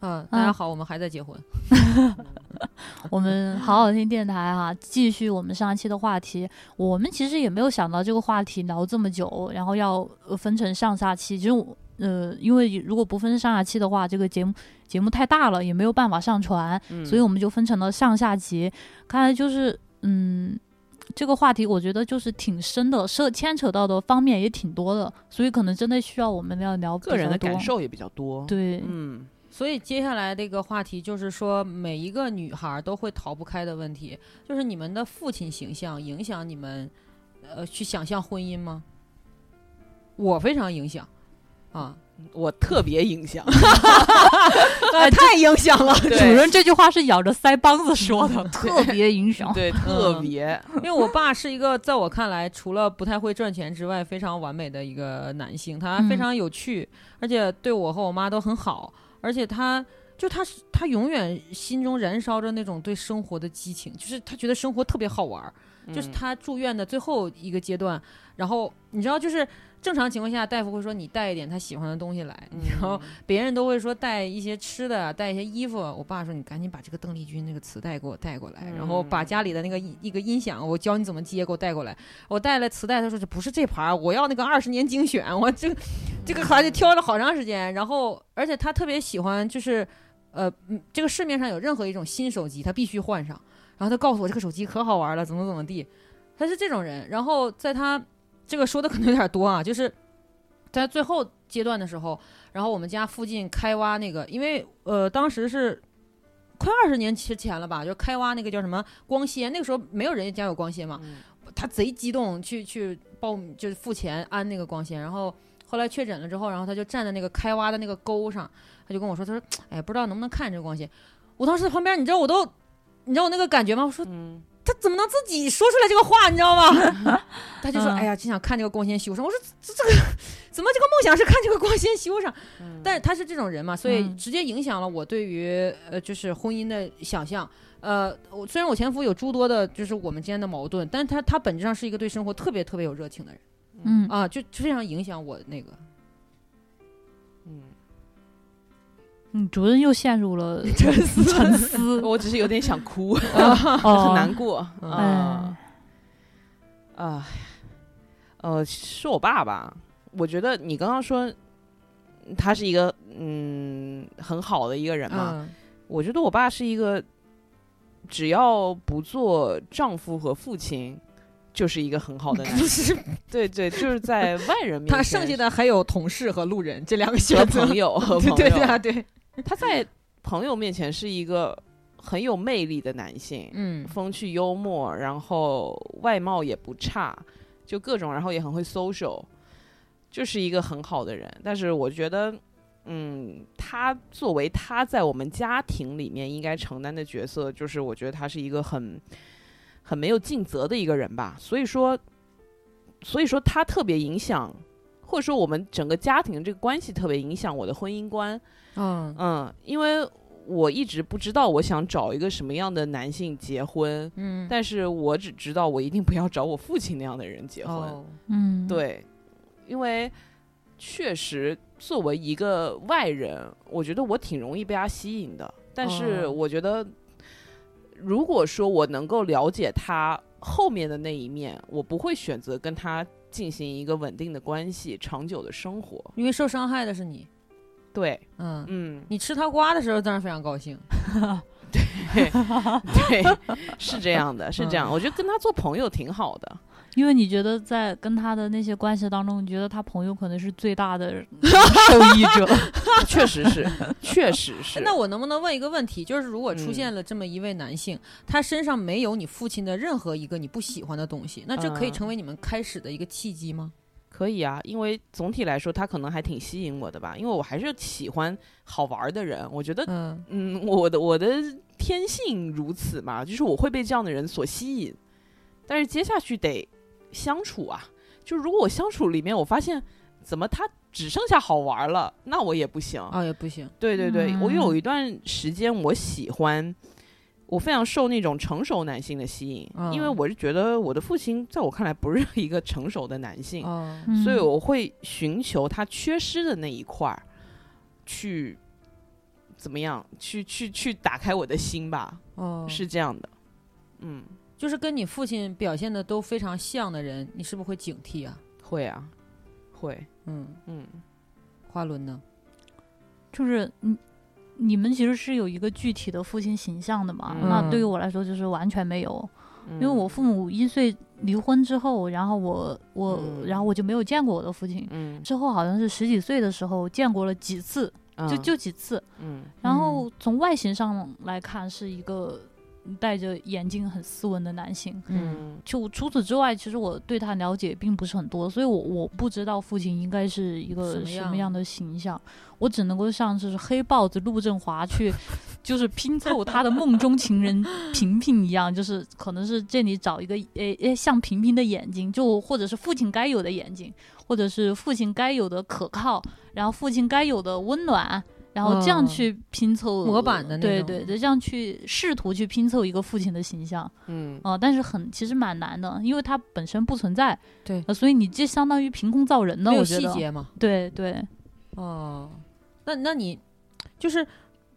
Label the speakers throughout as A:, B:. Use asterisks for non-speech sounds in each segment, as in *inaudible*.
A: 嗯，大家好，我们还在结婚。
B: 我们好好听电台哈、继续我们上一期的话题。我们其实也没有想到这个话题聊这么久，然后要呃分成上下期。其实我呃，因为如果不分上下期的话，这个节目节目太大了，也没有办法上传，
A: 嗯
B: 所以我们就分成了上下集。看来就是嗯。这个话题我觉得就是挺深的，涉牵扯到的方面也挺多的，所以可能真的需要我们要聊
C: 个人的
B: 比较多
C: 感。受也比较多。，
B: 对，
C: 嗯，
A: 所以接下来这个话题就是说，每一个女孩都会逃不开的问题，就是你们的父亲形象影响你们，呃，去想象婚姻吗？我非常影响，
C: *laughs*
A: 啊，
C: 我特别影响， *laughs*
A: 呃
C: 太影响了。
B: 主任这句话是咬着腮帮子说的，特嗯别影响。
C: 对，特别
A: 因为我爸是一个在我看来除了不太会赚钱之外非常完美的一个男性，他非常有趣，而且对我和我妈都很好，而且他就他是他永远心中燃烧着那种对生活的激情，就是他觉得生活特别好玩儿。
C: 嗯
B: 嗯
A: 就是他住院的最后一个阶段，然后你知道就是。正常情况下，大夫会说你带一点他喜欢的东西来，然后别人都会说带一些吃的啊，带一些衣服。我爸说你赶紧把这个邓丽君那个磁带给我带过来，然后把家里的那个一一个音响，我教你怎么接，给我带过来。我带了磁带，他说这不是这盘儿，我要那个二十年精选。我这个这个孩子挑了好长时间，然后而且他特别喜欢就是，呃，嗯这个市面上有任何一种新手机，他必须换上。然后他告诉我这个手机可好玩了，怎么怎么地，他是这种人。然后在他这个说的可能有点多啊，就是在最后阶段的时候，然后我们家附近开挖那个，因为呃当时是快二十年之前了吧，就开挖那个叫什么光纤，那个时候没有人家有光纤
C: 嗯
A: 嘛，他贼激动去去报名就是付钱安那个光纤，然后。后来确诊了之后，然后他就站在那个开挖的那个沟上，他就跟我说：“他说，哎，不知道能不能看这个光纤。”我当时在旁边，你知道我都，你知道我那个感觉吗？我说
C: 嗯
A: 他怎么能自己说出来这个话，你知道吗？
C: *laughs*
A: 他就说：“
B: 嗯
A: 哎呀，真想看这个光纤修上。”我说：“这这个怎么这个梦想是看这个光纤修上？”
C: 嗯
A: 但是他是这种人嘛，所以
B: 嗯
A: 直接影响了我对于呃就是婚姻的想象。呃，我虽然我前夫有诸多的就是我们之间的矛盾，但是他他本质上是一个对生活特别特别有热情的人
B: 嗯，
A: 啊，就就非常影响我那个。
C: 嗯，
B: 嗯，主任又陷入了
C: *laughs* 沉思
B: 沉思。
C: 我只是有点想哭，
B: 嗯哦，
C: *laughs*
B: 哎
C: 很难过
A: 嗯
C: 啊啊，呃，说我爸爸，我觉得你刚刚说他是一个嗯很好的一个人嘛，
A: 嗯
C: 我觉得我爸是一个只要不做丈夫和父亲。就是一个很好
A: *laughs*
B: *laughs*
C: 的男人，对对，就是在外人面前，
A: 他剩下的还有同事和路人这两个
C: 和
A: 选择
C: 朋。友和朋
A: *laughs* 对对
C: 友，
A: 对啊，对，
C: 他在朋友面前是一个很有魅力的男性，
A: 嗯
C: 风趣幽默，然后外貌也不差，就各种，然后也很会 social，就是一个很好的人。但是我觉得，嗯，他作为他在我们家庭里面应该承担的角色，就是我觉得他是一个很很没有尽责的一个人吧。所以说，所以说他特别影响。或者说，我们整个家庭这个关系特别影响我的婚姻观，
A: 嗯
C: 嗯，因为我一直不知道我想找一个什么样的男性结婚，
A: 嗯，
C: 但是我只知道我一定不要找我父亲那样的人结婚。
A: 哦
B: 嗯，，
C: 对，因为确实作为一个外人，我觉得我挺容易被他吸引的。但是
A: 哦
C: 我觉得，如果说我能够了解他后面的那一面，我不会选择跟他进行一个稳定的关系、长久的生活。
A: 因为受伤害的是你，
C: 对，
A: 嗯，
C: 嗯，
A: 你吃他瓜的时候当然非常高兴，
C: 嗯对，是这样的，是这样。我觉得跟他做朋友挺好的。
B: 因为你觉得在跟他的那些关系当中，你觉得他朋友可能是最大的受益者。
C: *laughs* 确实是，确实是。
A: 哎 *laughs* 那我能不能问一个问题？就是如果出现了这么一位男性，
C: 嗯
A: 他身上没有你父亲的任何一个你不喜欢的东西，那这可以
C: 嗯
A: 成为你们开始的一个契机吗？
C: 可以啊，因为总体来说，他可能还挺吸引我的吧，因为我还是喜欢好玩儿的人。我觉得，
A: 嗯
C: 嗯，我的我的天性如此嘛，就是我会被这样的人所吸引。但是接下去得相处啊，就如果我相处里面，我发现怎么他只剩下好玩儿了，那我也不行。
A: 啊，也不行，
C: 对对对，我
B: 嗯
C: 有一段时间我喜欢，我非常受那种成熟男性的吸引，
A: 嗯
C: 因为我是觉得我的父亲在我看来不是一个成熟的男性，
A: 哦，
B: 嗯
C: 所以我会寻求他缺失的那一块儿去怎么样，去去去打开我的心吧，
A: 哦，
C: 是这样的，嗯，
A: 就是跟你父亲表现的都非常像的人，你是不是会警惕啊？
C: 会啊，会，
A: 嗯，
C: 嗯，
A: 花轮呢？
B: 就是你你们其实是有一个具体的父亲形象的嘛？
C: 嗯
B: 那对于我来说就是完全没有，因为
C: 嗯
B: 我父母一岁离婚之后，然后我我、
C: 嗯
B: 然后我就没有见过我的父亲。
C: 嗯，
B: 之后好像是十几岁的时候见过了几次，就
C: 嗯
B: 就几次。
C: 嗯
B: 然后从外形上来看，是一个戴着眼镜很斯文的男性。
C: 嗯
B: 就除此之外，其实我对他了解并不是很多，所以我我不知道父亲应该是一
A: 什
B: 个
A: 么
B: 什
A: 样
B: 么样的形象，我只能够像就是黑豹子陆振华
A: *laughs*
B: 去，就是拼凑他的梦中情人平平一样，就是可能是这里找一个诶诶像平平的眼睛，就或者是父亲该有的眼睛，或者是父亲该有的可靠，然后父亲该有的温暖。然后这样
A: 嗯
B: 去拼凑
A: 模板的那
B: 对
A: 种
B: 对对，这样去试图去拼凑一个父亲的形象，
C: 嗯
B: 哦、但是很其实蛮难的，因为它本身不存在，
A: 对
B: 呃所以你这相当于凭空造人的，
A: 没
B: 我
A: 有
B: 觉
A: 细
B: 得，
A: 节嘛？
B: 对对，
A: 哦，那那你就是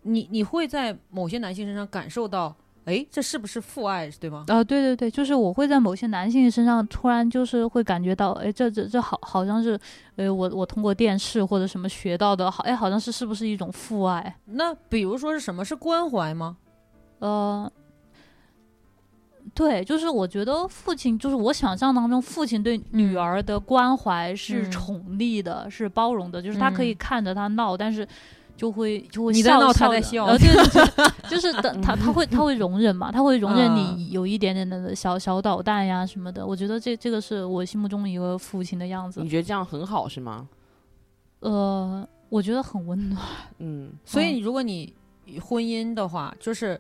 A: 你你会在某些男性身上感受到，哎，这是不是父爱，对吗？
B: 啊、对对对，就是我会在某些男性身上突然就是会感觉到，哎，这这这好好像是，呃，我我通过电视或者什么学到的，好，哎，好像是是不是一种父爱？
A: 那比如说是什么是关怀吗？
B: 呃，对，就是我觉得父亲，就是我想象当中父亲对女
A: 嗯
B: 儿的关怀是
A: 嗯
B: 宠溺的，是包容的，就是他可以
A: 嗯
B: 看着他闹，但是就会就会
A: 你在
B: 笑
A: 闹他
B: 笑
A: 在
B: 着
A: 笑
B: 呃，对对对，
A: *laughs*
B: 就是他他他会他会容忍嘛，他会容忍你
A: 嗯
B: 有一点点的小小捣蛋呀什么的。我觉得这这个是我心目中一个父亲的样子
A: 嗯
C: 你，觉得这样很好是吗？
B: 呃，我觉得很温暖。
C: 嗯
A: 所以如果你婚姻的话，就是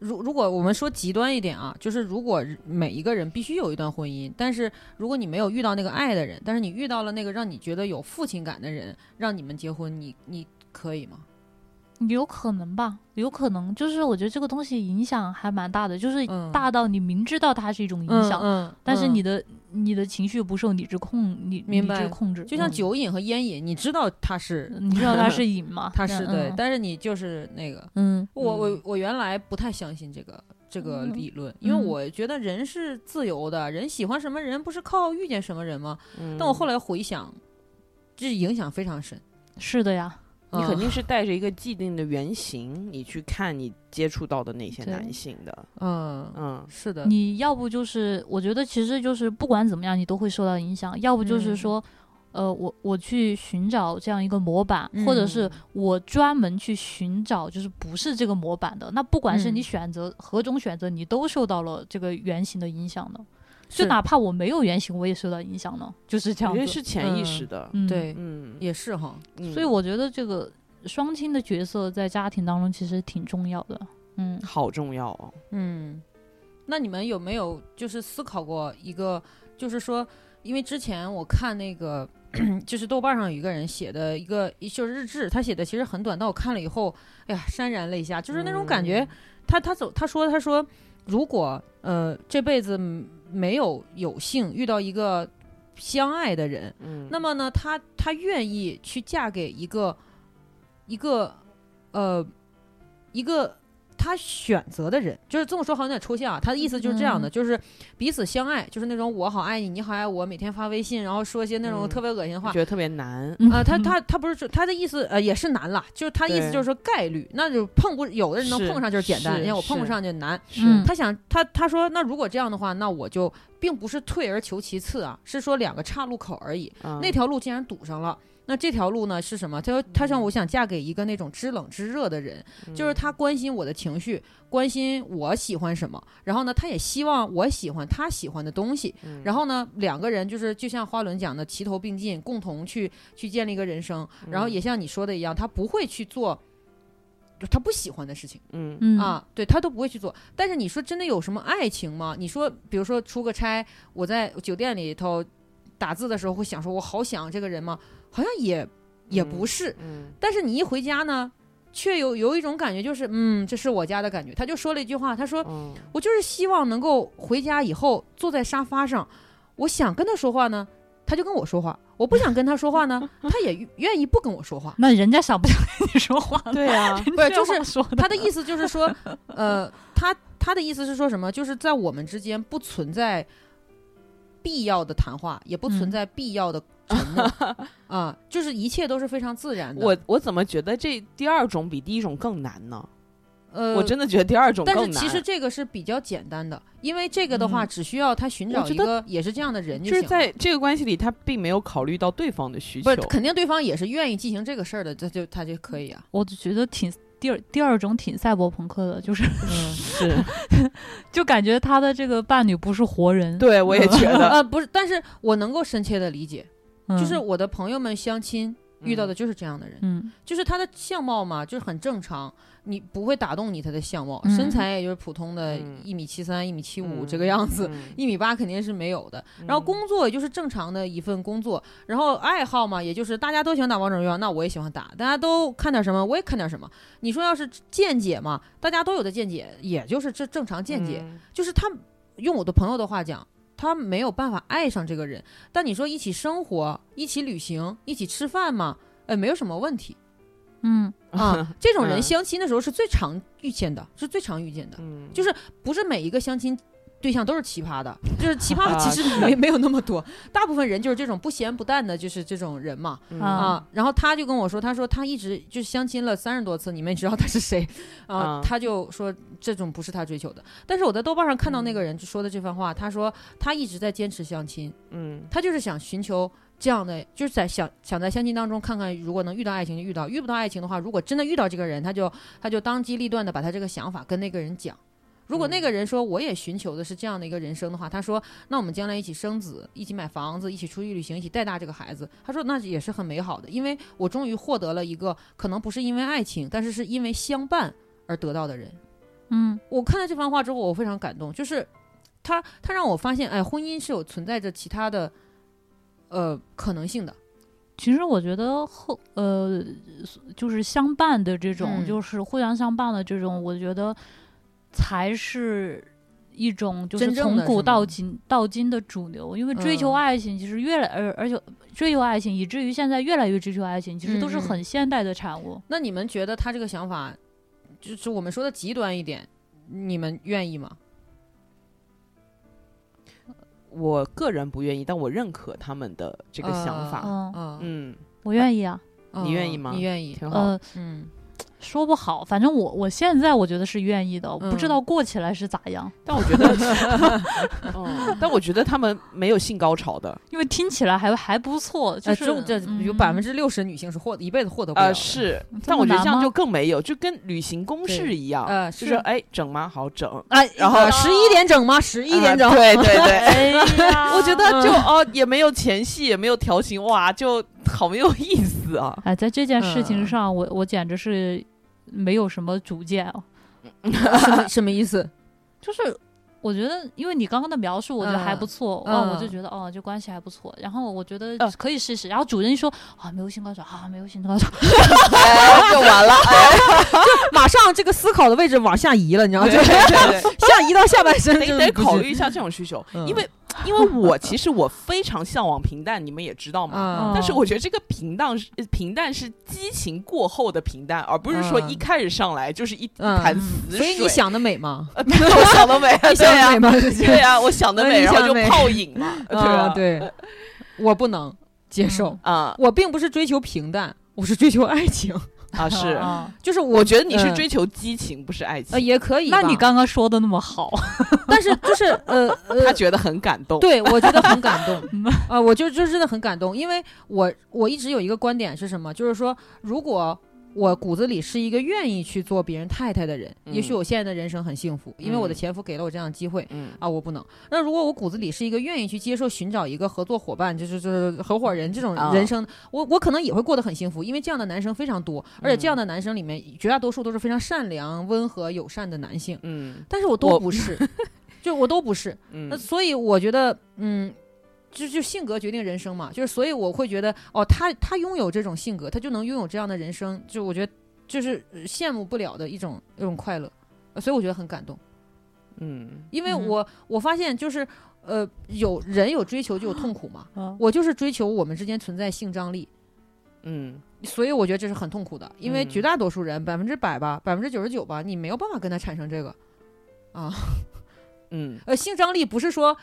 A: 如如果我们说极端一点啊，就是如果每一个人必须有一段婚姻，但是如果你没有遇到那个爱的人，但是你遇到了那个让你觉得有父亲感的人，让你们结婚，你你可以吗？
B: 有可能吧，有可能，就是我觉得这个东西影响还蛮大的，就是
A: 嗯
B: 大到你明知道它是一种影响，
A: 嗯，嗯
B: 但是
A: 嗯
B: 你的、你的情绪不受理智控，你
A: 明
B: 理
A: 白
B: 智控制，
A: 就像
B: 嗯
A: 酒瘾和烟瘾，你知道它是
B: 你知道它是瘾嘛，
A: *laughs* 它是对，
B: 嗯
A: 但是你就是那个，
B: 嗯
A: 我我
C: 嗯
A: 我原来不太相信这个这个
B: 嗯
A: 理论，因为
B: 嗯
A: 我觉得人是自由的，人喜欢什么人不是靠遇见什么人吗？
C: 嗯，
A: 但我后来回想，这影响非常深。
B: 是的呀，
C: 你肯
A: 嗯
C: 定是带着一个既定的原型，你去看你接触到的那些
B: 对
C: 男性的，
A: 嗯
C: 嗯
A: 是的，
B: 你要不就是我觉得其实就是不管怎么样你都会受到影响，要不就是
A: 嗯
B: 说。呃，我我去寻找这样一个模板，或者是
A: 嗯
B: 我专门去寻找，就是不是这个模板的。那不管是你
A: 嗯
B: 选择、何种选择，你都受到了这个原型的影响的。
A: 是
B: 就哪怕我没有原型，我也受到影响呢，就是这
C: 我
B: 样
C: 觉得
B: 子。
C: 是潜意识的，
B: 嗯，
A: 对，
C: 嗯，
A: 也是哈，
C: 嗯
B: 所以我觉得这个双亲的角色在家庭当中其实挺重要的。嗯，
C: 好重要哦，
A: 嗯，那你们有没有就是思考过一个，就是说，因为之前我看那个 *clears throat* 就是豆瓣上有一个人写的一个就是日志，他写的其实很短，但我看了以后，哎呀，潸然泪下，就是那种感觉。他他走他说他说，如果呃这辈子没有有幸遇到一个相爱的人，
C: 嗯，嗯，
A: 那么呢，她她愿意去嫁给一个一个呃一个她选择的人，就是这么说好像有点抽象啊。她的意思就是这样的，
B: 嗯
A: 就是彼此相爱，就是那种我好爱你，你好爱我，每天发微信，然后说一些那种
C: 嗯
A: 特别恶心的话
C: 觉。得特别
B: 嗯
C: 难，
A: 啊、
C: *laughs*
A: 她她她不是说她的意思，呃，也是难了，就是她的意思
C: 对
A: 就是说概率，那就碰不，有的人能
C: 是
A: 碰上就是简单，
C: 是
A: 人家我碰不
C: 是
A: 上就难。
C: 是
B: 嗯
A: 他想，他他说，那如果这样的话，那我就并不是退而求其次啊，是说两个岔路口而已。那
C: 那
A: 条路竟然堵上了。那这条路呢是什么？他说，他让我想嫁给一个那种知冷知热的人，就是他关心我的情绪，关心我喜欢什么，然后呢，他也希望我喜欢他喜欢的东西，然后呢，两个人就是就像花轮讲的，齐头并进，共同去去建立一个人生，然后也像你说的一样，他不会去做就他不喜欢的事情。
C: 嗯
B: *laughs* 嗯，
A: 啊，对他都不会去做。但是你说真的有什么爱情吗？你说，比如说出个差，我在酒店里头打字的时候会想说，我好想这个人吗？好像也也不是。
C: 嗯
A: 但是你一回家呢，却有有一种感觉，就是嗯，这是我家的感觉。他就说了一句话，他
C: *laughs*
A: 说
C: 嗯
A: 我就是希望能够回家以后坐在沙发上，我想跟他说话呢，他就跟我说话，我不想跟他说话呢，他也愿意不跟我说话。
B: 那人家想不想跟你说话？
A: *laughs*
C: 对啊，
A: 不是，就
B: 这话
A: 是
B: 说
C: *laughs*
B: 的
A: 他的意思就是说，呃，他他的意思是说什么？就是在我们之间不存在必要的谈话，也不存
B: 嗯
A: 在必要的沉默
C: *laughs*
A: 啊、就是一切都是非常自然的。
C: 我我怎么觉得这第二种比第一种更难呢？
A: 呃，
C: 我真的觉得第二种更
A: 但
C: 难。
A: 是其实这个是比较简单的，因为这个的话，
B: 嗯
A: 只需要他寻找
C: 我觉
A: 一
C: 得
A: 个也是这样的人就
C: 就
A: 行
C: 是
A: 了。
C: 在这个关系里，他并没有考虑到对方的需
A: 不
C: 求
A: 是，。肯定对方也是愿意进行这个事儿的，这就他就可以
C: *laughs*
A: 啊。
B: 我就觉得挺第二第二种挺赛博朋克的，就是
A: 嗯，
C: 是，
B: 就感觉他的这个伴侣不是活人，
C: 对我也觉得，
A: *laughs* 呃，不是，但是我能够深切的理解，
B: 嗯，
A: 就是我的朋友们相亲遇到的
C: 嗯
A: 就是这样的人，
B: 嗯
A: 就是他的相貌嘛，就是很正常，你不会打动你他的相貌，
B: 嗯
A: 身材也就是普通的
C: 嗯
A: 一米七三、一米七五
C: 嗯
A: 这个样子，
C: 嗯
A: *laughs* 一米八肯定是没有的。然后
C: 嗯
A: 工作也就是正常的一份工作，然后爱好嘛，也就是大家都喜欢打王者荣耀，那我也喜欢打，大家都看点什么，我也看点什么。你说要是见解嘛，大家都有的见解，也就是这正常见解，
C: 嗯
A: 就是他用我的朋友的话讲。他没有办法爱上这个人，但你说一起生活、一起旅行、一起吃饭嘛，呃，没有什么问题
B: 嗯
C: *laughs*
A: 啊。这种
C: 嗯
A: 人相亲的时候是最常遇见的，是最常遇见的。
C: 嗯
A: 就是不是每一个相亲对象都是奇
C: *laughs*
A: 葩的，就是奇葩
C: 啊
A: 的其实没、没 *laughs* 有那么多，大部分人就是这种不咸不淡的，就是这种人嘛
C: 嗯
B: 啊
A: 啊。然后他就跟我说，他说他一直就是相亲了三十多次，你们也知道他是谁啊？
C: 啊
A: 他就说这种不是他追求的。但是我在豆瓣上看到那个人就说的这番话，他说他一直在坚持相亲，
C: 嗯
A: 他就是想寻求。这样的就是在想想在相亲当中看看，如果能遇到爱情就遇到，遇不到爱情的话，如果真的遇到这个人，他就他就当机立断的把他这个想法跟那个人讲。如果那个人说我也寻求的是这样的一个人生的话，他说那我们将来一起生子，一起买房子，一起出去旅行，一起带大这个孩子。他说那也是很美好的，因为我终于获得了一个可能不是因为爱情，但是是因为相伴而得到的人。
B: 嗯
A: 我看到这番话之后，我非常感动，就是他他让我发现，哎，婚姻是有存在着其他的呃可能性的。
B: 其实我觉得后呃，就是相伴的这种，
A: 嗯
B: 就是互相相伴的这种，我觉得才是一种就是
A: 真正
B: 从
A: 的
B: 古
A: 是
B: 到
A: 吗
B: 今到今的主流。因为追求
A: 嗯
B: 爱情，其实越来而、而且追求爱情，以至于现在越来越追求爱情，其实都是
A: 嗯嗯
B: 很现代的产物。
A: 那你们觉得他这个想法，就是我们说的极端一点，你们愿意吗？
C: 我个人不愿意，但我认可他们的这个想法。
B: 嗯，
A: 嗯，
C: 嗯，
B: 我愿意啊。
C: 你愿意吗
A: 你愿意？
C: 挺好。
B: 呃，
A: 嗯，
B: 说不好，反正我我现在我觉得是愿意的，我不知
A: 嗯
B: 道过起来是咋样，
C: 但我觉得，嗯，但我觉得他们没有性高潮的。
B: 因为听起来还还不错，就
A: 呃，
B: 是、
A: 这这有
B: 嗯
A: 百分之六十女性是获一辈子获得不了
C: 呃，
A: 的。
C: 是
B: 嗯，这
C: 但
B: 么
C: 我觉得
B: 难
C: 这样
B: 吗
C: 就更没有，就跟旅行公式
A: 对
C: 一样，
A: 呃，
C: 就是哎整吗？好整，
A: 哎，
C: 然后
A: 十一点整吗？十一点整嗯
C: 啊。对对
A: *laughs*
C: 对。
B: 哎呀，
C: *laughs* 我觉得就哦，也没有前戏，也没有调情，哇，就好没有意思
A: *laughs*
C: 啊！
B: 哎，在这件事情
A: 嗯
B: 上，我我简直是没有什么主见啊。
A: 什么什么意思？
B: 就是我觉得，因为你刚刚的描述，我觉得还
A: 嗯
B: 不错，
A: 嗯
B: 哦，我就觉得哦，这关系还不错。然后我觉得
C: 呃
B: 可以试试。然后主任一说啊，没有性高潮啊，没有性高潮，
A: 啊
C: 哎，就完了，
A: 马上这个思考的位置往下移了，你知道吗？
C: *laughs* 对
A: 就
C: 对对，
A: *laughs* 下移到下半身，就
C: 得
A: 是
C: 得
A: 不
C: 考
A: 是
C: 虑一下这种需求，
A: 嗯
C: 因为因为
A: *laughs*
C: 我其实我非常向往平淡，你们也知道嘛，
A: 啊
C: 但是我觉得这个平淡是呃平淡是激情过后的平淡，而不是说
A: 嗯
C: 一开始上来就是一、
A: 嗯
C: 一潭死水。啊
A: 所以你，
C: *laughs*
A: 想的美吗？
C: 我想得美，
A: 你
C: 对
A: *laughs* 想
C: 呀、
A: 的美吗？就是
C: *laughs* 对呀、我想得
A: 嗯
C: 美，
A: 你
C: 然后
A: 想
C: 就
A: 美
C: 泡影嘛，对吧、
A: *laughs* 啊，对，我不能接受。
C: 啊
A: 我并不是追求平淡，我是追求爱情。
C: 啊是。
A: *laughs*
B: 啊
A: 就是我，
C: 我觉得你是
A: 嗯
C: 追求激情，不是爱情。
A: 呃，也可以吧。
B: 那你刚刚说的那么好，
A: 但是就是
C: *laughs*
A: 呃呃，
C: 他觉得很感动。
A: 对，我觉得很感动
C: 嗯
A: 啊、我就就真的很感动，因为我我一直有一个观点是什么，就是说，如果我骨子里是一个愿意去做别人太太的人，也许
C: 嗯
A: 我现在的人生很幸福，因为我的
C: 嗯
A: 前夫给了我这样的机会。
C: 嗯，
A: 啊，我不能。那如果我骨子里是一个愿意去接受、寻找一个合作伙伴，就是就是合伙人这种
C: 啊
A: 人生，我我可能也会过得很幸福，因为这样的男生非常多，而且这样
C: 嗯
A: 的男生里面绝大多数都是非常善良、温和、友善的男性。
C: 嗯
A: 但是我
C: 我
A: 都不
C: *laughs*
A: 是，就我都不是。那
C: 嗯，
A: 所以我觉得，嗯，就就性格决定人生嘛，就是所以我会觉得，哦，他他拥有这种性格，他就能拥有这样的人生，就我觉得就是呃羡慕不了的一种一种快乐，呃所以我觉得很感动，
C: 嗯
A: 因为
B: 嗯
A: 我、我发现就是呃，有人有追求就有痛苦嘛。
B: 嗯
A: 我就是追求我们之间存在性张力，
C: 嗯，
A: 所以我觉得这是很痛苦的，因为
C: 嗯
A: 绝大多数人百分之百吧，百分之九十九吧，你没有办法跟他产生这个啊。
C: 嗯，
A: 呃，性张力不是说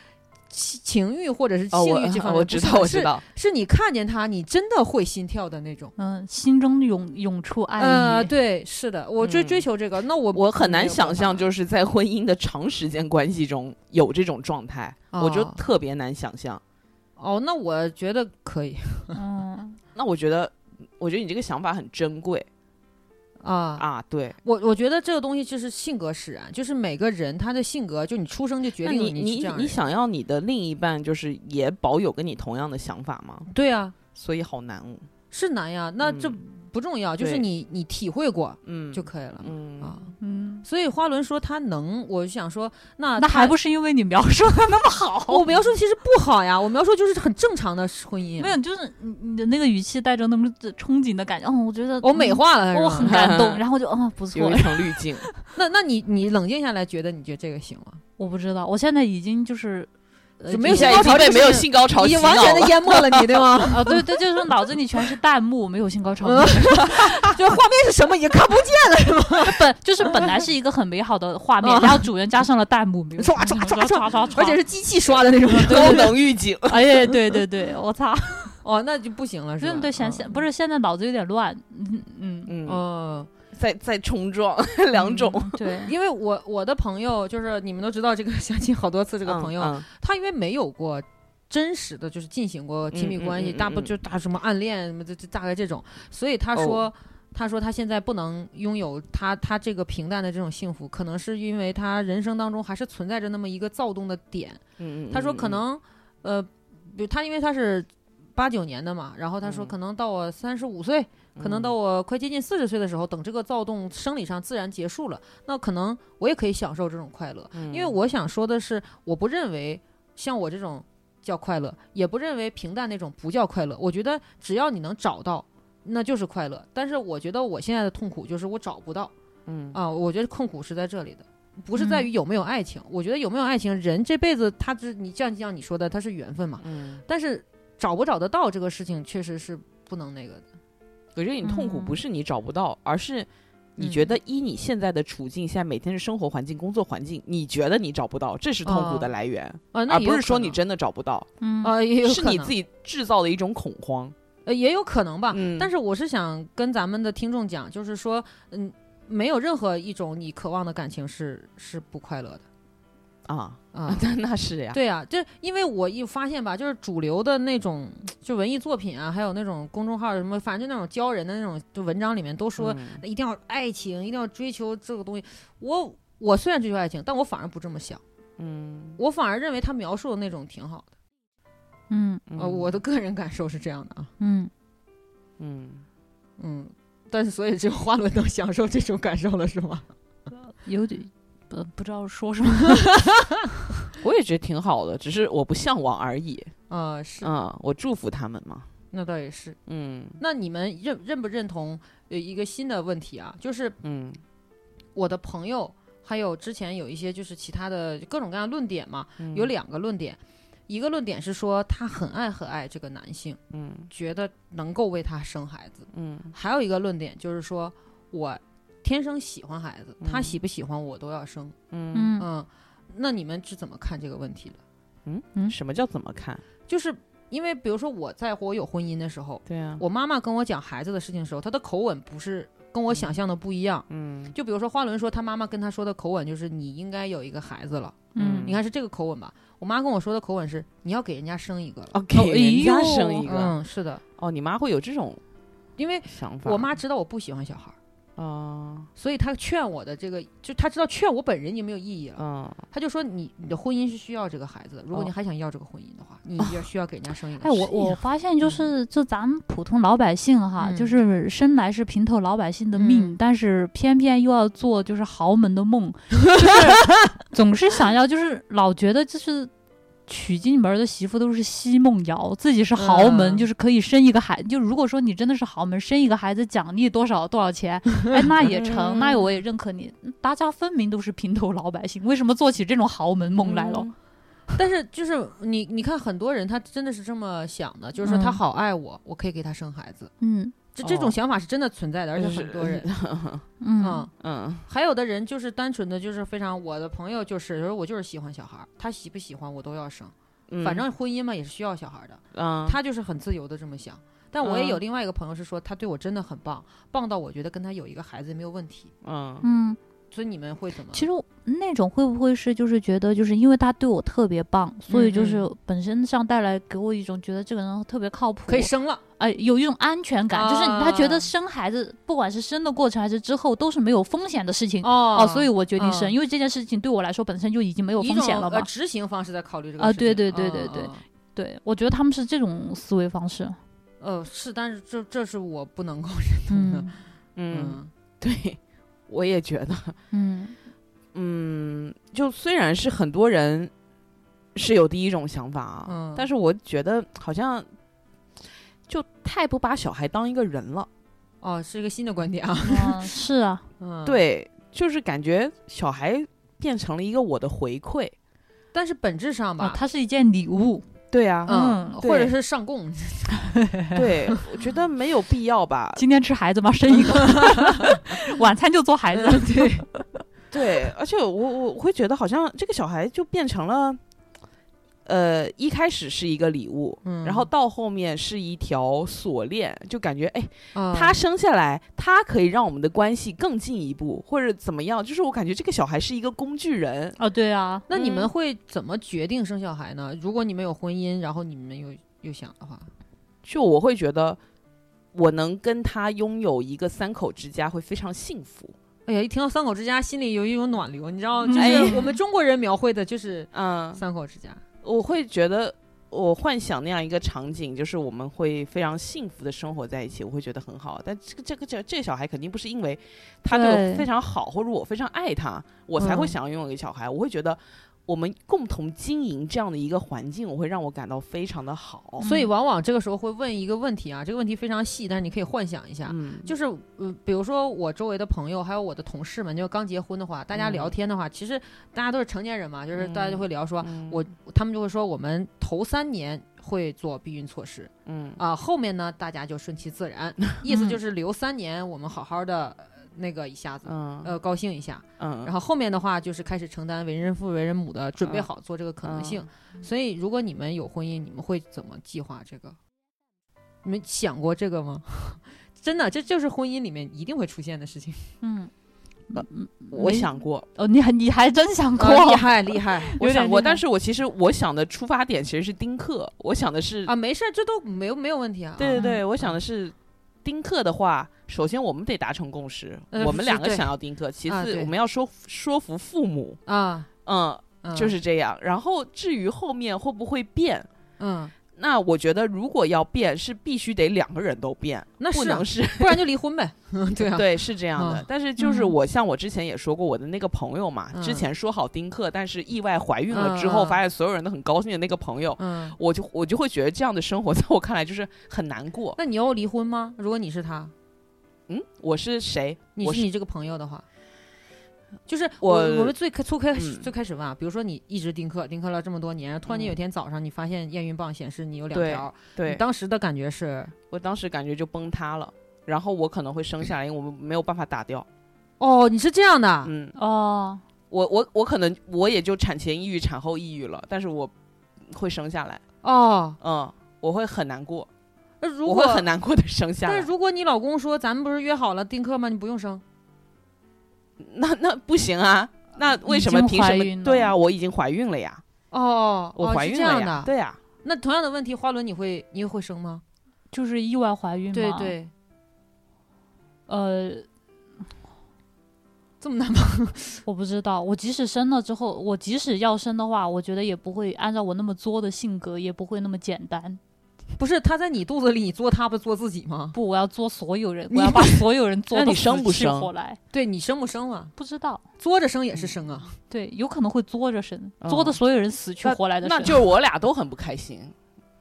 A: 情情欲或者是
C: 哦，
A: 性欲这方面、
C: 我我知道，我知
A: 是，
C: 道，
A: 是你看见他，你真的会心跳的那种。
B: 嗯，心中涌涌出爱意。
A: 呃，对，是的，我追
C: 哎嗯
A: 追求这个，那我
C: 我很难想象，
A: 是
C: 就是在婚姻的长时间关系中有这种状态，我就
A: 哦
C: 特别难想象。
A: 哦，那我觉得可以
B: 嗯，
C: 那我觉得，我觉得你这个想法很珍贵
A: 啊。
C: 啊，对。
A: 我我觉得这个东西就是性格使然，就是每个人他的性格，就你出生就决
C: 那
A: 定了
C: 你
A: 是这
C: 你
A: 样的
C: 你
A: 人
C: 想要你的另一半就是也保有跟你同样的想法吗？
A: 对啊，
C: 所以好难哦。
A: 是难呀，那这不重要，就是
C: 对
A: 你你体会过
C: 嗯，
A: 就可以了、
C: 嗯
A: 啊。
B: 嗯，
A: 所以花轮说他能，我就想说，那他
B: 那还不是因为你描述的那么好？
A: 我描述其实不好呀，我描述就是很正常的婚姻，啊
B: 没有，就是你你的那个语气带着那么憧憬的感觉。嗯，我觉得
A: 我美
B: 嗯
A: 化了，是吧
B: 我很
A: *laughs*
B: 感动，然后就嗯不
C: 有
B: 错
C: 一。层滤镜。
A: 那那你你冷静下来，觉得你觉得这个行吗？
B: 我不知道，我现在已经就是呃
A: 就没有
B: 就是
A: 性高潮
C: 已经被
A: 这个
C: 没有
A: 事情
C: 性高潮
A: 已
C: 洗
A: 经
C: 脑
A: 完全的
C: 了。
A: 淹没了你，对吗？
B: 啊，对对，就是脑子里全是弹幕，没
A: *laughs*
B: 有性高潮。
A: 嗯就是画面是什么已经看不见
B: 本就是本来是一个很美好的画面，
A: 嗯
B: 然后主人加上了弹幕，比如
A: 刷刷刷
B: 刷刷，
A: 而且是机器刷的那种。
C: *laughs* 高能预警，
B: 哎呀，对对对，我操！
A: 哦，那就不啊行了，是吧？
B: 对对，现现不是现在脑子有点乱，嗯嗯，
A: 嗯。
C: 嗯，
A: 嗯，
C: 在在冲撞 *laughs* 两种，
B: 嗯
A: *laughs*
B: 对，
A: 因为我我的朋友就是你们都知道，这个 *laughs* 相亲好多次，这
C: 这
A: 个朋友、
C: 嗯
A: 他因为没有过真实的就是进行过亲密
C: 嗯嗯
A: 关系，
C: 嗯
A: 大不
C: 嗯哦
A: 就大什么暗恋什么这这大概这种，所以他说、他说他现在不能拥有他他这个平淡的这种幸福，可能是因为他人生当中还是存在着那么一个躁动的点，
C: 嗯嗯，
A: 他说可
C: 嗯，
A: 能，呃，比如他因为他是八九年的嘛，然后他说
C: 嗯
A: 可能到我三十五岁，可能到我快接近四十岁的时候，等这个躁动生理上自然结束了，那可能我也可以享受这种快乐。
C: 嗯，
A: 因为我想说的是，我不认为像我这种叫快乐，也不认为平淡那种不叫快乐。我觉得只要你能找到，那就是快乐。但是我觉得我现在的痛苦就是我找不到。
C: 嗯
A: 啊，我觉得痛苦是在这里的，不是在
B: 嗯
A: 于有没有爱情。我觉得有没有爱情，人这辈子他只你像像你说的，他是缘分嘛。
C: 嗯，
A: 但是找不找得到这个事情，确实是不能那个的。
C: 我觉得你痛苦
B: 嗯
C: 不是你找不到，而是你觉得依你现在的处境下，每天的生活环境、工作环境，你觉得你找不到，这是痛苦的
A: 哦
C: 来源，
A: 啊，那
C: 而
A: 也
C: 不
A: 有
C: 是
A: 可
C: 说你
A: 能
C: 真的找不到，
B: 嗯
A: 啊，也有
C: 是
A: 可
C: 你
A: 能
C: 自己制造的一种恐慌。
A: 呃，也有可能吧。
C: 嗯
A: 但是我是想跟咱们的听众讲，就是说，嗯，没有任何一种你渴望的感情是是不快乐的
C: 啊，嗯
A: 啊。
C: 那 *laughs* 那是呀，
A: 对呀、这因为我一发现吧，就是主流的那种就文艺作品啊，还有那种公众号什么，反正就那种教人的那种就文章里面都说，
C: 嗯
A: 一定要爱情，一定要追求这个东西。我我虽然追求爱情，但我反而不这么想，
C: 嗯，
A: 我反而认为他描述的那种挺好的。
B: 嗯
A: 呃，我的个人感受是这样的啊，
B: 嗯，
C: 嗯，
A: 嗯，但是所以只有花轮能享受这种感受了，是吗？
B: 有点不不知道说什么。
C: 我也觉得挺好的，只是我不向往而已。
A: 啊、是，
C: 嗯，我祝福他们嘛。
A: 那倒也是。
C: 嗯
A: 那你们认认不认同呃一个新的问题啊？就是
C: 嗯
A: 我的朋友，还有之前有一些就是其他的各种各样的论点嘛，
C: 嗯
A: 有两个论点，一个论点是说他很爱很爱这个男性，
C: 嗯
A: 觉得能够为他生孩子；
C: 嗯
A: 还有一个论点就是说我天生喜欢孩子，他喜不喜欢我都要生。
C: 嗯
B: 嗯
A: 嗯，那你们是怎么看这个问题的？
C: 嗯，什么叫怎么看？
A: 就是因为比如说我在乎我有婚姻的时候，
C: 对啊，
A: 我妈妈跟我讲孩子的事情的时候，她的口吻不是跟我想象的不一样。
C: 嗯
A: 就比如说花轮说，她妈妈跟她说的口吻就是你应该有一个孩子了，
B: 嗯
A: 你看是这个口吻吧？我妈跟我说的口吻是你要给人家生一个了。
C: 哦，给人
B: 哎
C: 家
B: 呦
C: 生一个
A: 嗯，是的，
C: 哦，你妈会有这种
A: 因为
C: 想法？
A: 我妈知道我不喜欢小孩儿，
C: 啊，
A: 所以她劝我的这个，就她知道劝我本人已经没有意义了，
C: 嗯，
A: 她就说你你的婚姻是需要这个孩子的，如果
C: 哦
A: 你还想要这个婚姻的话，你要需要给人家生一个。
B: 哎，我
A: *laughs*
B: 我发现就是，就咱们普通老百姓哈，
A: 嗯
B: 就是生来是平头老百姓的命，
A: 嗯
B: 但是偏偏又要做就是豪门
A: *laughs*
B: 的梦，就是总是想要，就是老觉得就是。娶进门的媳妇都是奚梦瑶，自己是豪门，
A: 嗯
B: 就是可以生一个孩就如果说你真的是豪门，生一个孩子奖励多少多
A: *laughs*
B: 少钱，哎，那也成，
A: 嗯
B: 那我也认可你。大家分明都是平头老百姓，为什么做起这种豪门梦来了？
A: 嗯但是就是你你看很多人他真的是这么想的，就是说他
B: 嗯
A: 好爱我，我可以给他生孩子，
B: 嗯
A: 这这
C: 哦
A: 种想法是真的存在的，而且很多人
B: 嗯
A: 嗯，
C: 嗯
A: 还有的人就是单纯的就是非常，我的朋友就是说我就是喜欢小孩儿，他喜不喜欢我都要生，
C: 嗯，
A: 反正婚姻嘛也是需要小孩儿的，
C: 嗯，
A: 他就是很自由的这么想。但我也有
C: 嗯
A: 另外一个朋友是说，他对我真的很棒，棒到我觉得跟他有一个孩子也没有问题。
C: 嗯
B: 嗯。
A: 所以你们会怎么？
B: 其实那种会不会是就是觉得就是因为他对我特别棒，所以就
A: 嗯
B: 是本身上带来给我一种觉得这个人特别靠谱，
A: 可以生了，
B: 哎、有一种安全感，就是他觉
A: 啊
B: 得生孩子不管是生的过程还是之后都是没有风险的事情
A: 哦
B: 所以我决定生，
A: 嗯
B: 因为这件事情对我来说本身就已经没有
A: 以一
B: 风
A: 种
B: 险了嘛。
A: 呃执行方式在考虑这个
B: 啊
A: 事情
B: 对对对对对
A: 嗯嗯嗯
B: 对，我觉得他们是这种思维
A: *laughs*
B: 方式。
A: 呃，是，但是这这是我不能够认同的。
B: 嗯
C: 嗯，
A: 嗯
C: 对， *laughs* 我也觉得，
B: 嗯
C: 嗯，就虽然是很多人是有第一种想法啊，
A: 嗯
C: 但是我觉得好像就太不把小孩当一个人了。
A: 哦，是一个新的观点
B: *laughs*
A: 啊。
B: 啊是
A: *laughs*
B: 啊，
A: 嗯，。
C: 对，就是感觉小孩变成了一个我的回馈。
A: 但是本质上
B: 啊
A: 吧，，
B: 它是一件礼物。
C: 对啊，
A: 嗯，
B: 嗯
A: 或者
C: 对
A: 是上供，
C: 嗯对，我觉得没有必要 *laughs* 吧。
B: 今天吃孩子吗？生一个，
A: *laughs*
B: 晚餐就做孩子。
A: 呃
B: 对，
C: 对，而且我我我会觉得好像这个小孩就变成了，呃，一开始是一个礼物，
A: 嗯
C: 然后到后面是一条锁链，就感觉哎，
A: 啊
C: 他生下来，他可以让我们的关系更进一步，或者怎么样？就是我感觉这个小孩是一个工具人。
B: *laughs* 哦，对啊，
A: 那你们
C: 嗯
A: 会怎么决定生小孩呢？如果你们有婚姻，然后你们又又想的话，
C: 就我会觉得，我能跟他拥有一个三口之家会非常幸福。
A: 哎呀，一听到三口之家，心里有一种暖流，你知道，就
B: 嗯
A: 是
C: 哎
A: 我们中国人描绘的就是
C: 嗯，
A: 三口之家。
C: 我会觉得，我幻想那样一个场景，就是我们会非常幸福的生活在一起，我会觉得很好。但这个这个这个这个小孩肯定不是因为他对
B: 对
C: 我非常好，或者我非常爱他，我才会
A: 嗯
C: 想要拥有一个小孩。我会觉得。我们共同经营这样的一个环境，我会让我感到非常的好。
B: 嗯
A: 所以往往这个时候会问一个问题啊，这个问题非常细，但是你可以幻想一下，
C: 嗯，
A: 就是呃，比如说我周围的朋友，还有我的同事们，就刚结婚的话，大家聊
C: 嗯
A: 天的话，其实大家都是成年人嘛，就是大家就
C: 嗯
A: 会聊说，
C: 嗯
A: 我他们就会说我们头三年会做避孕措施
C: 嗯
A: 啊、后面呢大家就顺其自然，意思就
B: 嗯
A: 是留三年我们好好的那个一下子。
C: 嗯
A: 呃，高兴一下，
C: 嗯，
A: 然后后面的话就是开始承担为人父为人母的，准备
C: 嗯
A: 好做这个可能性。所以，如果你们有婚姻，你们会怎么计划这个？你们想过这个吗？ *laughs* 真的，这就是婚姻里面一定会出现的
C: *laughs*
A: 事情。
B: 嗯，
C: 呃
B: 嗯
C: 我
B: 没
C: 想过，
B: 哦，你还你还真想过，
A: *laughs*
C: 哦
A: 啊厉
B: *laughs*
A: 害厉害
C: 我
B: 有点
C: 想过，
B: 厉害
C: 但是我其实我想的出发点其实是丁克，我想的是，
A: 啊！没事儿，这都没有没有问题啊。
C: 对对
A: 啊
C: 对，我想的是丁克的话，首先我们得达成共识，
A: 呃
C: 我们两
A: 是
C: 个
A: 对
C: 想要丁克，其
A: 啊
C: 次
A: 对
C: 我们要说说服父母，
A: 啊，
C: 嗯，
A: 嗯
C: 就是这样。然后至于后面会不会变，
A: 嗯，
C: 那我觉得如果要变，是必须得两个人都变，
A: 那
C: 不
A: 是啊
C: 能是
A: 不然就离婚呗。 *laughs* 对啊，
C: 对，是这样的
A: 嗯。
C: 但是就是
B: 嗯
C: 我像我之前也说过，我的那个朋友嘛，之
A: 嗯
C: 前说好丁克，但是意外怀孕了之后，
A: 嗯嗯
C: 发现所有人都很高兴的那个朋友，
A: 嗯，
C: 我就我就会觉得这样的生活在我看来就是很难过。
A: 那你要离婚吗？如果你是他，
C: 嗯，我是谁？
A: 你
C: 我
A: 是
C: 是
A: 你这个朋友的话，就是
C: 我
A: 我们最开最开始
C: 嗯
A: 最开始问啊，比如说你一直丁克，丁克了这么多年，突然间有
C: 嗯
A: 一天早上你发现验孕棒显示你有两
C: 对
A: 条，你
C: 对，
A: 当时的感觉是
C: 我当时感觉就崩塌了。然后我可能会生下来，因为我们没有办法打掉。
A: 哦，你是这样的，
C: 嗯，
B: 哦，
C: 我我我可能我也就产前抑郁、产后抑郁了，但是我会生下来。
A: 哦，
C: 嗯，我会很难过，
A: 那如
C: 我
A: 果
C: 会很难过的生下
A: 但
C: 来
A: 是。如果你老公说咱们不是约好了丁克吗？你不用生，
C: 那那不行啊！那为
B: 已
C: 什么
B: 经
C: 凭什
B: 怀孕
C: 么？对
B: 了
C: 啊，我已经怀孕了呀，
A: 哦，
C: 我
A: 哦
C: 怀
A: 是
C: 孕
A: 这
C: 了
A: 样
C: 呀
A: 的。。
C: 对啊呀，
A: 那同样的问题，花轮你会你会生吗？
B: 就是意外怀孕嘛。
A: 对，对，
B: 呃，
A: *laughs* 这么难吗？
B: 我不知道，我即使生了之后，我即使要生的话，我觉得也不会按照我那么作的性格，也不会那么简单。
A: 不是他在你肚子里，你做他不做自己吗？
B: 不，我要作所有人，
A: 你
B: 我要把所有人作
C: 那
B: 到
C: 你生不
B: 死去
C: 生
B: 活来，
A: 对你生不生啊？
B: 不知道。
A: 作着生也是生啊。
B: 对，有可能会作着生，
C: 嗯
B: 作的所有人死去
C: 那
B: 活来的生。
C: 那就是我俩都很不开心，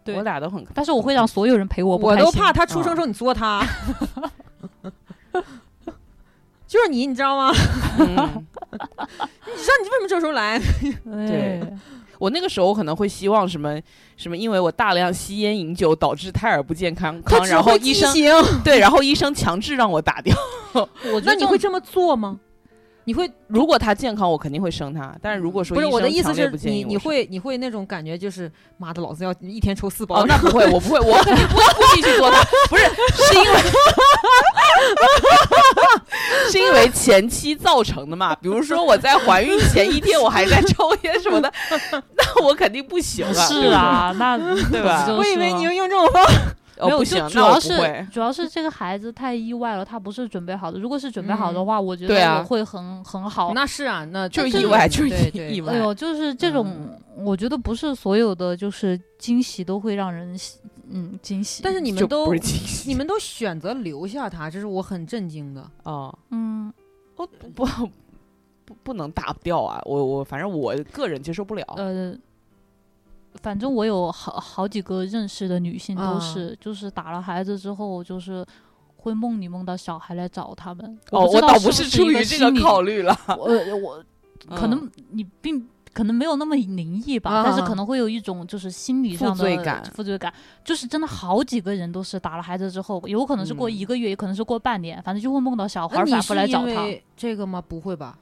B: 对
C: 我俩都很。
B: 但是我会让所有人陪我不
A: 我
B: 开心。
A: 都怕他出生时候你作他。 *laughs* 就是 *laughs*
B: 哎
C: 嗯
A: 你，你知道吗？你知道你为什么这时候来？
B: 对，
C: 我那个时候可能会希望什么什么，因为我大量吸烟饮酒导致胎儿不健康，
A: 他只
C: 然后
A: 会
C: 医
A: 畸
C: 生
A: 形
C: 对，然后医生强制让我打掉。 *laughs*
A: 我那你会这么做吗？你会
C: 如果他健康，我肯定会生他。但是如果说
A: 不是
C: 医
A: 我的
C: 生
A: 意思
C: 强烈
A: 是
C: 不建
A: 你
C: 议我
A: 你
C: 生
A: 会你会那种感觉就是妈的老子要一天抽四包
C: 哦，那不会，我不会，我 *laughs* 肯定不会故意去做它，不是，是因为是因为前期造成的嘛。比如说我在怀孕前一天，我还在抽烟什么的，那我肯定不行啊。
B: 是啊，那
C: 对吧
B: 不就
A: 我以
B: 是
A: 为
B: 吗
A: 你会用这种方法，
C: 对不对，
B: 没
C: 哦
B: 有，
C: 不
B: 就
C: 行，
B: 主
C: 那我
B: 要
C: 不
B: 是
C: 会。
B: 主要是这个孩子太意外了，他不是准备好的。如果是准备好的
A: 嗯
B: 话，我觉
C: 对
B: 得
C: 啊
B: 我会很很好。
A: 那是啊，那
C: 就是
A: 对
B: 意外
C: 就是
A: 对
C: 意
A: 对
C: 意外
B: 哎呦，就是这种，
C: 嗯
B: 我觉得不是所有的就是惊喜都会让人喜嗯惊喜。
A: 但是你
C: 就
A: 们
C: 不
A: 都
C: 是惊喜
A: 你们都选择留下他，这是我很震惊的。
C: 哦，
B: 嗯，
C: 我哦不 *laughs* 不不不能打掉啊！我我反正我个人接受不了。
B: 呃，反正我有好好几个认识的女性都
C: 嗯
A: 啊
B: 是，就是打了孩子之后，就是会梦里梦到小孩来找他们。
C: 哦，
B: 不知
C: 我
B: 道
C: 倒
B: 不
C: 是
B: 是
C: 出于这个考
B: 虑，
C: 虑 *laughs* 了，
B: 我我可
C: 嗯
B: 能你并可能没有那么灵异吧，
A: 啊
B: 但是可能会有一种就是心理上的
C: 负罪感
B: 负罪感就是真的好几个人都是打了孩子之后，有可能是过
C: 嗯
B: 一个月，也可能是过半年，反正就会梦到哦小孩
A: 那
B: 儿
A: 你
B: 反复
A: 是
B: 来
A: 因
B: 找他。
A: 为这个吗？不会吧？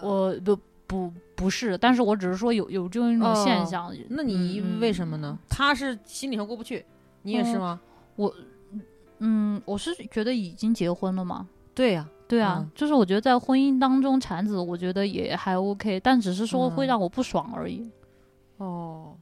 B: 我不不不是，但是我只是说有有这种一种现象。
A: 那你
B: 嗯
A: 为什么呢？？他是心理上过不去，你也是吗？
B: 嗯，嗯我是觉得已经结婚了嘛。
A: 对呀，
B: 对啊，
A: 嗯
B: 就是我觉得在婚姻当中产子，我觉得也还 OK，但只是说会
A: 嗯
B: 让我不爽而已。
A: 哦，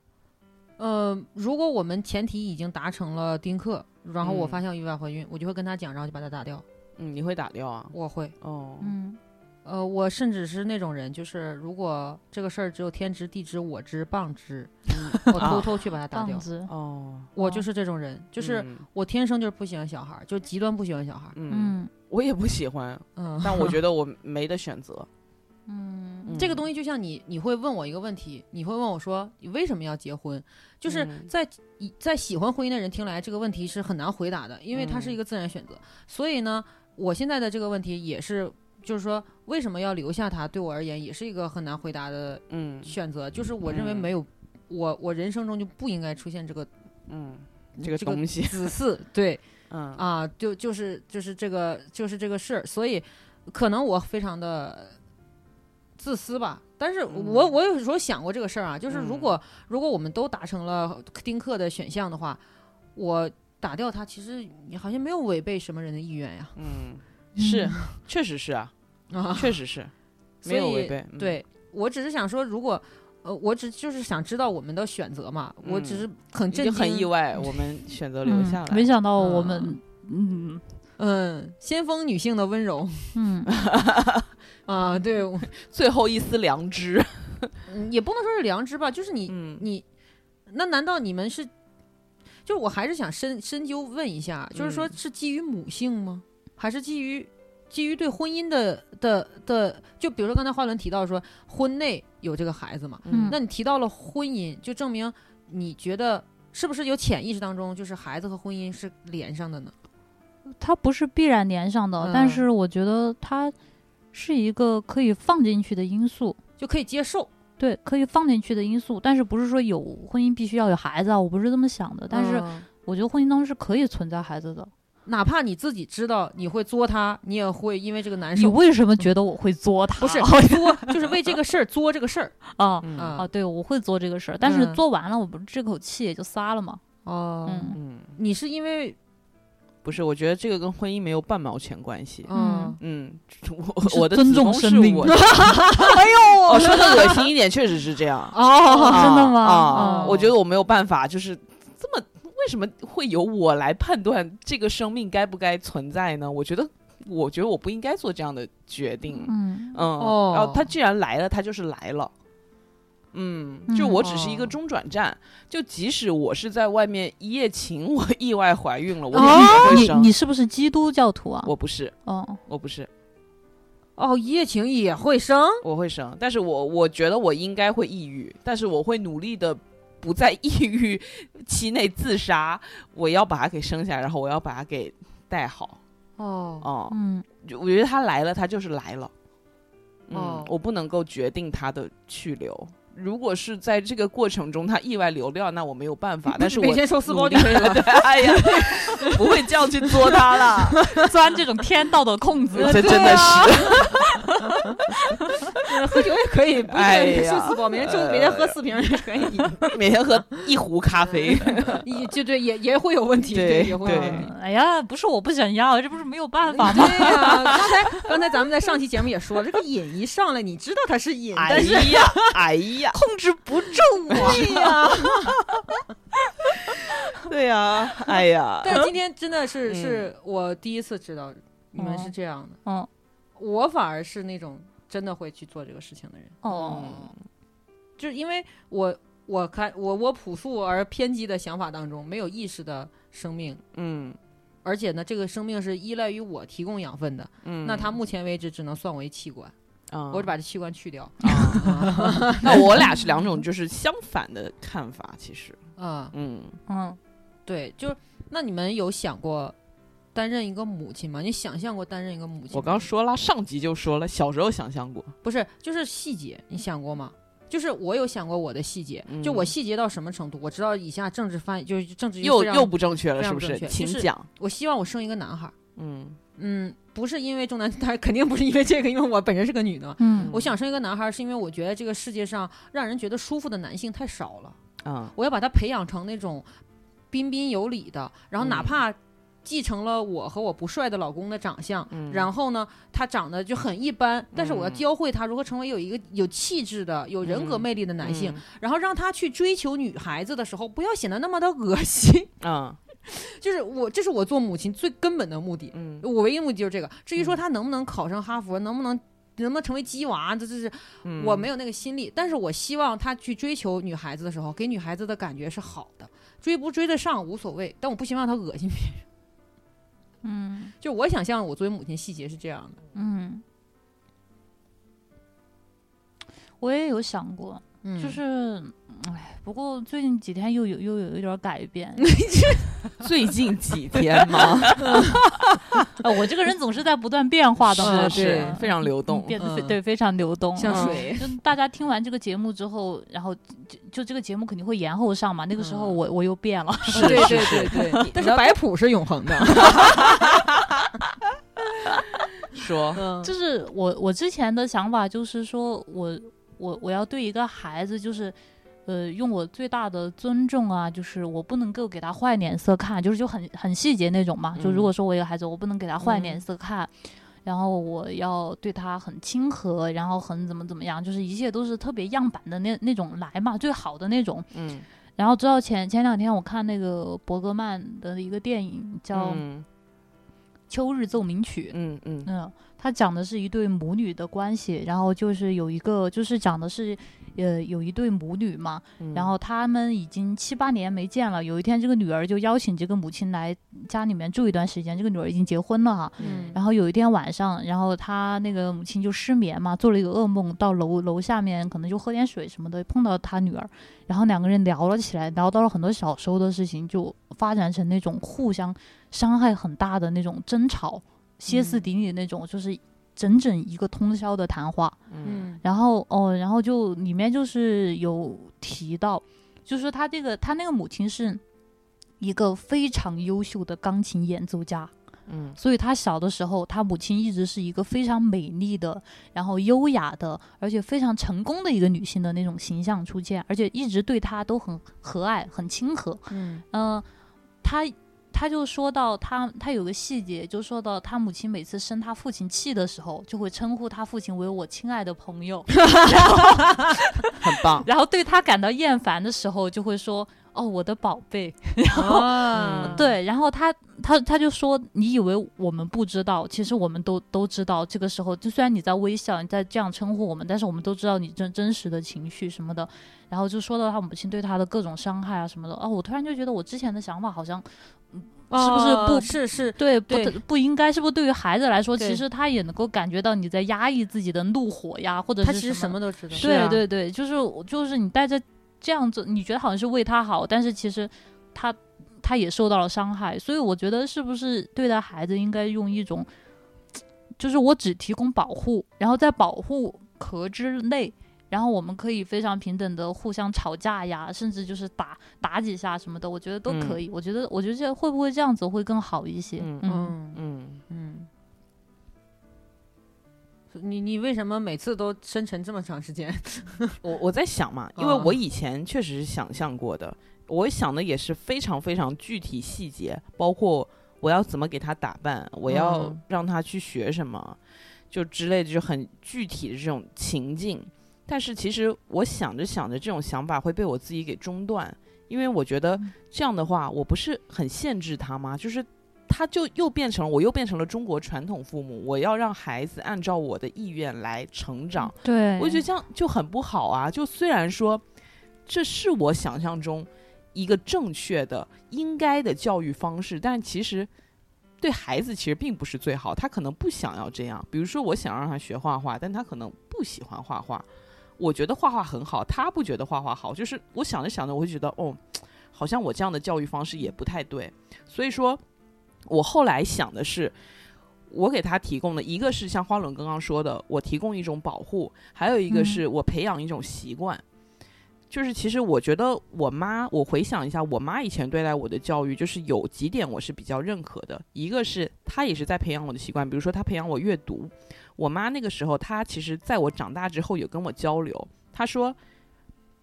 A: 呃，如果我们前提已经达成了丁克，然后我
C: 嗯
A: 发现意外怀孕，我就会跟他讲，然后就把他打掉。
C: 嗯，你会打掉啊？
A: 我会，
C: 哦，
B: 嗯
A: 呃，我甚至是那种人，就是如果这个事儿只有天知、地知、我知、棒知，我偷偷去把他打
B: 棒
A: 掉。
B: 子，
C: 哦，
A: 我就是这种人，就是
C: 嗯
A: 我天生就是不喜欢小孩儿，就极端不喜欢小孩儿。
C: 嗯，
B: 嗯
C: 我也不喜 *laughs* 欢，
A: 嗯，
C: 但我觉得我没得选择。
B: 嗯
A: 这个东
C: 西
A: 西就像你，你会问我一个问题，你会问我说你为什么要结婚？就是
C: 嗯
A: 在、一在喜欢婚姻的人听来，这个问题是很难回答的，因为
C: 嗯
A: 它是一个自然选择。所以呢，我现在的这个问题也是，就是说为什么要留下他，对我而言也是一个很难回答的
C: 嗯
A: 选择。就是我认为
C: 嗯
A: 没有，我我人生中就不应该出现这个
C: 嗯，这个
A: 这个
C: 东西，
A: 子嗣，对
C: 嗯
A: 啊，就就是就是这个就是这个事儿，所以可能我非常的自私吧。但是我、
C: 嗯
A: 我有时候想过这个事儿啊，就是如
C: 嗯
A: 果、如果我们都达成了丁克的选项的话，我打掉他其实也好像没有违背什么人的意愿呀。
C: 嗯，是，确实是啊，
A: 啊，
C: 确实是，
A: 所
C: 没有
A: 以
C: 违背，嗯，
A: 对我只是想说，如果呃，我只就是想知道我们的选择嘛，我只
C: 嗯
A: 是很震
C: 就
A: 惊，
C: 很意外，我们选择留
B: 嗯
C: 下
B: 没
C: 来。
B: 想到我
A: 嗯
B: 们，嗯
A: 嗯，先锋女性的温柔
B: 嗯，
A: 啊，对，我
C: *laughs* 最后一丝良知，
A: 嗯也不能说是良知吧，就是你、
C: 嗯
A: 你，那难道你们是？就我还是想深深究问一下，就是说
C: 嗯
A: 是基于母性吗？还是基于基于对婚姻的的的？就比如说刚才花轮提到说婚内有这个孩子嘛，
B: 嗯
A: 那你提到了婚姻，就证明你觉得是不是有潜意识当中就是孩子和婚姻是连上的呢？
B: 它不是必然连上的，但
A: 嗯
B: 是我觉得它是一个可以放进去的因素，
A: 就可以接受，
B: 对，可以放进去的因素，但是不是说有婚姻必须要有孩子啊？我不是这么想的，但是
A: 嗯
B: 我觉得婚姻当中是可以存在孩子的。
A: 哪怕你自己知道你会作他，你也会因为这个难
B: 你
A: 受。
B: 为
C: 嗯
B: 什么觉得我会作他？
A: 不是作，就是为这个事儿作这个事儿
B: *laughs* 啊
C: 嗯
A: 啊
B: 啊，对，我会做这个事儿，但是
A: 嗯
B: 做完了，我不是这口气也就撒了嘛。
A: 哦
B: 嗯
C: 嗯，
A: 你是因为
C: 不是，我觉得这个跟婚姻没有半毛钱关系。
A: 嗯
C: 嗯，
B: 哦是
C: 我我的
B: 尊
C: 子
B: 重
C: 宫
B: 生
C: 是
B: 命 *laughs*
C: 我的哦，说的恶心一点，确实是
B: *laughs*
C: 这样。
A: 哦
C: 啊
B: 真的吗
C: 啊
B: 哦，
C: 我觉得我没有办法，就是这么为什么会由我来判断这个生命该不该存在呢？我觉得，我觉得我不应该做这样的决定。
B: 嗯
C: 嗯，
A: 哦
C: 然后他既然来了，他就是来了。嗯，就
B: 嗯
C: 我只是一个
A: 哦
C: 中转站，就即使我是在外面一夜情，我意外怀孕了，我
A: 哦
C: 也不会
B: 你
C: 生。
B: 你是不是基督教徒啊？
C: 我不是，
B: 哦，
C: 我不是，
A: 哦，一夜情也会生
C: 我会生，但是我我觉得我应该会抑郁，但是我会努力的不在抑郁期内自杀，我要把它给生下来，然后我要把它给带好。
A: 哦
C: 哦，
B: 嗯
C: 就我觉得他来了，他就是来了。嗯
A: 哦
C: 我不能够决定他的去留。如果是在这个过程中他意外流掉，那我没有
A: *laughs*
C: 办法。但是
A: 每
C: 我
A: 天收四包就可以了。
C: 哎呀，不会这样去作
A: *laughs*
C: 他了，
B: *laughs* 钻这种天道的空子，
A: 啊
C: 这 *laughs* 真的是，
A: 喝酒也可 *laughs* 以，不
C: 哎
A: 一定
C: 呀
A: 是四包，每天就每天喝四瓶也可以，
C: 每天喝一壶咖啡，
A: *laughs* 也就对，啊也也会有问题，
C: 对
A: 也会有问
C: 对
A: 题。
B: 嗯哎呀，不是我不想要，这不是没有办法吗？
A: *laughs* 对呀、刚才刚才咱们在上期节目也说了，这个瘾一上来，你知道它是瘾，
C: 哎
A: 但是
C: 呀，哎呀，
B: 控制不住
A: *laughs*
B: 啊！
A: 对呀、
C: *laughs* 对呀，哎呀，
A: 但今天真的是
C: 嗯
A: 是我第一次知道你们
B: 哦
A: 是这样的，
B: 嗯，
A: 我反而是那种真的会去做这个事情的人，
B: 哦，
A: 就是因为我我看我我朴素而偏激的想法当中没有意识的生命，
C: 嗯
A: 而且呢，这个生命是依赖于我提供养分的，
C: 嗯，
A: 那它目前为止只能算为器官，
C: 啊，
A: 我只把这器官去掉。
C: *laughs* 那我俩是两种就是相反的看法，其实，
A: *laughs* 啊、
C: 嗯，
B: 嗯，
A: 对，就是那你们有想过担任一个母亲吗？你想象过担任一个母亲吗？
C: 我刚说了，上集就说了，小时候想象过，
A: 不是，就是细节，你想过吗？就是我有想过我的细节，
C: 嗯
A: 就我细节到什么程度？我知道以下政治翻译就是政治
C: 又
A: 非常
C: 又不正确了，
A: 非
C: 是
A: 常不
C: 不
A: 正？
C: 是
A: 确
C: 请
A: 就是
C: 讲，
A: 我希望我生一个男孩儿，
C: 嗯
A: 嗯，不是因为重男轻女， *laughs* 肯定不是因为这个，因为我本身是个女的。
B: 嗯
A: 我想生一个男孩儿，是因为我觉得这个世界上让人觉得舒服的男性太少了。
C: 啊，
A: 我要把他培养成那种彬彬有礼的，然后哪
C: 嗯
A: 怕继承了我和我不帅的老公的长相，
C: 嗯
A: 然后呢，他长得就很一般，但是我要
C: 嗯
A: 教会他如何成为有一个有气质的、有人格
C: 嗯
A: 魅力的男性，
C: 嗯
A: 然后让他去追求女孩子的时候，不要显得那么的恶心。 *laughs*
C: 啊，
A: 就是我，这是我做母亲最根本的目的，
C: 嗯
A: 我唯一目的就是这个。至于说他能不能考上哈佛，能不能。能不能成为鸡娃？这这是
C: 嗯
A: 我没有那个心力，但是我希望他去追求女孩子的时候，给女孩子的感觉是好的，追不追得上无所谓，但我不希望他恶心别人。 *laughs*
B: 嗯
A: 就我想象我作为母亲细节是这样的，
B: 嗯，我也有想过，
A: 嗯
B: 就是，哎，不过最近几天又有又有一点改变。
C: *laughs* 最近几天吗？ *laughs*
B: 呃，我这个人总是在不断变化的嘛，
C: 是是
B: 嗯
C: 非常流动，
B: 变得非
A: 嗯
B: 对非常流动，
A: 像
B: 嗯
A: 水
B: 就大家听完这个节目之后，然后就就这个节目肯定会延后上嘛。那个时候
A: 嗯
B: 我、我又变了，
C: 是
A: 啊对
C: 是
A: 对
C: 是
A: 对对，但是白谱是永恒
B: *laughs*
A: 的。
C: 说，
B: 嗯
A: 嗯
B: 就是我我之前的想法就是说我我我要对一个孩子就是。呃，用我最大的尊重啊，就是我不能够给他坏脸色看，就是就很很细节那种嘛。就如果说我有个孩子，我不能给他坏脸色看，然后我要对他很亲和，然后很怎么怎么样，就是一切都是特别样板的那那种来嘛，最好的那种。
C: 嗯，
B: 然后直到前前两天我看那个伯格曼的一个电影叫《
C: 嗯
B: 秋日奏鸣曲》，
C: 嗯嗯
B: 嗯，它讲的是一对母女的关系，然后就是有一个就是讲的是，呃，有一对母女嘛，
C: 嗯，
B: 然后他们已经七八年没见了，有一天这个女儿就邀请这个母亲来家里面住一段时间，这个女儿已经结婚了哈。
A: 嗯
B: 然后有一天晚上，然后她那个母亲就失眠嘛，做了一个噩梦，到楼楼下面可能就喝点水什么的，碰到她女儿，然后两个人聊了起来，聊到了很多小时候的事情，就发展成那种互相伤害很大的那种争吵，歇斯
A: 嗯
B: 底里的那种，就是整整一个通宵的谈话。
C: 嗯
B: 然后哦，然后就里面就是有提到，就是说他这个他那个母亲是一个非常优秀的钢琴演奏家，
C: 嗯
B: 所以他小的时候，他母亲一直是一个非常美丽的，然后优雅的，而且非常成功的一个女性的那种形象出现，而且一直对他都很和蔼、很亲和。
A: 嗯
B: 嗯、他他就说到他他有个细节，就说到他母亲每次生他父亲气的时候，就会称呼他父亲为我亲爱的朋友， *laughs*
C: 嗯很棒，
B: 然后对他感到厌烦的时候，就会说哦我的宝贝，
A: 啊，
B: 对，然后他他他就说，你以为我们不知道，其实我们都都知道。这个时候，就虽然你在微笑，你在这样称呼我们，但是我们都知道你真真实的情绪什么的。然后就说到他母亲对他的各种伤害啊什么的。哦，我突然就觉得我之前的想法好像是不是
A: 哦
B: 不
A: 是是
B: 对不
A: 对
B: 得不应该，是不是对于孩子来说，其
A: 对
B: 实他也能够感觉到你在压抑自己的怒火呀，或者
A: 他
B: 是
A: 其实什么都知道。
C: 是
B: 对
C: 啊
B: 对对，就是我就是你带着这样子，你觉得好像是为他好，但是其实他他也受到了伤害，所以我觉得是不是对待孩子应该用一种，就是我只提供保护，然后在保护壳之内。然后我们可以非常平等的互相吵架呀，甚至就是打打几下什么的，我觉得都可以。我觉得，我觉得这会不会这样子会更好一些？
C: 嗯
B: 嗯
A: 嗯
C: 嗯，
A: 嗯，你你为什么每次都深沉这么长时间？
C: 我我在想嘛，因为我以前确实是想象过的，我想的也是非常非常具体细节，包括我要怎么给他打扮，我要
A: 嗯
C: 让他去学什么，就之类的，就很具体的这种情境。但是其实我想着想着，这种想法会被我自己给中断，因为我觉得这样的话，我不是很限制他吗？就是他就又变成我又变成了中国传统父母，我要让孩子按照我的意愿来成长。
B: 对，
C: 我就觉得这样就很不好啊！就虽然说这是我想象中一个正确的、应该的教育方式，但其实对孩子其实并不是最好。他可能不想要这样。比如说，我想让他学画画，但他可能不喜欢画画。我觉得画画很好，他不觉得画画好。就是我想着想着，我就觉得哦，好像我这样的教育方式也不太对。所以说，我后来想的是，我给他提供的一个是像花轮刚刚说的，我提供一种保护，还有一个是我培养一种习惯。就是其实我觉得我妈，我回想一下我妈以前对待我的教育，就是有几点我是比较认可的。一个是她也是在培养我的习惯，比如说她培养我阅读。我妈那个时候，她其实在我长大之后有跟我交流，她说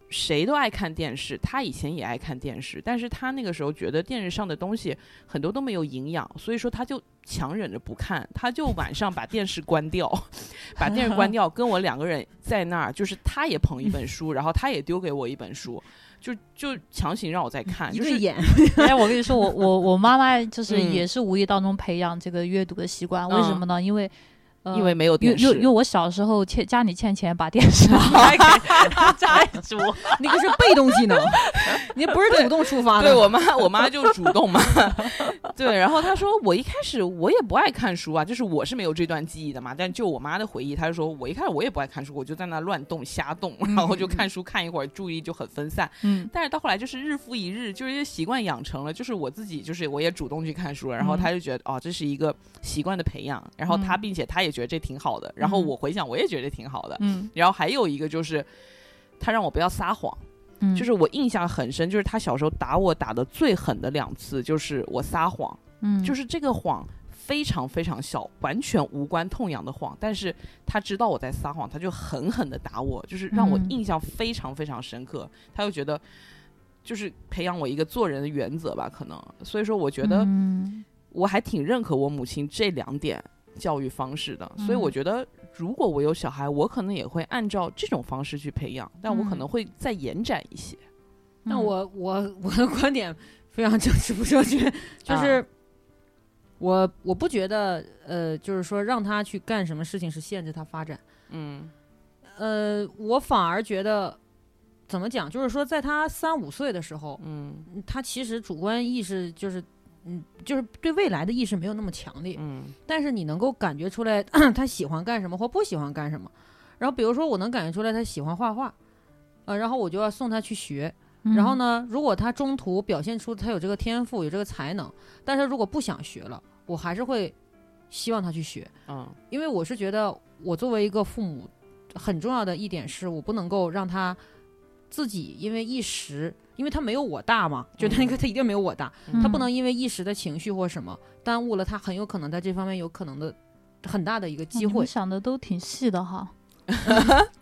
C: 谁都爱看电视，她以前也爱看电视，但是她那个时候觉得电视上的东西很多都没有营养，所以说她就强忍着不看，她就晚上把电视关掉， *laughs* 把电视关掉，跟我两个人在那儿，就是她也捧一本书，然后她也丢给我一本书，就就强行让我再看，
A: 一
C: 就
A: 个
C: 是
A: 眼， *laughs*
B: 哎，我跟你说，我我我妈妈就是
C: 嗯
B: 也是无意当中培养这个阅读的习惯，为什
C: 嗯
B: 么呢？因为呃
C: 因为没有
B: 因为
C: 电
B: 因为
C: 视
B: 因为。我小时候欠家里欠钱，把电视拿给债主，
A: 那个是被动技
C: *laughs*
A: 能，你不是主动触
B: 啊
A: 发的。
C: 对我妈，我妈就主动嘛。 *laughs* 对，然后她说我一开始我也不爱看书啊，就是我是没有这段记忆的嘛。但就我妈的回忆，她就说我一开始我也不爱看书，我就在那乱动瞎动，然后就看书看一会儿，注意就很分散。
B: 嗯，
C: 但是到后来就是日复一日，就是一些习惯养成了，就是我自己就是我也主动去看书了，然后
B: 嗯
C: 她就觉得哦这是一个习惯的培养，然后她
B: 嗯
C: 并且她也觉得这挺好的，然后
B: 嗯
C: 我回想我也觉得挺好的。
B: 嗯
C: 然后还有一个就是，她让我不要撒谎。
B: 嗯，
C: 就是我印象很深，就是他小时候打我打的最狠的两次，就是我撒谎，
B: 嗯
C: 就是是这个谎非常非常小，完全无关痛痒的谎，但是他知道我在撒谎，他就狠狠的打我，就是让我
B: 嗯
C: 印象非常非常深刻。他就觉得，就是培养我一个做人的原则吧，可能。所以说，我觉得
B: 嗯
C: 我还挺认可我母亲这两点教育方式的，所以
B: 嗯
C: 我觉得如果我有小孩，我可能也会按照这种方式去培养，但我可
B: 嗯
C: 能会再延展一些。嗯
A: 那我我我的观点非常正直不正确， *laughs*
C: 啊
A: 就是我我不觉得呃，就是说让他去干什么事情是限制他发展，
C: 嗯
A: 呃，我反而觉得怎么讲，就是说在他三五岁的时候，
C: 嗯
A: 他其实主观意识就是。嗯，就是对未来的意识没有那么强烈，
C: 嗯
A: 但是你能够感觉出来 *clears throat* 他喜欢干什么或不喜欢干什么。然后比如说，我能感觉出来他喜欢画画，呃，然后我就要送他去学。
C: 嗯
A: 然后？呢，如果他中途表现出他有这个天赋、有这个才能，但是如果不想学了，我还是会希望他去学，
C: 嗯
A: 因为我是觉得我作为一个父母，很重要的一点是我不能够让他自己因为一时，因为他没有我大嘛，就他那个他一定没有我大，
B: 嗯
A: 他不能因为一时的情绪或什么耽误了他很有可能在这方面有可能的很大的一个
B: 哇
C: 哦
A: 机
B: 你们
A: 会。
B: 想的都挺细的哈。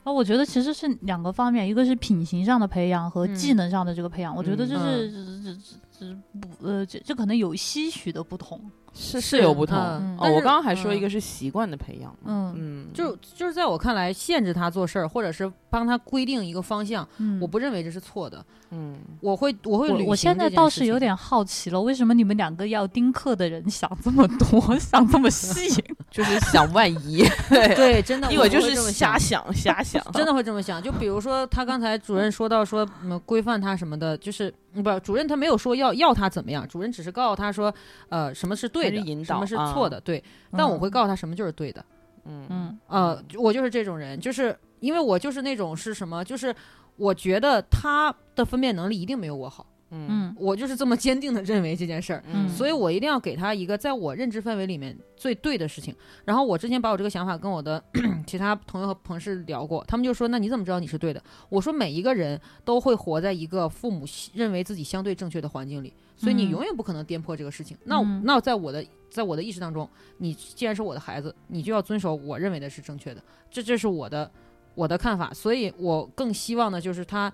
B: 啊，我觉得其实是两个方面，一个是品行上的培养和技
A: 嗯
B: 能上的这个培养，我觉得就是这这这这不呃，这这可能有些许的不同。
C: 是是有不同。
A: 嗯
C: 哦，
A: 但
C: 我
A: 是
C: 刚刚还说一
A: 嗯
C: 个是习惯的培养
B: 嗯
C: 嘛。嗯，
A: 就就是在我看来，限制他做事儿，或者是帮他规定一个方向，
B: 嗯，
A: 我不认为这是错的。
C: 嗯，
A: 我会我会
B: 我
A: 履行
B: 我现
A: 这
B: 在
A: 件
B: 倒
A: 事
B: 是有
A: 情
B: 点好奇了，为什么你们两个要丁克的人想这么多， *laughs* 想这么细？
C: *laughs* 就是想万
A: *laughs*
C: 一，对，
A: 对，真的
C: 一会儿就
A: 会
C: 是
A: 这么
C: 瞎
A: 想 *laughs*
C: 想瞎想，
A: 真的会这么想。就比如说他刚才主任说到说，嗯，规范他什么的，就是嗯不，主任他没有说要要他怎么样，主任只是告诉他说，呃，什么是对
C: 还
A: 的，
C: 是引
A: 什
C: 导
A: 么是
C: 啊
A: 错的，对。 *laughs* 但我
B: 嗯
A: 会告诉他什么就是对的。
C: 嗯
B: 嗯
A: 呃，我就是这种人，就是因为我就是那种是什么，就是我觉得他的分辨能力一定没有我好，
C: 嗯
B: 嗯
A: 我就是这么坚定的认为这件事儿。
B: 嗯
A: 所以我一定要给他一个在我认知范围里面最对的事情。然后我之前把我这个想法跟我的 *clears throat* 其他朋友和同事聊过，他们就说：“那你怎么知道你是对的？”我说：“每一个人都会活在一个父母认为自己相对正确的环境里，所以你
B: 嗯
A: 永远不可能颠破这个事情。那
B: 嗯
A: 那在我的在我的意识当中，你既然是我的孩子，你就要遵守我认为的是正确的。这这是我的我的看法，所以我更希望的就是他。”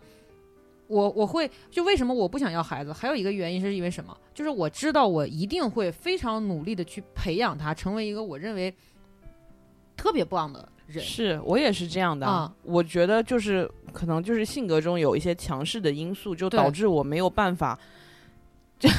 A: 我我会就为什么我不想要孩子？还有一个原因是因为什么？就是我知道我一定会非常努力的去培养他，成为一个我认为特别棒的人。
C: 是我也是这样的。
A: 啊
C: 我觉得就是可能就是性格中有一些强势的因素，就
A: 对
C: 导致我没有办法， *laughs* 这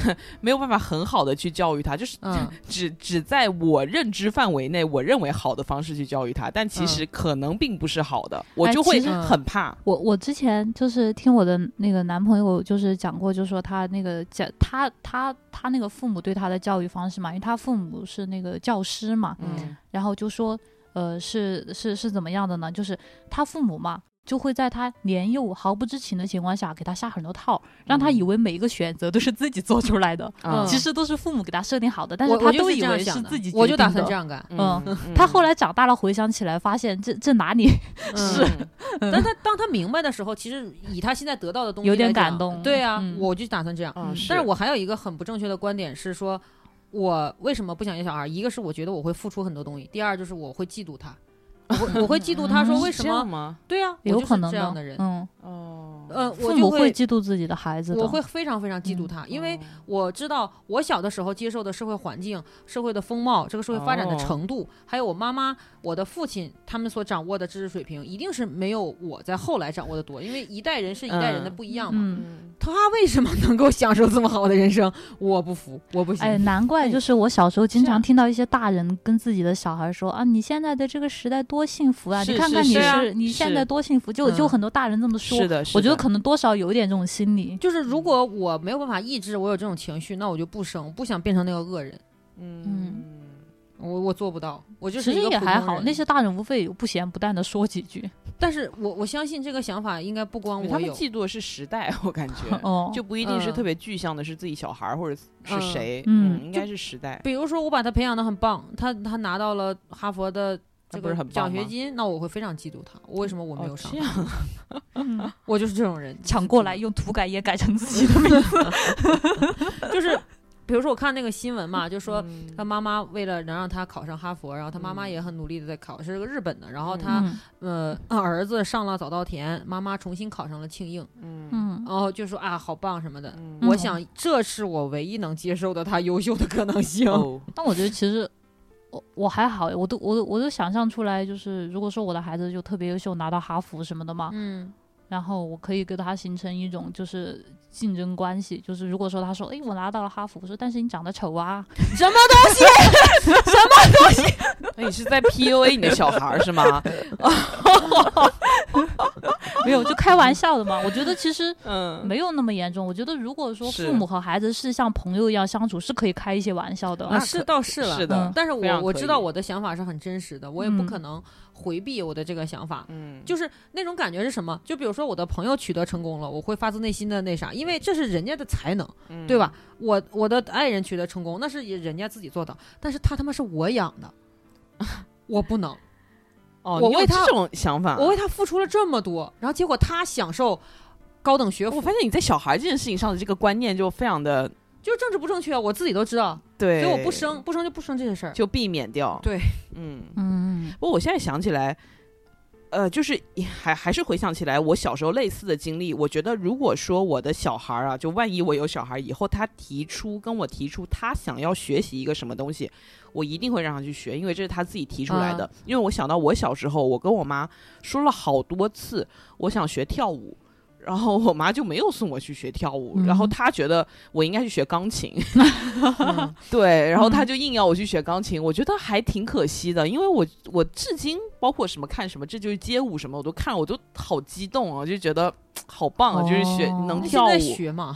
C: 没有办法很好的去教育他，就是、
A: 嗯
C: 只只在我认知范围内，我认为好的方式去教育他，但其实可能并不是好的，我
B: 哎
C: 就会
A: 嗯
B: 其
A: 实
C: 很怕。
B: 我我之前就是听我的那个男朋友就是讲过，就说他那个家他他他那个父母对他的教育方式嘛，因为他父母是那个教师嘛，
A: 嗯
B: 然后就说呃是是是怎么样的呢？就是他父母嘛。就会在他年幼、毫不知情的情况下，给他下很多套，让他
C: 嗯
B: 以为每一个选择都是自己做出来的，
A: 嗯
B: 其实都是父母给他设定好 *laughs* 的，但
A: 我
B: 他
A: 我就
B: 都
A: 是
B: 以
A: 这样
B: 为是
A: 想的
B: 自己
A: 我就
B: 决定
A: 打算
B: 的
A: 这样
B: *laughs*
A: 干。
B: 嗯他后来长大了，回想起来，发现这这哪里
A: 是，嗯
C: *laughs*
A: 但他当他明白的时候，其实以他现在得到的东西
B: 有点
A: 来讲
B: 感动
A: 对啊，
B: 嗯
A: 我就打算这样。
C: 嗯，
A: 但是我还有一个很不正确的观点是说，我为什么不想要小孩？一个是我觉得我会付出很多东西，第二就是我会嫉妒
B: *laughs*
A: 他，我会我会嫉妒
B: 啊
A: 他说为什
C: 这样
A: 么？
C: 吗？
A: 对啊， *laughs* 我
B: 有
A: 就是
B: 可能
A: 这样的人。
B: 嗯，
C: 哦，
A: 呃，我
B: 父
A: 就
B: 母会
A: 会
B: 嫉妒自己的孩子的，
A: 我会非常非常嫉妒
B: 嗯
A: 他，因为我知道我小的时候接受的社会环境、社会的风貌、这个社会发展的
C: 哦
A: 程度，还有我妈妈、我的父亲他们所掌握的知识水平，一定是没有我在后来掌握的多，因为一代人是一代人的
C: 嗯
A: 不一样嘛。
B: 嗯。
C: 嗯
A: 他为什么能够享受这么好的人生？我不服，我不行。
B: 哎，难怪就是我小时候经
A: 嗯是啊
B: 常听到一些大人跟自己的小孩说啊，你现在的这个时代多幸福啊！
C: 是
B: 你看看你
C: 是是啊
B: 你现在
C: 是
B: 多幸福，就就
A: 嗯
B: 很多大人这么说。
C: 是的，是
B: 我觉得
C: 的
B: 可能多少有一点这种心理。
A: 就是如
C: 嗯
A: 果我没有办法抑制我有这种情绪，那我就不生，不想变成那个恶人，
C: 嗯，
A: 我我做不到，我就
B: 其
A: 是
B: 实
A: 一个
B: 也
A: 普
B: 还
A: 通
B: 好，
A: 人
B: 那些大人无非也不咸不淡的说几句。
A: 但是我我相信这个想法应该不光
C: 他
A: 我
C: 们
A: 有，
C: 嫉妒的是时代，我感觉。
B: 哦，
C: *laughs* 就不一定
A: 嗯
C: 是特别具象的，是自己小孩儿或者是
A: 嗯
C: 谁，
B: 嗯
C: 应该是时代。
A: 比如说我把他培养的很棒，他他拿到了哈佛的
C: 那
A: 这
C: 不是
A: 个
C: 很棒
A: 奖学
C: 吗
A: 金，那我会非常嫉妒他。为什么我没有上
C: 哦？这？样
B: 嗯
A: *laughs* 我就是这种人，
B: 抢过来用涂改液改成自己
A: 嗯啊
B: 的名字。
A: 就是比如说我看那个新闻嘛，就说。
C: 嗯
A: 他妈妈为了能让他考上哈佛，然后他妈妈
C: 嗯
A: 也很努力的在考，是个日本的。然后
C: 嗯
A: 他、呃 *laughs* 儿子上了早稻田，妈妈重新考上了庆应，
C: 嗯
B: 嗯
A: 然后就说啊好棒什么的。
C: 嗯
A: 我想这是我唯一能接受的他优秀的可能性。 *laughs*
C: 哦
B: 但我觉得其实我我还好，我都我都我都想象出来，就是如果说我的孩子就特别优秀，拿到哈佛什么的嘛，
A: 嗯
B: 然后我可以跟他形成一种就是竞争关系，就是如果说他说，诶，我拿到了哈佛，我说但是你长得丑
C: *laughs*
B: 啊，
A: 什么
C: 那你是在 PUA 你的小孩儿是吗？
A: *laughs*
B: 没有就开玩笑的嘛。我觉得其实。
C: 嗯，
B: 没有那么严重，我觉得如果说
C: 是
B: 父母和孩子是像朋友一样相处，是可以开一些玩笑的。
A: 啊，是倒是了，
C: 是的
B: 嗯，
A: 但是
C: 非常
A: 我
C: 可
A: 我知道
C: 以
A: 我的想法是很真实的，我也不
B: 嗯
A: 可能回避我的这个想法。
C: 嗯，
A: 就是那种感觉是什么？就比如说我的朋友取得成功了，我会发自内心的那啥，因为这是人家的才能，
C: 嗯
A: 对吧？？我我的爱人取得成功，那是也人家自己做到，但是他他妈是我养
C: *laughs*
A: 的，我不能，
C: 哦，
A: 我
C: 你有
A: 为他
C: 这种想法，
A: 我为他付出了这么多，然后结果他享受高等学
C: 我
A: 府，
C: 发现你在小孩这件事情上的这个观念就非常的
A: 就是政治不正确，我自己都知道，
C: 对，
A: 所以我不生，不生就不生这些事儿。
C: 就避免掉。
A: 对，
C: 嗯，
B: 嗯，
C: 不过我现在想起来，呃，就是还还是回想起来我小时候类似的经历，我觉得如果说我的小孩儿啊，就万一我有小孩儿以后，他提出跟我提出他想要学习一个什么东西，我一定会让他去学，因为这是他自己提出来的。因为我想到我小时候，我跟我妈说了好多次，我想学跳舞。然后我妈就没有送我去学跳舞，然后
B: 嗯
C: 她觉得我应该去学钢琴，
A: 嗯
C: 对，然后他
B: 嗯
C: 就硬要我去学钢琴，我觉得还挺可惜的，因为我我至今包括什么看什么，这就是街舞什么，我都看，我都好激动啊，就觉得好棒啊，就是学
B: 哦
C: 能
A: 那
C: 跳
A: 现在
C: 舞，
A: 学嘛，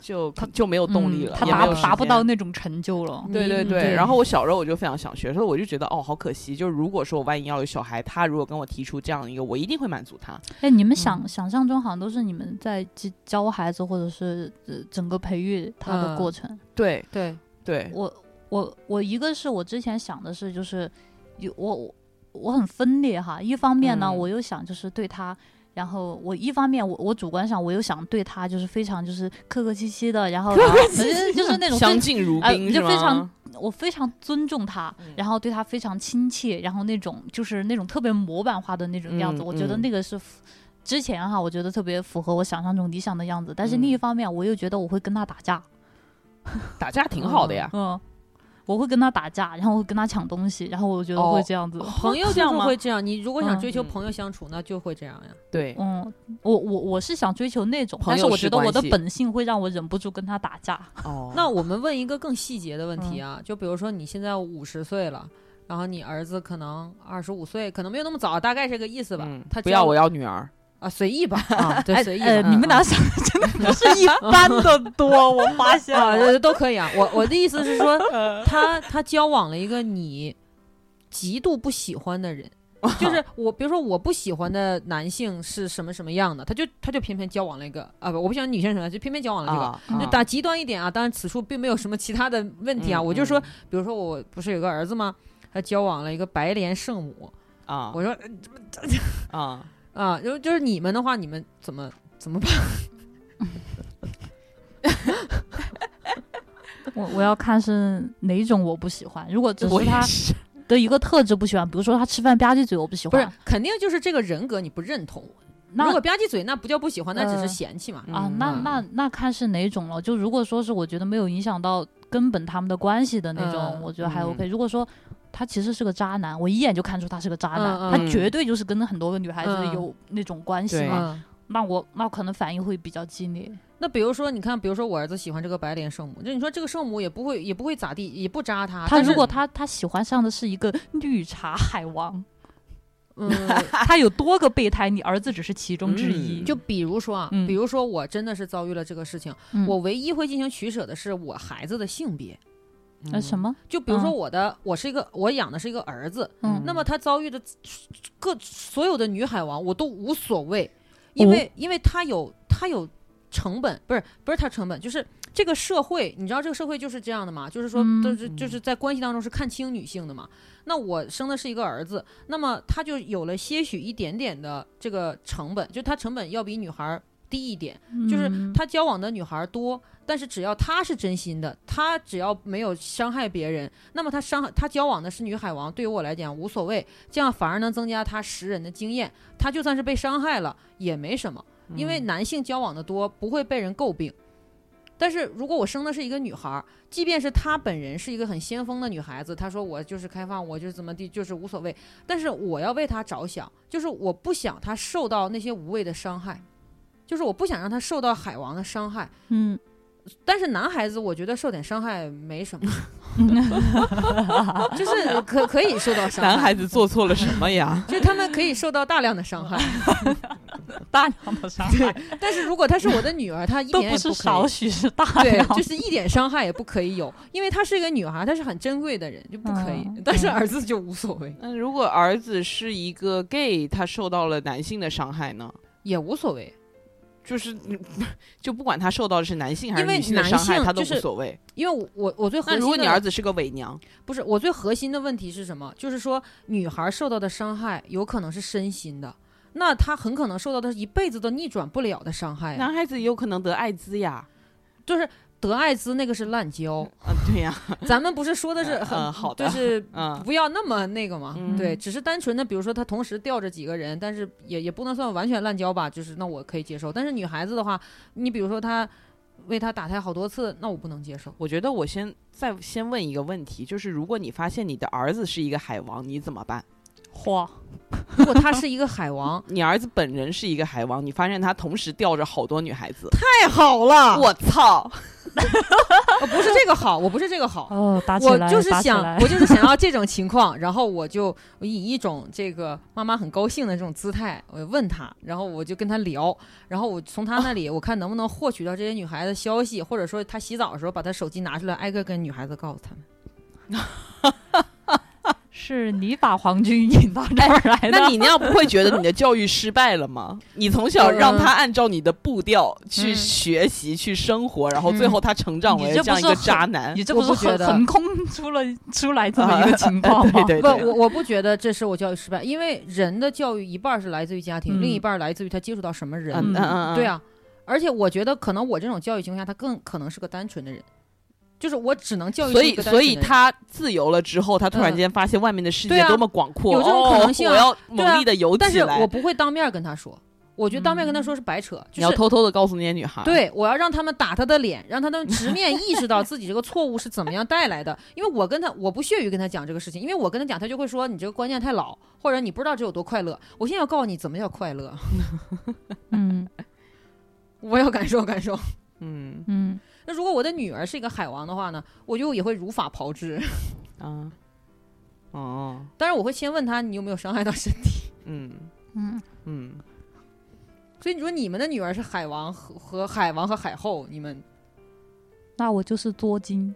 C: 就就没有动力
B: 嗯
C: 了，
B: 他
C: 也没
B: 达
C: 有时
B: 达不
C: 间
B: 到那种成就了。
C: 对对对，然后我小时候我就非常想学，所以我就觉得哦，好可惜。就是如果说我万一要有小孩，他如果跟我提出这样一个，我一定会满足他。
B: 哎，你们想、想象中好像都是你们在教教孩子，或者是呃整个培育他的
A: 嗯
B: 过程。
C: 对
A: 对，
C: 对，
B: 我我我一个是我之前想的是，就是有我我我很分裂哈。一方面呢，
C: 嗯
B: 我又想就是对他，然后我一方面我我主观上我又想对他就是非常就是客客气气的，然后然后就是就是那种
C: 相
B: 非
C: 敬如
B: 哎
C: 宾、是
B: 就
C: 吗？
B: 非常我非常尊重他
C: 嗯，
B: 然后对他非常亲切，然后那种就是那种特别模板化的那种样子，
C: 嗯
B: 我觉得
C: 嗯
B: 那个是符。之前哈、我觉得特别符合我想象中理想的样子，但是
C: 嗯
B: 另一方面，我又觉得我会跟他打架，
C: 打架挺好的呀。
B: 嗯，我会跟他打架，然后我会跟他抢东西，然后我觉得会
C: 哦
B: 这样子。
A: 朋友
C: 这
A: 就
C: 样
A: 是
C: 吗
A: 会这样。你如果想
B: 嗯
A: 追求
C: 嗯
A: 朋友相处，那就会这样呀。
C: 对，
B: 嗯，我我我是想追求那种，
C: 朋
B: 但
C: 友
B: 是我
C: 式
B: 觉得我的
C: 关系
B: 本性会让我忍不住跟他打
C: *laughs*
B: 架。
C: 哦
A: 那我们问一个更细节的问
C: 嗯
A: 题啊，就比如说你现在五十岁了，然后你儿子可能二十五岁，可能没有那么早，大概这个意思吧。
C: 嗯
A: 他
C: 不要，我哎
A: 要
C: 要女儿。
A: 啊，随意吧，啊，对，随意吧。
B: 呃，你们
A: 嗯
B: 俩想的真的不是一般的多，我发
A: *laughs*
B: 现
A: 啊，
B: 了。
A: 呃都可以啊。我我的意思是说，他他交往了一个你极度不喜欢的人， *laughs* 就是我，比如说我不喜欢的男性是什么什么样的，他就他就偏偏交往了一个啊，不，我不喜欢女性什么，就偏偏交往了这个。
C: 啊，啊
A: 就打极端一点啊，当然此处并没有什么其他的问题啊，
C: 嗯
A: 我就说，
C: 嗯
A: 比如说我不是有个儿子吗？他交往了一个白莲圣母，
C: 啊
A: 我说
C: 啊，
A: 啊，就就是你们的话，你们怎么怎么办？
B: 我我要看是哪种我不喜欢。如果只
C: 我
B: 是
C: 也
B: 他
C: 是。
B: 的一个特质不喜欢，比如说他吃饭吧唧嘴，我不喜
A: 不是
B: 欢。，
A: 肯定就是这个人格你不认同。
B: 那
A: 如果吧唧嘴，那不叫不喜欢，那只
B: 呃
A: 是嫌弃嘛。
B: 啊，
C: 嗯
B: 那
A: 嗯
B: 那那看是哪种了。就如果说是我觉得没有影响到根本他们的关系的那种，
A: 嗯
B: 我觉得还
C: 嗯
B: OK。如果说他其实是个渣男，我一眼就看出他是个渣男，
A: 嗯嗯
B: 他绝对就是跟很多个女孩子
A: 嗯
B: 有那种关系
C: 对
B: 嘛。
A: 嗯
B: 那我那我可能反应会比较激烈。
A: 那比如说，你看，比如说我儿子喜欢这个白莲圣母，就你说这个圣母也不会也不会咋地，也不扎他。
B: 他
A: 啊但是
B: 如果他他喜欢上的是一个 *laughs* 绿茶海
A: *laughs*
B: 王，
A: 嗯，
B: *laughs* 他有多个备胎，你儿子只是其中之一。
C: 嗯
A: 就比如说啊，
B: 嗯
A: 比如说我真的是遭遇了这个事情，
B: 嗯
A: 我唯一会进行取舍的是我孩子的性别。
B: 呃什
C: 么？
B: 么？
A: 就比如说
B: 嗯
A: 我的，我是一个我养的是一个儿子，
B: 嗯
A: 那么他遭遇的各所有的女海王我都无所谓，因
B: 哦
A: 为、因为他有他有成本，不是不是他成本，就是这个社会，你知道这个社会就是这样的嘛，就是说
B: 嗯
A: 都是就是在关系当中是看清女性的嘛。那我生的是一个儿子，那么他就有了些许一点点的这个成本，就他成本要比女孩儿低一点。就是
B: 嗯
A: 他交往的女孩多，但是只要他是真心的，他只要没有伤害别人，那么他伤害他交往的是女海王，对于我来讲无所谓，这样反而能增加他识人的经验。他就算是被伤害了也没什么，
B: 嗯
A: 因为男性交往的多不会被人诟病。但是如果我生的是一个女孩儿，即便是她本人是一个很先锋的女孩子，她说我就是开放，我就是怎么地，就是无所谓。但是我要为她着想，就是我不想她受到那些无谓的伤害，就是我不想让她受到海王的伤害。
B: 嗯，
A: 但是男孩子，我觉得受点伤害没什么， *laughs* 就是可可以受到伤害，
C: 男孩子做错了什么呀？
A: 就是他们可以受到大量的伤害。
B: 大 *laughs* 量的伤害
A: 但是如果她是我的女儿，她一
B: 都
A: 点也可
B: 不是
A: 以
B: 少许，是大
A: *laughs* 对
B: *laughs* 量，。
A: 就是一点伤害也不可以有，因为她是一个女孩，她是很珍贵的人，就不可以。
B: 嗯
A: *laughs* 但是
B: 嗯
A: 儿子就无所谓，
C: *laughs* 那如果儿子是一个 gay，他受到了男性的伤害呢？
A: 也无所谓，
C: 就是 *laughs* 你就不管他受到的是男性还是
A: 因为
C: 女性的
A: 男
C: 伤害，
A: 性
C: 他都无
A: 就是
C: 所谓。
A: 因为我我我最核
C: 那
A: 心
C: 如果
A: 的
C: 你儿子是个伪娘，
A: 不是我最核心的问题是什么？就是说女孩受到的伤害有可能是身心的，那她很可能受到的是一辈子都逆转不了的伤害、啊，
C: 男孩子也有可能得艾滋
A: *laughs*
C: 呀。
A: 就是。得艾滋那个是滥交，
C: 啊，
A: *laughs*
C: 对呀，
A: 咱们不是说的是
C: 嗯
A: 很、
C: 嗯 *laughs* 好的
A: 就是
C: 嗯
A: 不要那么那个嘛，
C: 嗯
A: 对，只是单纯的，比如说他同时吊着几个人，但是也也不能算完全滥交吧，就是那我可以接受。但是女孩子的话，你比如说她为他打胎好多次，那我不能接受。
C: 我觉得我先再先问一个问题，就是如果你发现你的儿子是一个海王，你怎么办？，
B: 嚯，
A: 如果他是一个海王
C: *laughs* 你儿子本人是一个海王，你发现他同时吊着好多女孩子，
A: 太好了
C: *laughs*
A: *laughs*
C: 我操！
A: 呃不是这个好，我不是这个
C: *laughs*
A: 好，
B: 哦，打起
A: 我
B: 来，
A: 就是
B: 打起
A: 想，
B: 来
A: 我就是想要这种情况，然后我就我以一种这个妈妈很高兴的这种姿态，我问她，然后我就跟她聊，然后我从她那里我看能不能获取到这些女孩子消息，或者说她洗澡的时候把她手机拿出来，挨个跟女孩子告诉她们。
B: 是你把黄军引到
A: 哎
B: 这儿来的。
A: *laughs*
C: 那你那样不会觉得你的教育失败了吗？你从小让他按照你的步调去
A: 嗯
C: 学习、去生活，然后最后他成长为
B: 你这
C: 这
B: 不
C: 样一
B: 是
C: 个
B: 很
C: 渣男
B: 你。这
A: 我
B: 不是
A: 不觉
B: 横
A: 得啊
B: 横空出了出来这么一个
A: *laughs*
B: 情况吗？
C: *laughs* 对对
A: 不，
C: 对，啊
A: 我我不觉得这是我教育失败，因为人的教育一半儿是来自于家庭，
B: 嗯
A: 另一半儿来自于他接触到什么人。
C: 嗯嗯嗯，
A: 对
C: 啊，
A: 啊，而且我觉得可能我这种教育情况下，他更可能是个单纯的人，就是我只能教育
C: 所
A: 出一
C: 以
A: 个单
C: 所
A: 纯
C: 以
A: 的人
C: 他自由了之后，他突然
A: 嗯
C: 间发现外面的世
A: 对
C: 界
A: 啊
C: 多么广阔，
A: 有这种可能性啊
C: 哦、我要
A: 对啊
C: 猛力的游
A: 但
C: 起
A: 是
C: 来。嗯
A: 我不会当面儿跟他说，我觉得当面儿跟他说是白扯，
C: 你
A: 就
C: 要
A: 是
C: 偷偷的告诉那些女孩，，
A: 对我要让他们打他的脸，让他们直面意识到自己这个错误是怎么样带来的。 *laughs* 因为我跟他，我不屑于跟他讲这个事情，因为我跟他讲，他就会说你这个观念太老，或者你不知道这有多快乐。我现在要告诉你怎么叫快乐， *laughs*
B: 嗯
A: 我要感受感受。
C: 嗯
B: 嗯，
A: 那如果我的女儿是一个海王的话呢，我就也会如法炮制。 *laughs*
C: 啊，哦，
A: 当然，我会先问她你有没有伤害到身体。 *laughs*
C: 嗯
B: 嗯，
C: 嗯，
A: 所以你说你们的女儿是海王和和海王和海后，你们
B: 那我就是多金。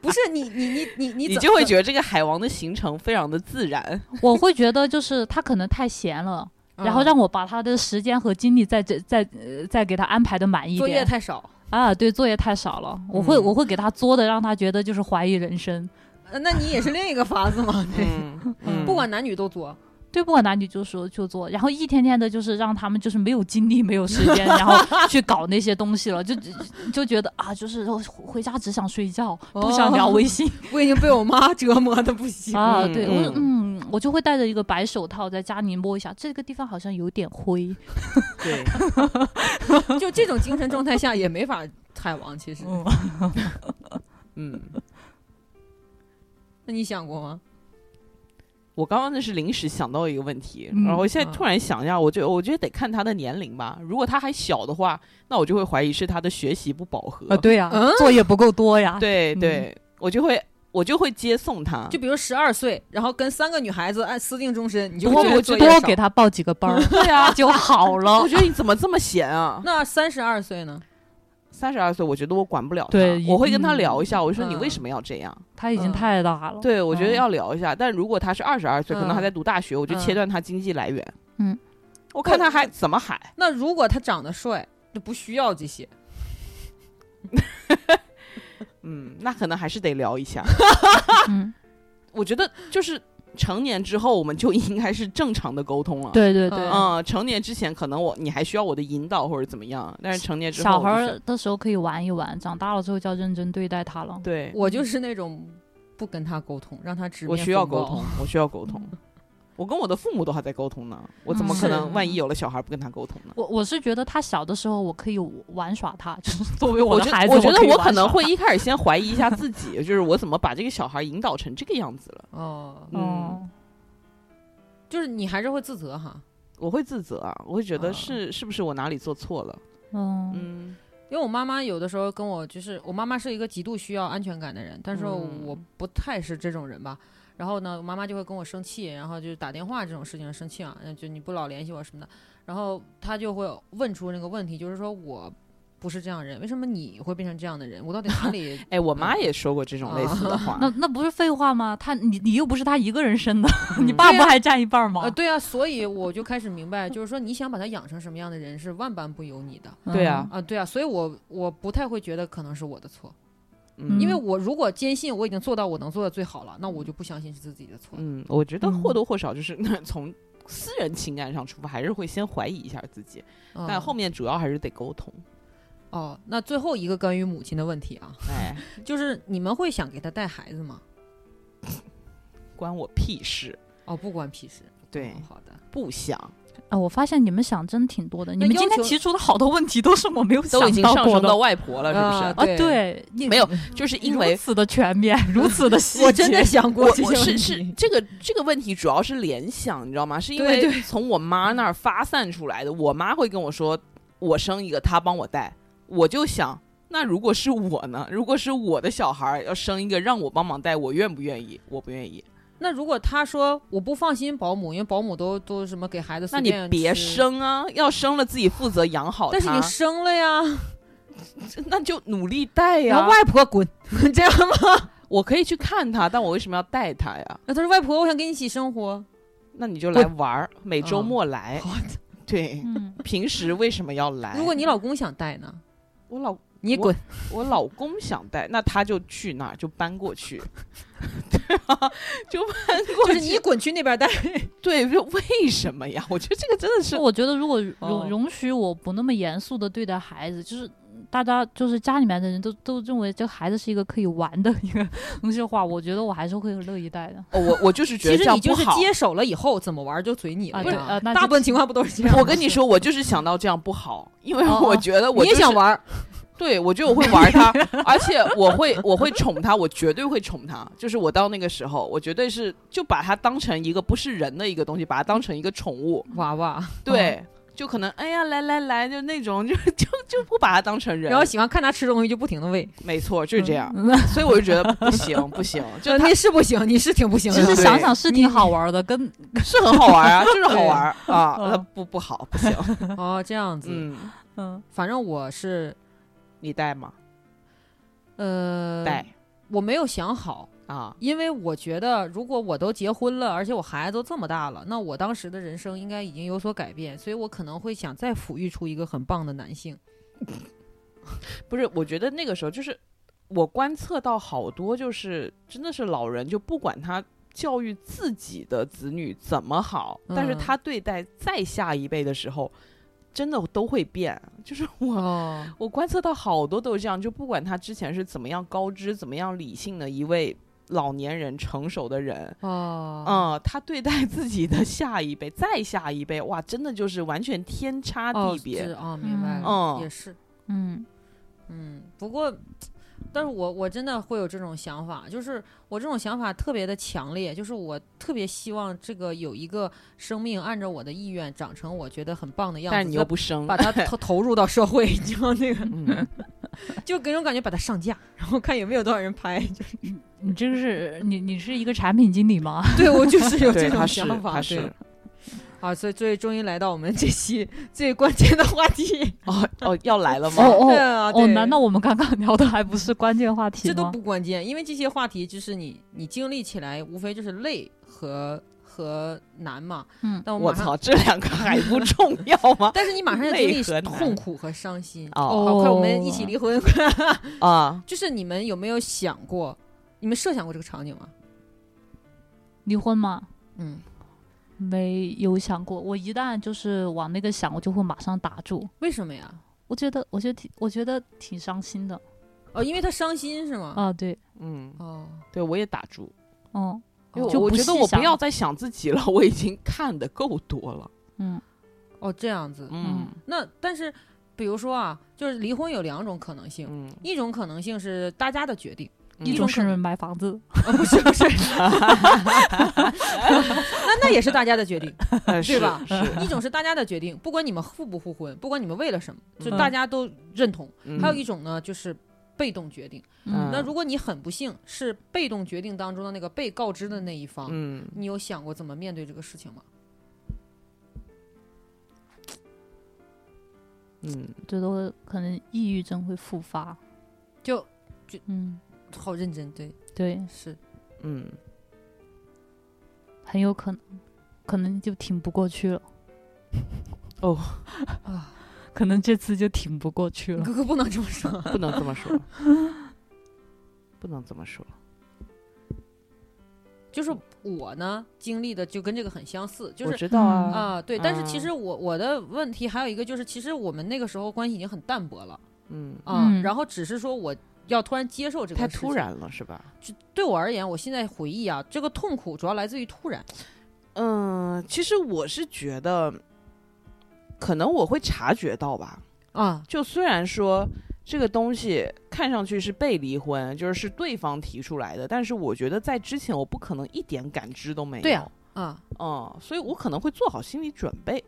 A: 不是你你你你你
C: 你
A: 怎
C: 就会
A: 怎
C: 觉得这个海王的行程非常的自然。
B: 我会觉得就是他可能太闲
A: *laughs*
B: 了，然后
A: 嗯
B: 让我把他的时间和精力再再再呃再给他安排的满一
A: 作业
B: 点
A: 太少。
B: 啊，对，作业太少了，我会、
C: 嗯
B: 我会给他作的，让他觉得就是怀疑人生。
A: 呃那你也是另一个法子嘛？对，
C: 嗯，嗯
A: 不管男女都作。
B: 对，不管男女就说就做，然后一天天的，就是让他们就是没有精力、没有时间，然后去搞那些东西了，就就就觉得啊，就是我回家只想睡觉，不想聊微信、
A: 我已经被我妈折磨的不行。
B: 啊。
C: 嗯
B: 对，我就
C: 嗯
B: 嗯，我就会戴着一个白手套在家里摸一下，这个地方好像有点灰。
C: 对，
A: 就这种精神状态下也没法海王。其实，
B: 嗯，
C: 嗯，
A: 那你想过吗？
C: 我刚刚那是临时想到一个问题，
B: 嗯
C: 然后我现在
A: 啊
C: 突然想一下，我觉得我觉得得看他的年龄吧。如果他还小的话，那我就会怀疑是他的学习不饱和。
B: 啊，对呀、
A: 嗯
B: 作业不够多呀。
C: 对
B: 嗯
C: 对我就会我就会接送他。
A: 就比如十二岁，然后跟三个女孩子按私定终身，你就
B: 多
A: 会觉得作业
B: 多
A: 少
B: 给。他报几个班儿
C: 对啊，
B: 就好了
C: 我。觉得你怎么这么闲啊？
A: 那三十二岁呢？
C: 三十二岁，我觉得我管不了他，
B: 对
C: 我会跟他
B: 嗯
C: 聊一下。我说你
A: 嗯
C: 为什么要这样？
B: 他已经
A: 嗯
B: 太大了。
C: 对，我觉得
B: 嗯
C: 要聊一下。但如果他是二十二岁，可能还
A: 嗯
C: 在读大学，我就切
A: 嗯
C: 断他经济来源。
B: 嗯，
C: 我看他还怎么海。
A: 那如果他长得帅，就不需要这些。
C: 嗯，那可能还是得聊一下。
B: 嗯，
C: 我觉得就是成年之后，我们就应该是正常的沟通了。，
B: 对对对。
A: 嗯
C: 嗯，成年之前可能我你还需要我的引导或者怎么样，但是成年之后
B: 小
C: 我
B: 孩
C: 就
B: 儿
C: 是
B: 的时候可以玩一玩，长大了之后就要认真对待他了。
C: 对，
A: 我就是那种不跟他沟通，让他直面
C: 我需要
A: 风暴
C: 沟通。，我需要沟通。我跟我的父母都还在沟通呢，我怎么可
A: 是
C: 能万一有了小孩不跟他沟通呢？
B: 我我是觉得他小的时候，我可以玩耍他，就是作为
C: 我
B: 的
C: 觉
B: 孩子，
C: 我觉得
B: 我以
C: 我
B: 玩
C: 可能
B: 耍
C: 会
B: 他
C: 一开始先怀疑一下自己，就是我怎么把这个小孩引导成这个样子了。
A: 哦，
C: 嗯，
B: 哦，
A: 就是你还是会自责哈，
C: 我会自责啊，我会觉
A: 啊
C: 得是是不是我哪里做错了？
B: 嗯
C: 嗯，
A: 因为我妈妈有的时候跟我就是，我妈妈是一个极度需要安全感的人，但是
C: 嗯
A: 我不太是这种人吧。然后呢，我妈妈就会跟我生气，然后就是打电话这种事情生气啊，就你不老联系我什么的。然后她就会问出那个问题，就是说我不是这样的人，为什么你会变成这样的人？我到底哪
C: *laughs*
A: 里
C: 哎，我妈也说过这种类似的 *laughs* 话。嗯
B: 那那不是废话吗？他你你又不是他一个人生的，你
C: 嗯
B: 爸
A: 对
B: 不
A: 呀
B: 还占一半吗
A: 呃，？对啊，所以我就开始明白，就是说你想把他养成什么样的人是万般不由你的啊、
C: 对啊
A: 对啊，所以我我不太会觉得可能是我的错，
C: 嗯
A: 因为我如果坚信我已经做到我能做的最好了，那我就不相信是自己的错。
C: 嗯，我觉得
B: 嗯
C: 或多或少就是 *laughs* 从私人情感上出发，还是会先怀疑一下自己，
A: 嗯
C: 但后面主要还是得沟通。
A: 哦，那最后一个关于母亲的问题啊，
C: *laughs* 哎，
A: 就是你们会想给他带孩子吗？
C: 关我屁事。
A: 哦，不关屁事。
C: 对
A: 哦，好的，
C: 不想，
B: 啊，我发现你们想真挺多的，你
A: 那
B: 们
A: 要
B: 今天
A: 求
B: 提出的好多问题都是我没有想
C: 都已经
B: 到
C: 上
B: 过
C: 升
B: 的
C: 到外婆了，是不
A: 啊
C: 是？
A: 对
B: 啊，对，你
C: 没有，嗯就是因为
B: 如此的全面，如此的细节，
A: 我真的想
C: 我
A: 过这
C: 我
A: 些问
C: 是
A: 题。
C: 是这个这个问题主要是联想，你知道吗？是因
A: 对
C: 为从我妈那儿发散出来的。我妈会跟我说，我生一个，她帮我带。我就想，那如果是我呢？如果是我的小孩儿要生一个让我帮忙带，我愿不愿意？我不愿意。
A: 那如果他说我不放心保姆，因为保姆都都什么给孩子
C: 那
A: 随
C: 你
A: 便
C: 别
A: 吃，
C: 生啊！要生了自己负责养好
A: 但是你
C: 他，
A: 生了呀，
C: 啊那就努力带
A: 然
C: 呀
A: 后。外婆滚， *laughs* 这样吗？
C: 我可以去看他，但我为什么要带他呀？
A: 那他说外婆，我想跟你一起生活。
C: 那你就来玩儿，每周
A: 嗯
C: 末来。
A: 好的，
C: 对，
B: 嗯，
C: 平时为什么要来？
A: 如果你老公想带呢，
C: 我老
A: 你滚。
C: 我老公想带，那他就去那儿就搬过去，对啊，就搬过
A: 就
C: 去。
A: 是你滚去那边带。
C: 对，就为什么呀？我觉得这个真的是
B: 那我觉得如果容、
A: 哦
B: 容许我不那么严肃的对待孩子，就是大家就是家里面的人都都认为这孩子是一个可以玩的一个东西的话，我觉得我还是会很乐意带的。
C: 哦，我我就是觉
A: 其实
C: 得这
A: 你
C: 样
A: 就
C: 不
A: 是
C: 好。呃
A: 接手了以后怎么玩就随你
B: 啊
A: 了
B: 对
A: 呀
B: 啊那就
A: 大部分情况不都是这样？
C: 我跟你，说，我就是想到这样不好，因为
B: 哦哦
C: 我觉得我、
A: 你也想，玩儿，
C: 对我觉得我会玩他， *laughs* 而且我会我会宠他，我绝对会宠他。就是我到那个时候，我绝对是就把他当成一个不是人的一个东西，把他当成一个宠物，
A: 娃娃，
C: 对，就可能哎呀来来来，就那种就 *laughs* 就就不把他当成人。
A: 然后喜欢看他吃东西就不停的喂。
C: 没错，就是这样。
B: 嗯，
C: 所以我就觉得不行不 *laughs* 行，就
A: 呃
C: 他
A: 你是不行，你是挺不行
B: 其
A: 的。
B: 实
C: 对
B: 想想是挺好玩的，跟
C: 是很好玩啊，就是好
A: 对
C: 玩儿啊，
B: 嗯
C: 那不不好
A: *laughs*
C: 不行。
A: 哦，这样子，
C: 嗯，
B: 嗯
A: 反正我是
C: 你带吗？
A: 呃，
C: 带
A: 我没有想好，
C: 啊，
A: 因为我觉得如果我都结婚了，而且我孩子都这么大了，那我当时的人生应该已经有所改变，所以我可能会想再抚育出一个很棒的男性。
C: 不是，我觉得那个时候就是我观测到好多，就是真的是老人，就不管他教育自己的子女怎么好，但是
A: 嗯
C: 他对待再下一辈的时候，真的都会变。就是 *laughs* 我
A: 哦，
C: 我观测到好多都是这样，就不管他之前是怎么样高知、怎么样理性的一位老年人、成熟的人。
A: 哦，
C: 嗯，他对待自己的下一辈、再下一辈，哇，真的就是完全天差
A: 哦，
C: 地别。
A: 是哦，明白了，
C: 嗯
A: 也是，
B: 嗯
A: 嗯，不过。但是我我真的会有这种想法，就是我这种想法特别的强烈，就是我特别希望这个有一个生命按照我的意愿长成我觉得很棒的样子，
C: 但是你又不生，
A: 把它投投入到社会， *laughs* 你知道那个， *laughs*
C: 嗯，
A: 就给人感觉把它上架，然后看有没有多少人拍。
C: *laughs*
A: 就
B: 你这个是你你是一个产品经理吗？
A: 对我就是有
C: 对，
A: 这
C: 他
A: 种
C: 是
A: 想法，
C: 他
A: 对
C: 是，
A: 啊，所以所以终于来到我们这期最关键的话题。
C: 哦哦，要来了吗？
B: 哦
A: *laughs* 对
B: 哦
A: 啊，
B: 哦，
A: 对
B: 难道我们刚刚聊的还不是关键话题
A: 这
B: 吗？
C: 哦
A: 都不关键？因为这些话题就是你你经历起来无非就是累和和难嘛。
B: 嗯
A: 但我
C: 我
A: 哦马上，？
C: 操，这两个还不重要吗
A: *laughs* 但是你马上要
C: 累
A: 经历
C: 和难
A: 痛苦和伤心。
C: 哦
A: 好，快我们一起离婚。 *laughs*
C: 啊，
A: 就是你们有没有想过，你们设想过这个场景吗？
B: 离婚吗？
A: 嗯，
B: 没有想过，我一旦就是往那个想，我就会马上打住。
A: 为什么呀？
B: 我觉得，我觉得挺，我觉得挺伤心的
A: 哦，因为他伤心是吗？
B: 啊。对，
C: 嗯，
A: 哦，
C: 对我也打住，
B: 嗯
C: 因为
B: 就
C: 我我
B: 不
C: 觉得
B: 细
C: 我不
B: 想
C: 要再想自己了，我已经看的够多了。
B: 嗯
A: 哦，这样子。
C: 嗯
A: 那但是，比如说啊，就是离婚有两种可能性，
C: 嗯，
A: 一种可能性是大家的决定，一
B: 种
A: 种可
B: 是
A: 能
B: 买房子，
A: 啊，不是不是，那那也是大家的决定，
C: 呃
A: *laughs* 对
C: 是
A: 吧
C: 是，
A: 一种是大家的决定，不管你们互不互婚，不管你们为了什么，就大
B: 嗯
A: 家都认同。
C: 嗯
A: 还有一种呢，就是。被动决定。
C: 嗯
A: 那如果你很不幸是被动决定当中的那个被告知的那一方，
C: 嗯，
A: 你有想过怎么面对这个事情吗？
C: 嗯，
B: 我觉得可能抑郁症会复发。
A: 就
B: 嗯，
A: 好认真，对，
B: 对，
A: 是
C: 嗯，
B: 很有可能，可能就挺不过去了。 *laughs*
C: 哦，
A: 啊，
B: 可能这次就挺不过去了。
A: 哥哥不能这么说。 *laughs*
C: 不能这么说，不能这么说。
A: 就是我呢经历的就跟这个很相似，就
C: 我
A: 是
C: 知道
B: 嗯
C: 啊，
A: 啊、对。但是其
C: 嗯
A: 实我我的问题还有一个就是，其实我们那个时候关系已经很淡薄了
C: 嗯，
A: 啊、
B: 嗯
A: 然后只是说我要突然接受这个，
C: 太突，然了是吧？
A: 就对我而言，我现在回忆啊，这个痛苦主要来自于突然。
C: 嗯，其实我是觉得，可能我会察觉到吧。
A: 啊，
C: 就虽然说这个东西看上去是被离婚，就是是对方提出来的，但是我觉得在之前我不可能一点感知都没有。
A: 对啊啊，
C: 嗯，所以我可能会做好心理准备。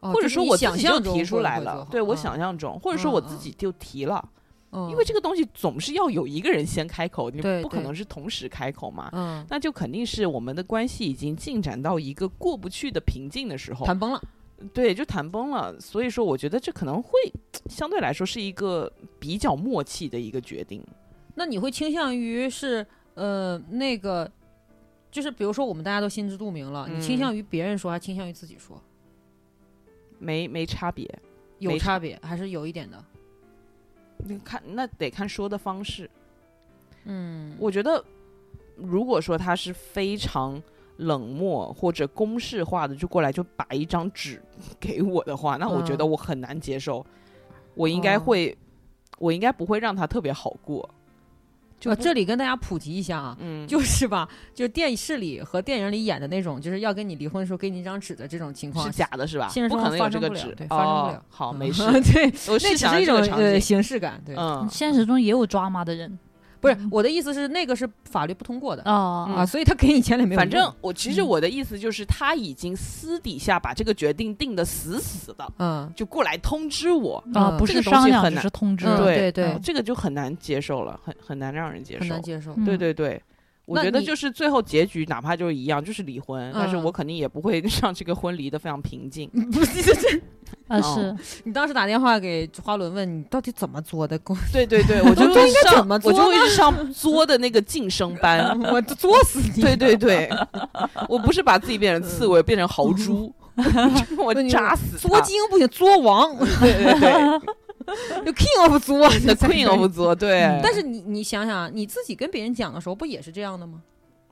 A: 哦
C: 或
A: 就
C: 者
A: 是
C: 说
A: 你
C: 我自
A: 想
C: 己
A: 象
C: 就
A: 中
C: 提
A: 会
C: 出来
A: 会做
C: 了
A: 好，
C: 对我
A: 嗯
C: 想象中，或者说我自
A: 嗯
C: 己就提了，
A: 嗯，
C: 因为这
A: 个，
C: 个东西总是要有一个人先开口，你
A: 对
C: 不可
A: 对
C: 能是同时开口嘛，
A: 嗯，
C: 那就肯定是我们的关系已经进展到一个过不去的瓶颈的时候，
A: 谈崩了，
C: 对，就谈崩了。所以说，我觉得这可能会相对来说是一个比较默契的一个决定。
A: 那你会倾向于是呃那个，就是比如说我们大家都心知肚明了，你倾
C: 嗯
A: 向于别人说，还倾向于自己说，
C: 没没差别，
A: 有
C: 没
A: 差别还是有一点的。
C: 那看那得看说的方式。
A: 嗯，
C: 我觉得，如果说他是非常冷漠或者公式化的，就过来就把一张纸 *laughs* 给我的话，那我觉
A: 嗯
C: 得我很难接受。我应该
A: 哦
C: 会，我应该不会让他特别好过。就
A: 呃
C: 不
A: 这里跟大家普及一下啊，
C: 嗯，
A: 就是吧，就电视里和电影里演的那种，就是要跟你离婚的时候给你一张纸的这种情况
C: 是假的是吧？
A: 现实
C: 不
A: 哦生
C: 可
A: 活
C: 能
A: 发
C: 有这
A: 生
C: 个
A: 不了
C: 纸，
A: 对发生不
C: 哦
A: 了
C: 好，
A: 嗯 *laughs*
C: 没事。
A: 对，
C: 我
A: 那
C: 是
A: 只
C: 想
A: 是一
C: 这
A: 种
C: 个场
A: 呃
C: 景，
A: 形式感，对，
C: 嗯，
B: 现实中也有抓马的人
A: 不是我的意思是那个是法律不通过的
C: 嗯
B: 哦，
A: 啊，所以他给你钱了也没有用，
C: 反正我其实
B: 嗯
C: 我的意思就是，他已经私底下把这个决定定的死死的，
A: 嗯，
C: 就过来通知我，
B: 啊，
A: 嗯
B: 不
C: 这
B: 是
C: 个东
B: 商
C: 西
B: 量，
C: 很
B: 只
C: 难
B: 是通知
A: 嗯
B: 了。
A: 对
C: 对
A: 对
C: 这个就很难接受了，很很难让人接
A: 很
C: 受
A: 难。接受。
B: 嗯
C: 对对对，我
A: 那
C: 觉得
A: 你
C: 就是最后结局哪怕就是一样，就是离婚，但是
A: 嗯
C: 我肯定也不会 *laughs* 让这个婚离得非常平
A: *laughs*
C: 静。
A: 不是这这，
B: 啊，是
C: 哦
A: 你当时打电话给花轮问你到底怎么做的，我
C: 对对对，我就
A: 这
C: 会
A: 应该
C: 上
A: 怎么
C: 我就
A: 做
C: 会上作的那个晋升班， *laughs*
A: 我就作死你。
C: 对 *laughs* 对对，我不是把自己变成刺猬，变成豪猪， *laughs* 我
A: 那你
C: 扎死
A: *laughs* 作
C: 他。
A: 精不行，作王，
C: 对对 *laughs* 对
A: 就 king of 作
C: ，The Queen of 作，对。
A: 但是你你想想啊，你自己跟别人讲的时候，不也是这样的吗？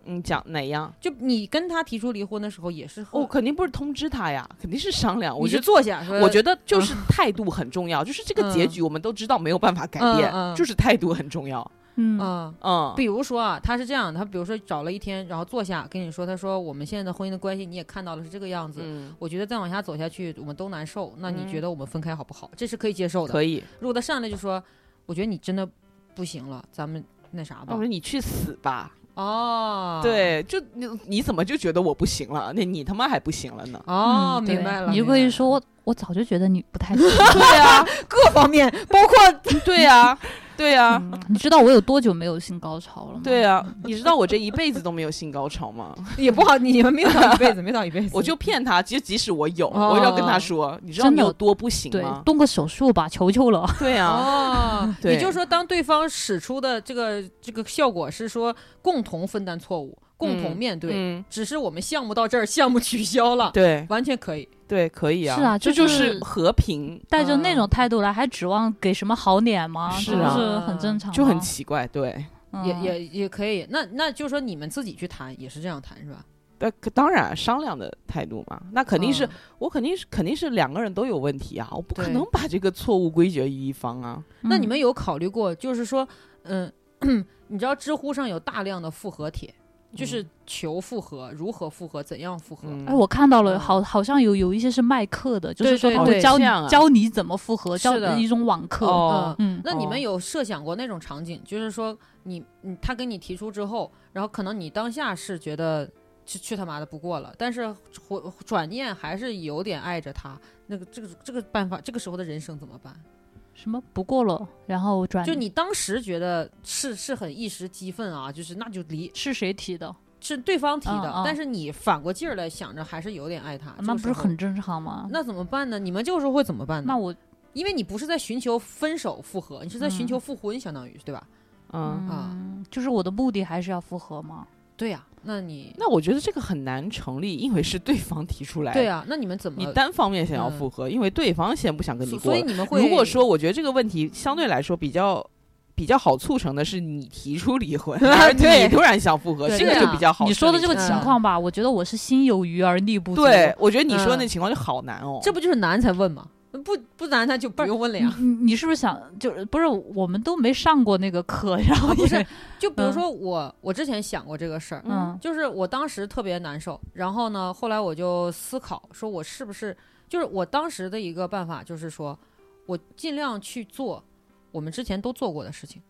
C: 你讲哪样？
A: 就你跟他提出离婚的时候，也是和
C: 我哦肯定不是通知他呀，肯定是商量。我
A: 你
C: 觉
A: 是
C: 得，嗯
A: 坐下说，
C: 我觉得就是态度很重要，就是这个结
A: 嗯
C: 局我们都知道没有办法改
A: 嗯
C: 变
A: 嗯，
C: 就是态度很重要。
B: 嗯
A: 嗯。
C: 嗯，
A: 比如说啊，他是这样的，他比如说找了一天，然后坐下跟你说，他说我们现在的婚姻的关系你也看到了是这个样子，
C: 嗯，
A: 我觉得再往下走下去我们都难受，那你
C: 嗯
A: 觉得我们分开好不好？这是可以接受的。
C: 可以。
A: 如果他上来就说，我觉得你真的不行了，咱们那啥
C: 那
A: 吧
C: 我说。你去死吧！
A: 哦，，
C: 对，就你你怎么就觉得我不行了？那你他妈还不行了呢？
A: 哦，
B: 嗯对
A: 明白了。
B: 你就
A: 明白
B: 可以
A: 了
B: 说我我早就觉得你不太行，
C: 对啊，
A: 各方面，包括
C: *laughs* 对呀，对啊呀。
B: 嗯 *laughs* 你知道我有多久没有性高潮了吗？
C: *laughs* 对啊，你知道我这一辈子都没有性高
A: *laughs*
C: 潮吗？
A: 也不好，你们没有到一辈子，没到一辈子。
C: *laughs* 我就骗他，其实即使我有，
A: 哦
C: 我要跟他说，你知道
B: 真
C: 你
B: 的
C: 有多不行
B: 对，
C: 吗？
B: 动个手术吧，求求了。
C: 对啊，
A: 哦， *laughs*
C: 对
A: 也就是说，当对方使出的这个这个效果是说共同分担错误，共同面对，
C: 嗯，
A: 只是我们项目到这儿，项目取消了，
C: 对
A: 完全可以。
C: 对，可以啊，
B: 是啊
C: 这
B: 就
C: 就是
B: 是
C: 和平，
B: 带着那种态度来，还指望给什么好脸吗？
C: 嗯是
B: 这不
C: 啊
B: 是很正常吗，
C: 就很奇怪，对。
B: 嗯
A: 也也也可以，那那就是说你们自己去谈，也是这样谈是吧？
C: 但可当然，商量的态度嘛，那肯定是、
A: 嗯
C: 我肯定是肯定是两个人都有问题啊，我不可
A: 对
C: 能把这个错误归结于一方啊。
A: 那你
B: 嗯
A: 们有考虑过，就是说，嗯，你知道知乎上有大量的复合帖，就是求复合，如何复合，怎样复合？
C: 嗯，
B: 哎，我看到
A: 嗯
B: 了，好，好像有有一些是卖课的，就
A: 对
B: 是说
A: 对
B: 他
A: 对
B: 会教
C: 这
B: 你
C: 样啊
B: 教你怎么复合，教
C: 是的
B: 一种网课。
C: 哦，
B: 嗯，
A: 那你们
C: 哦
A: 有设想过那种场景，就是说你你他跟你提出之后，然后可能你当下是觉得去去他妈的不过了，但是回转念还是有点爱着他，那个这个这个办法，这个时候的人生怎么办？
B: 什么不过了，然后转
A: 就你当时觉得是是很一时激愤啊，就是那就离，
B: 是谁提的？
A: 是对方提的，
B: 嗯嗯
A: 但是你反过劲儿来想着还是有点爱他，
B: 那
A: 这个
B: 不
A: 时
B: 是
A: 候
B: 很正常吗？
A: 那怎么办呢？你们这个时候会怎么办呢？
B: 那我
A: 因为你不是在寻求分手复合，你是在寻求复婚，相当于对吧？
C: 嗯，
A: 啊
B: 嗯，就是我的目的还是要复合吗？
A: 对呀、那你
C: 那我觉得这个很难成立，因为是对方提出来，
A: 对、啊，那你们怎么
C: 你单方面想要
A: 嗯
C: 复合，因为对方先不想跟你
A: 所
C: 过
A: 所
C: 了
A: 以你们会
C: 如果说我觉得这个问题相对来说比较比较好促成的是你提出离
A: *laughs*
C: 婚，而
A: 对
C: 你突然想复合，
A: 对
C: 这个
A: 对
C: 就
A: 啊
C: 比较好处理。
B: 你说的这个
A: 嗯
B: 情况吧，我觉得我是心有余而力不足。
C: 对，我觉得你说的那
A: 嗯
C: 情况就好难哦。
A: 这不就是难才问吗？不不难他就不用问了
B: 你，
A: 呀。
B: 你你是不是想就是不是我们都没上过那个课，然后
A: 哦不
B: 也
A: 是，就比如说我，我之前想过这个事儿，
B: 嗯
A: 就是我当时特别难受，然后呢，后来我就思考，说我是不是就是我当时的一个办法，就是说我尽量去做我们之前都做过的事情，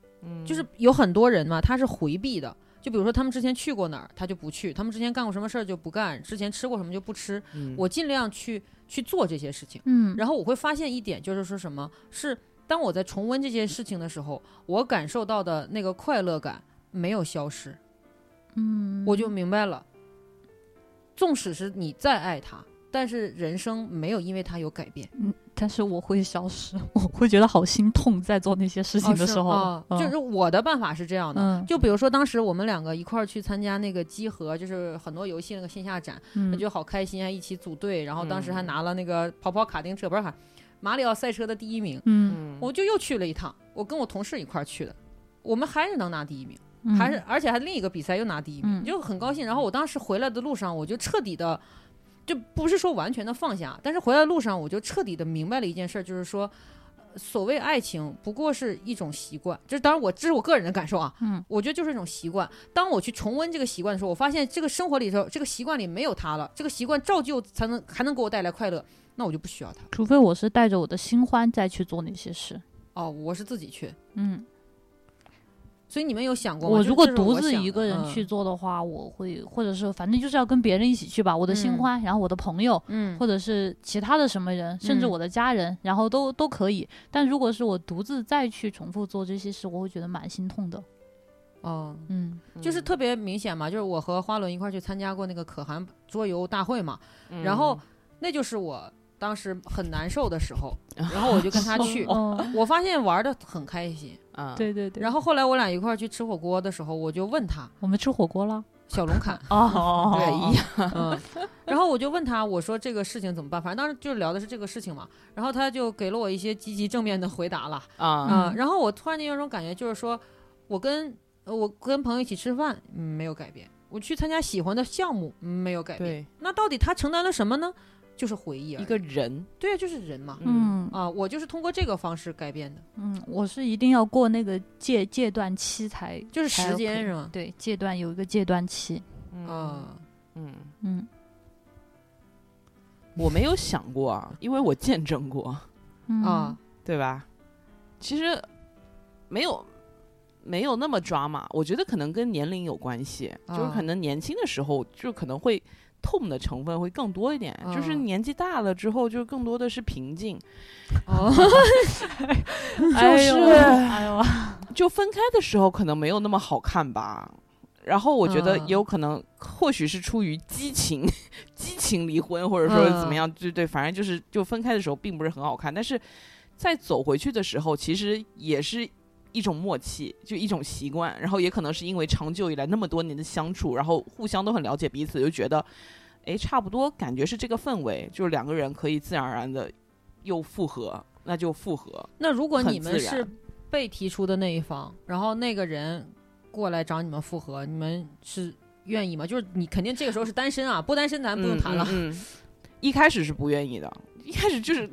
A: 就是有很多人嘛，他是回避的。就比如说他们之前去过哪儿，他就不去；他们之前干过什么事儿就不干；之前吃过什么就不吃。
C: 嗯
A: 我尽量去去做这些事情，
B: 嗯，
A: 然后我会发现一点，就是说什么是当我在重温这些事情的时候，我感受到的那个快乐感没有消失，
B: 嗯，
A: 我就明白了。纵使是你再爱他，但是人生没有因为他有改变。
B: 但是我会消失， *laughs* 我会觉得好心痛，在做那些事情的时候，
A: 哦是哦
B: 嗯
A: 就是我的办法是这样的。
B: 嗯，
A: 就比如说，当时我们两个一块儿去参加那个集合，就是很多游戏那个线下展，
B: 嗯
A: 那就好开心啊，一起组队，然后当时还
C: 嗯
A: 拿了那个跑跑卡丁车，不是卡马里奥赛车的第一名，
B: 嗯，
C: 嗯，
A: 我就又去了一趟，我跟我同事一块儿去的，我们还是能拿第一名，嗯还是而且还另一个比赛又拿第一名，
B: 嗯
A: 就很高兴。然后我当时回来的路上，我就彻底的，就不是说完全的放下，但是回来的路上我就彻底的明白了一件事儿，就是说。呃所谓爱情，不过是一种习惯，这当然我这是我个人的感受啊，
B: 嗯，
A: 我觉得就是一种习惯。当我去重温这个习惯的时候，我发现这个生活里头，这个习惯里没有他了，这个习惯照旧才能还能给我带来快乐，那我就不需要他。
B: 除非我是带着我的新欢再去做那些事，
A: 哦，我是自己去，
B: 嗯，
A: 所以你们有想过吗？
B: 我
A: 就是
B: 如果
A: 这是
B: 独
A: 我
B: 自
A: 想
B: 一
A: 的
B: 个人
A: 嗯
B: 去做的话，我会或者是反正就是要跟别人一起去吧，我的新
A: 嗯
B: 欢，然后我的朋友，
A: 嗯，
B: 或者是其他的什么人，甚至
A: 嗯
B: 我的家人，然后都都可以。但如果是我独自再去重复做这些事，我会觉得蛮心痛的。
A: 哦，
B: 嗯
A: 就是
C: 嗯
A: 特别明显嘛，就是我和花轮一块儿去参加过那个可汗桌游大会嘛，
C: 嗯
B: 嗯
A: 然后那就是我当时很难受的
B: *laughs*
A: 时候，然后我就跟他去，
B: 哦，
A: 我发现玩的很开心。
C: 啊，
B: 对对对。
A: 然后后来我俩一块儿去吃火锅的时候，我就问他
B: 我们吃火锅了。
A: 小龙坎，
B: *laughs* 哦
C: 哎呀，
A: 嗯，然后我就问他，我说这个事情怎么办？反正当时就是聊的是这个事情嘛，然后他就给了我一些积极正面的回答了。
C: 啊，
A: 啊、
B: 嗯
A: 然后我突然间有种感觉，就是说我跟呃我跟朋友一起吃饭，嗯，没有改变；我去参加喜欢的项目，嗯，没有改变。
C: 对，
A: 那到底他承担了什么呢？就是回忆而
C: 一
A: 已。
C: 个人，
A: 对，啊就是人嘛。
B: 嗯
A: 啊、我就是通过这个方式改变的，
B: 嗯，我是一定要过那个戒戒断期才，
A: 就是
B: 才
A: 时
B: OK
A: 间是吗？
B: 对戒断有一个戒断期。
C: 嗯 *laughs*
A: 啊、
C: 嗯，
B: 嗯
C: 我没有想过啊，因为我见证过，
B: 嗯
A: 啊，
C: 对吧？其实没有没有那么抓马，我觉得可能跟年龄有关系，就是
A: 啊
C: 可能年轻的时候就可能会痛的成分会更多一点，就是
A: 啊
C: 年纪大了之后就更多的是平静，
A: 哦， *laughs*
B: 哎
C: 是
B: 呦哎呦，
C: 就分开的时候可能没有那么好看吧。然后我觉得
A: 嗯
C: 也有可能，或许是出于激情， *laughs* 激情离婚，或者说怎么样，对对，反正就是就分开的时候并不是很好看，但是在走回去的时候，其实也是一种默契，就一种习惯。然后也可能是因为长久以来那么多年的相处，然后互相都很了解彼此，就觉得，哎，差不多，感觉是这个氛围，就是两个人可以自然而然的又复合，那就复合。
A: 那如果
C: 很
A: 你们
C: 自然
A: 是被提出的那一方，然后那个人过来找你们复合，你们是愿意吗？就是你肯定这个时候是单身啊，不单身咱不用
C: 嗯
A: 谈了。
C: 嗯嗯 *laughs* 一开始是不愿意的，一开始就是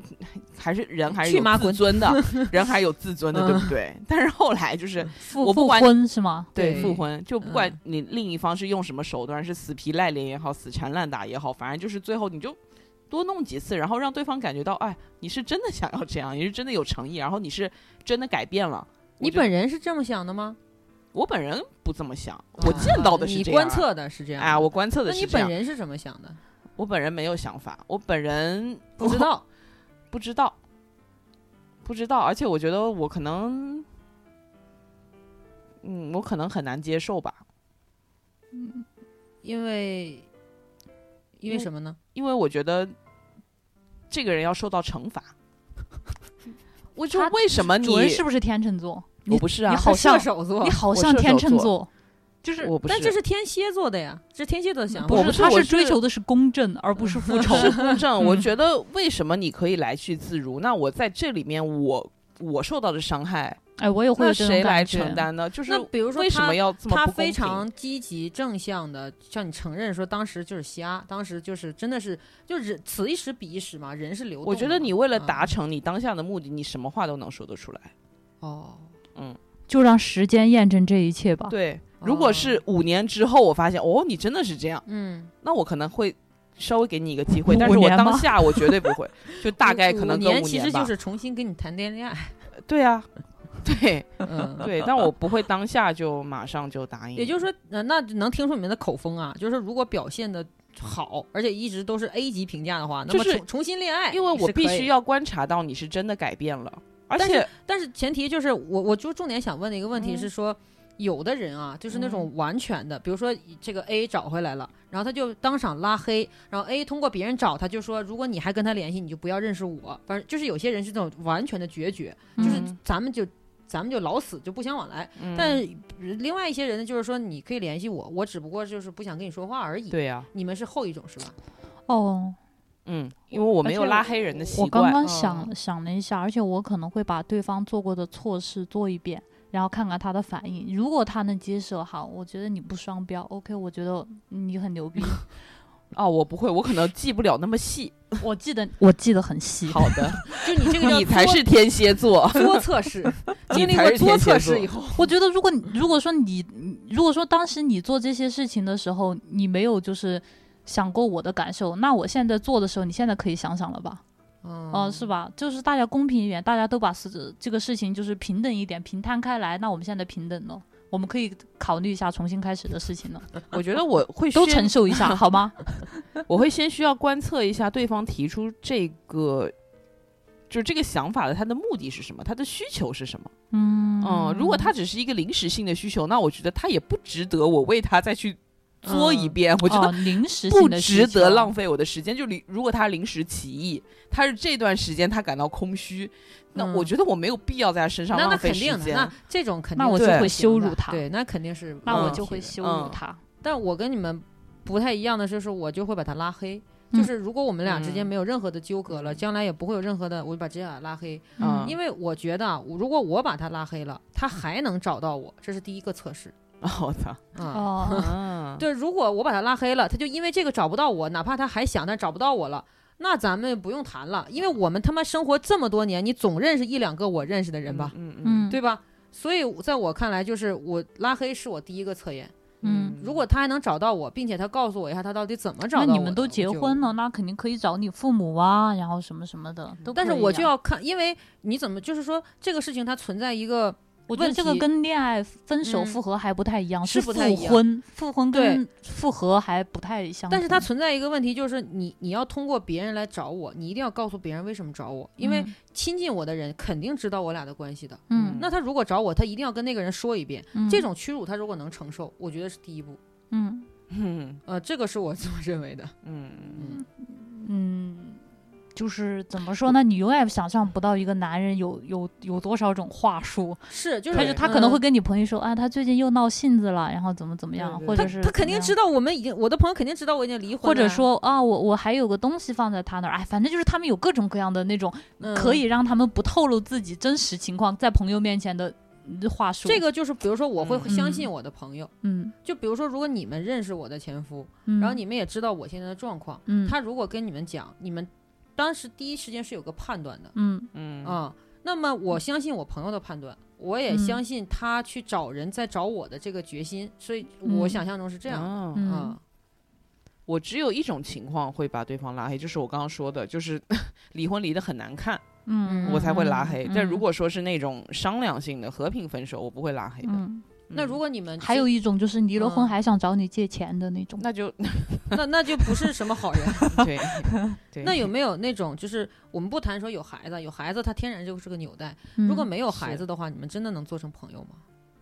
C: 还是人还是
A: 去
C: 有
A: 妈
C: 自
A: 滚嗯
C: 尊的，人还是有自尊的，对不对？但是后来就是
B: 复
C: 我不
B: 复
C: 管
B: 婚是吗？
A: 对
C: 复婚，就不管
A: 嗯
C: 你另一方是用什么手段，是死皮赖脸也好，死缠烂打也好，反正就是最后你就多弄几次，然后让对方感觉到，哎，你是真的想要这样，你是真的有诚意，然后你是真的改变了。我
A: 你
C: 觉得
A: 本人是这么想的吗？
C: 我本人不这么想，我见到的是
A: 啊你
C: 这样
A: 观。测的是这样
C: 哎，我观测
A: 那
C: 的
A: 你
C: 是这
A: 本
C: 样。
A: 人是怎么想
C: *laughs*
A: 的？
C: 我本人没有想法，我本人
A: 不知道，
C: 不知道，不知道，而且我觉得我可能，嗯，我可能很难接受吧，
A: 因为因为什么呢？
C: 因为我觉得这个人要受到惩
B: *laughs*
C: 罚。我就
B: 他
C: 为什么你
B: 主人是不是天秤座？
C: 我不是啊
B: 你？好像
A: 射手座
B: 你，好
C: 我
B: 像
C: 射
B: 天
C: 手
B: 秤
C: 座
B: 座，
A: 就是
C: 我不
A: 但
C: 是
A: 这是天蝎座的呀，这是天蝎座的想法。
C: 我
B: 不
C: 不
B: 是，
C: 是
B: 他
C: 我
B: 是追
C: 是
B: 求的是公
C: *laughs*
B: 正，而不是复仇。
C: 是
B: *laughs*
C: 公正，
B: 嗯
C: 我觉得为什么你可以来去自如？那我在这里面我。我受到的伤害，
B: 哎，我也会
C: 那
B: 有这种
C: 谁来
B: 感觉。
C: 承担呢？就是
A: 那比如说
C: 为什
A: 他
C: 么要这么
A: 他
C: 不公
A: 非
C: 平
A: 常积极正向的向你承认说，当时就是瞎，当时就是真的是就是此一时彼一时嘛，人是流动的嘛。
C: 我觉得你为了
A: 嗯
C: 达成你当下的目的，你什么话都能说得出来。
A: 哦，
B: 就让时间验证这一切吧。
C: 对，
A: 哦
C: 如果是五年之后，我发现哦，你真的是这样，
A: 嗯，
C: 那我可能会稍微给你一个 *laughs* 机会，但
B: 五
C: 是我
B: 年吗
C: 当下我绝对不会，就大概可能
A: 五
C: 隔
A: 年
C: *laughs* 五
A: 其
C: 年
A: 实
C: 吧。 *laughs*
A: 就是重新跟你谈恋爱。
C: 对啊，对
A: 嗯，
C: 对，但我不会当下就马上就答应。
A: 也就是说，呃那能听出你们的口风啊，就是如果表现的好，而且一直都是 A 级评价的话，那么
C: 就是
A: 重重新恋爱，
C: 因为我必须
A: 要。
C: 要观察到你是真的改变了，而
A: 但
C: 且
A: 但是前提就是我，我就重点想问的一个问题
C: 嗯
A: 是说，有的人啊，就是那种完全的，比如说这个 A 找回来了，然后他就当场拉黑，然后 A 通过别人找他就说，如果你还跟他联系，你就不要认识我。反正就是有些人是这种完全的决绝，就是
C: 嗯
A: 咱们就。咱们就老死就不相往来，
C: 嗯
A: 但另外一些人呢，就是说你可以联系我，我只不过就是不想跟你说话而已。
C: 对呀，
A: 你们是后一种是吧？
B: 哦，
C: 嗯，因为我没
A: 而
C: 有
A: 且
C: 拉
A: 我
C: 黑人的习
B: 我刚
C: 惯，
B: 刚想、想了一下，而且我可能会把对方做过的错事做一遍，然后看看他的反应。如果他能接受，好，我觉得你不双标，OK，我觉得你很牛 *laughs* 逼。
C: 哦，我不会，我可能记不了那么细。
B: 我记得我记得很细，
C: 好 *laughs* 的，
A: 就你这个叫
C: 你才是天蝎座， *laughs*
A: 作作测试，经历
C: 才
A: 过
C: 是
A: 作
C: 天
A: 测
C: 蝎
A: 试
C: 座
A: 以后，
B: 我觉得，如果你如果说你，如果说当时你做这些事情的时候，你没有就是想过我的感受，那我现在做的时候，你现在可以想想了吧？
A: 嗯
B: 嗯、是吧？就是大家公平一点，大家都把事这个事情就是平等一点，平摊开来。那我们现在平等了，我们可以考虑一下重新开始的事情了，
C: 我觉得我会
B: 都
C: 先
B: 承受一
A: *laughs*
B: 下，好吗？
C: 我会先需要观测一下对方提出这个，就是这个想法的他的目的是什么，他的需求是什么。
B: 嗯
A: 哦
C: 嗯，如果他只是一个临时性的需求，那我觉得他也不值得我为他再去作一
A: 嗯
C: 遍。我觉
B: 哦
C: 得
B: 临时性
C: 不
B: 的需
C: 值得
B: 求
C: 浪费我的时间。就临如果他临时起意，他是这段时间他感到空虚，那
A: 嗯
C: 我觉得我没有必要在他身上
A: 那那
C: 浪
A: 肯
C: 费时
A: 定的，
C: 间。
A: 那这种肯定
B: 那我
A: 是
C: 就
A: 不
C: 会
A: 行
B: 羞
A: 的
B: 辱他
A: 对，那肯定是，
B: 那我
C: 嗯
B: 就会羞辱
C: 嗯
B: 他。
A: 但我跟你们不太一样的就是，我就会把他拉黑。就
B: 嗯
A: 是如果我们俩之间
C: 嗯
A: 没有任何的纠葛了，
C: 嗯
A: 将来也不会有任何的，我就把直接把他拉黑。
C: 嗯
A: 因为我觉得，啊，我如果我把他拉黑了，他还能找到我，这是第一个测试
C: *laughs* 哦我操，
A: 啊。
B: 哦，
A: *laughs*
C: 嗯，
A: 对，如果我把他拉黑了，他就因为这个找不到我，哪怕他还想，但找不到我了。那咱们不用谈了，因为我们他妈生活这么多年，你总认识一两个我认识的人吧？
C: 嗯
B: 嗯，
A: 对吧？所以在我看来，就是我拉黑是我第一个测验。
B: 嗯
A: 如果他还能找到我，并且他告诉我一下他到底怎么找
B: 那
A: 到我的，
B: 你们都结
A: 我就
B: 婚了，那肯定可以找你父母啊，然后什么什么的。都
A: 但是
B: 可以
A: 我
B: 啊
A: 就要看，因为你怎么就是说这个事情它存在一个
B: 我觉得
A: 问
B: 这个
A: 题
B: 跟恋爱、分手、
A: 嗯
B: 复合还不太一样，
A: 是
B: 复
A: 不太一样
B: 婚，复婚跟复合还不太相同。
A: 但是它存在一个问题，就是你你要通过别人来找我，你一定要告诉别人为什么找我，因为
B: 嗯
A: 亲近我的人肯定知道我俩的关系的。
B: 嗯
A: 那他如果找我，他一定要跟那个人说一遍，
B: 嗯
A: 这种屈辱他如果能承受，我觉得是第一步。
B: 嗯
C: 嗯
A: 呃，这个是我 *laughs* 这么认为的。
C: 嗯，
B: 嗯，就是怎么说呢？你永远想象不到一个男人有有有多少种话术，
A: 是，就是
B: 但是他可能
A: 嗯
B: 会跟你朋友说啊，他最近又闹性子了，然后怎么怎么样，
C: 对对
B: 或者
A: 他
B: 是
A: 他肯定知
B: 道。
A: 道我们已经，我的朋友肯定知道我已经离婚了，
B: 或者说啊，我我还有个东西放在他那儿，哎，反正就是他们有各种各样的那种
A: 嗯
B: 可以让他们不透露自己真实情况在朋友面前的嗯话术。
A: 这，个就是，比如说我会
C: 嗯
A: 相信我的朋友，
B: 嗯，
A: 就比如说如果你们认识我的前夫，
B: 嗯
A: 然后，你们也知道我现在的状况，
B: 嗯，
A: 他如果跟你们讲，你们当时第一时间是有个判断的
B: 嗯
C: 嗯
A: 啊、那么我相信我朋友的判断，我也
B: 嗯
A: 相信他去找人再找我的这个决心，所以我
B: 嗯
A: 想象中是这样的。
C: 哦
B: 嗯
A: 啊，
C: 我只有一种情况会把对方拉黑，就是我刚刚说的，就是 *laughs* 离婚离得很难看，
B: 嗯，
C: 我才会拉黑。
B: 嗯
C: 但如果说是那种商量性的和平分手，我不会拉黑的。
B: 嗯，
A: 那如
C: 果
A: 果你们
B: 还有一种就是离了婚
A: 嗯
B: 还想找你借钱的那种，
C: 那就
A: 那那就不是什么好人。
C: 对对，
A: 那有没有那种就是我们不谈说有孩子，有孩子他天然就是个纽带，
B: 嗯
A: 如果没有孩
C: 是
A: 子的话，你们真的能做成朋友吗？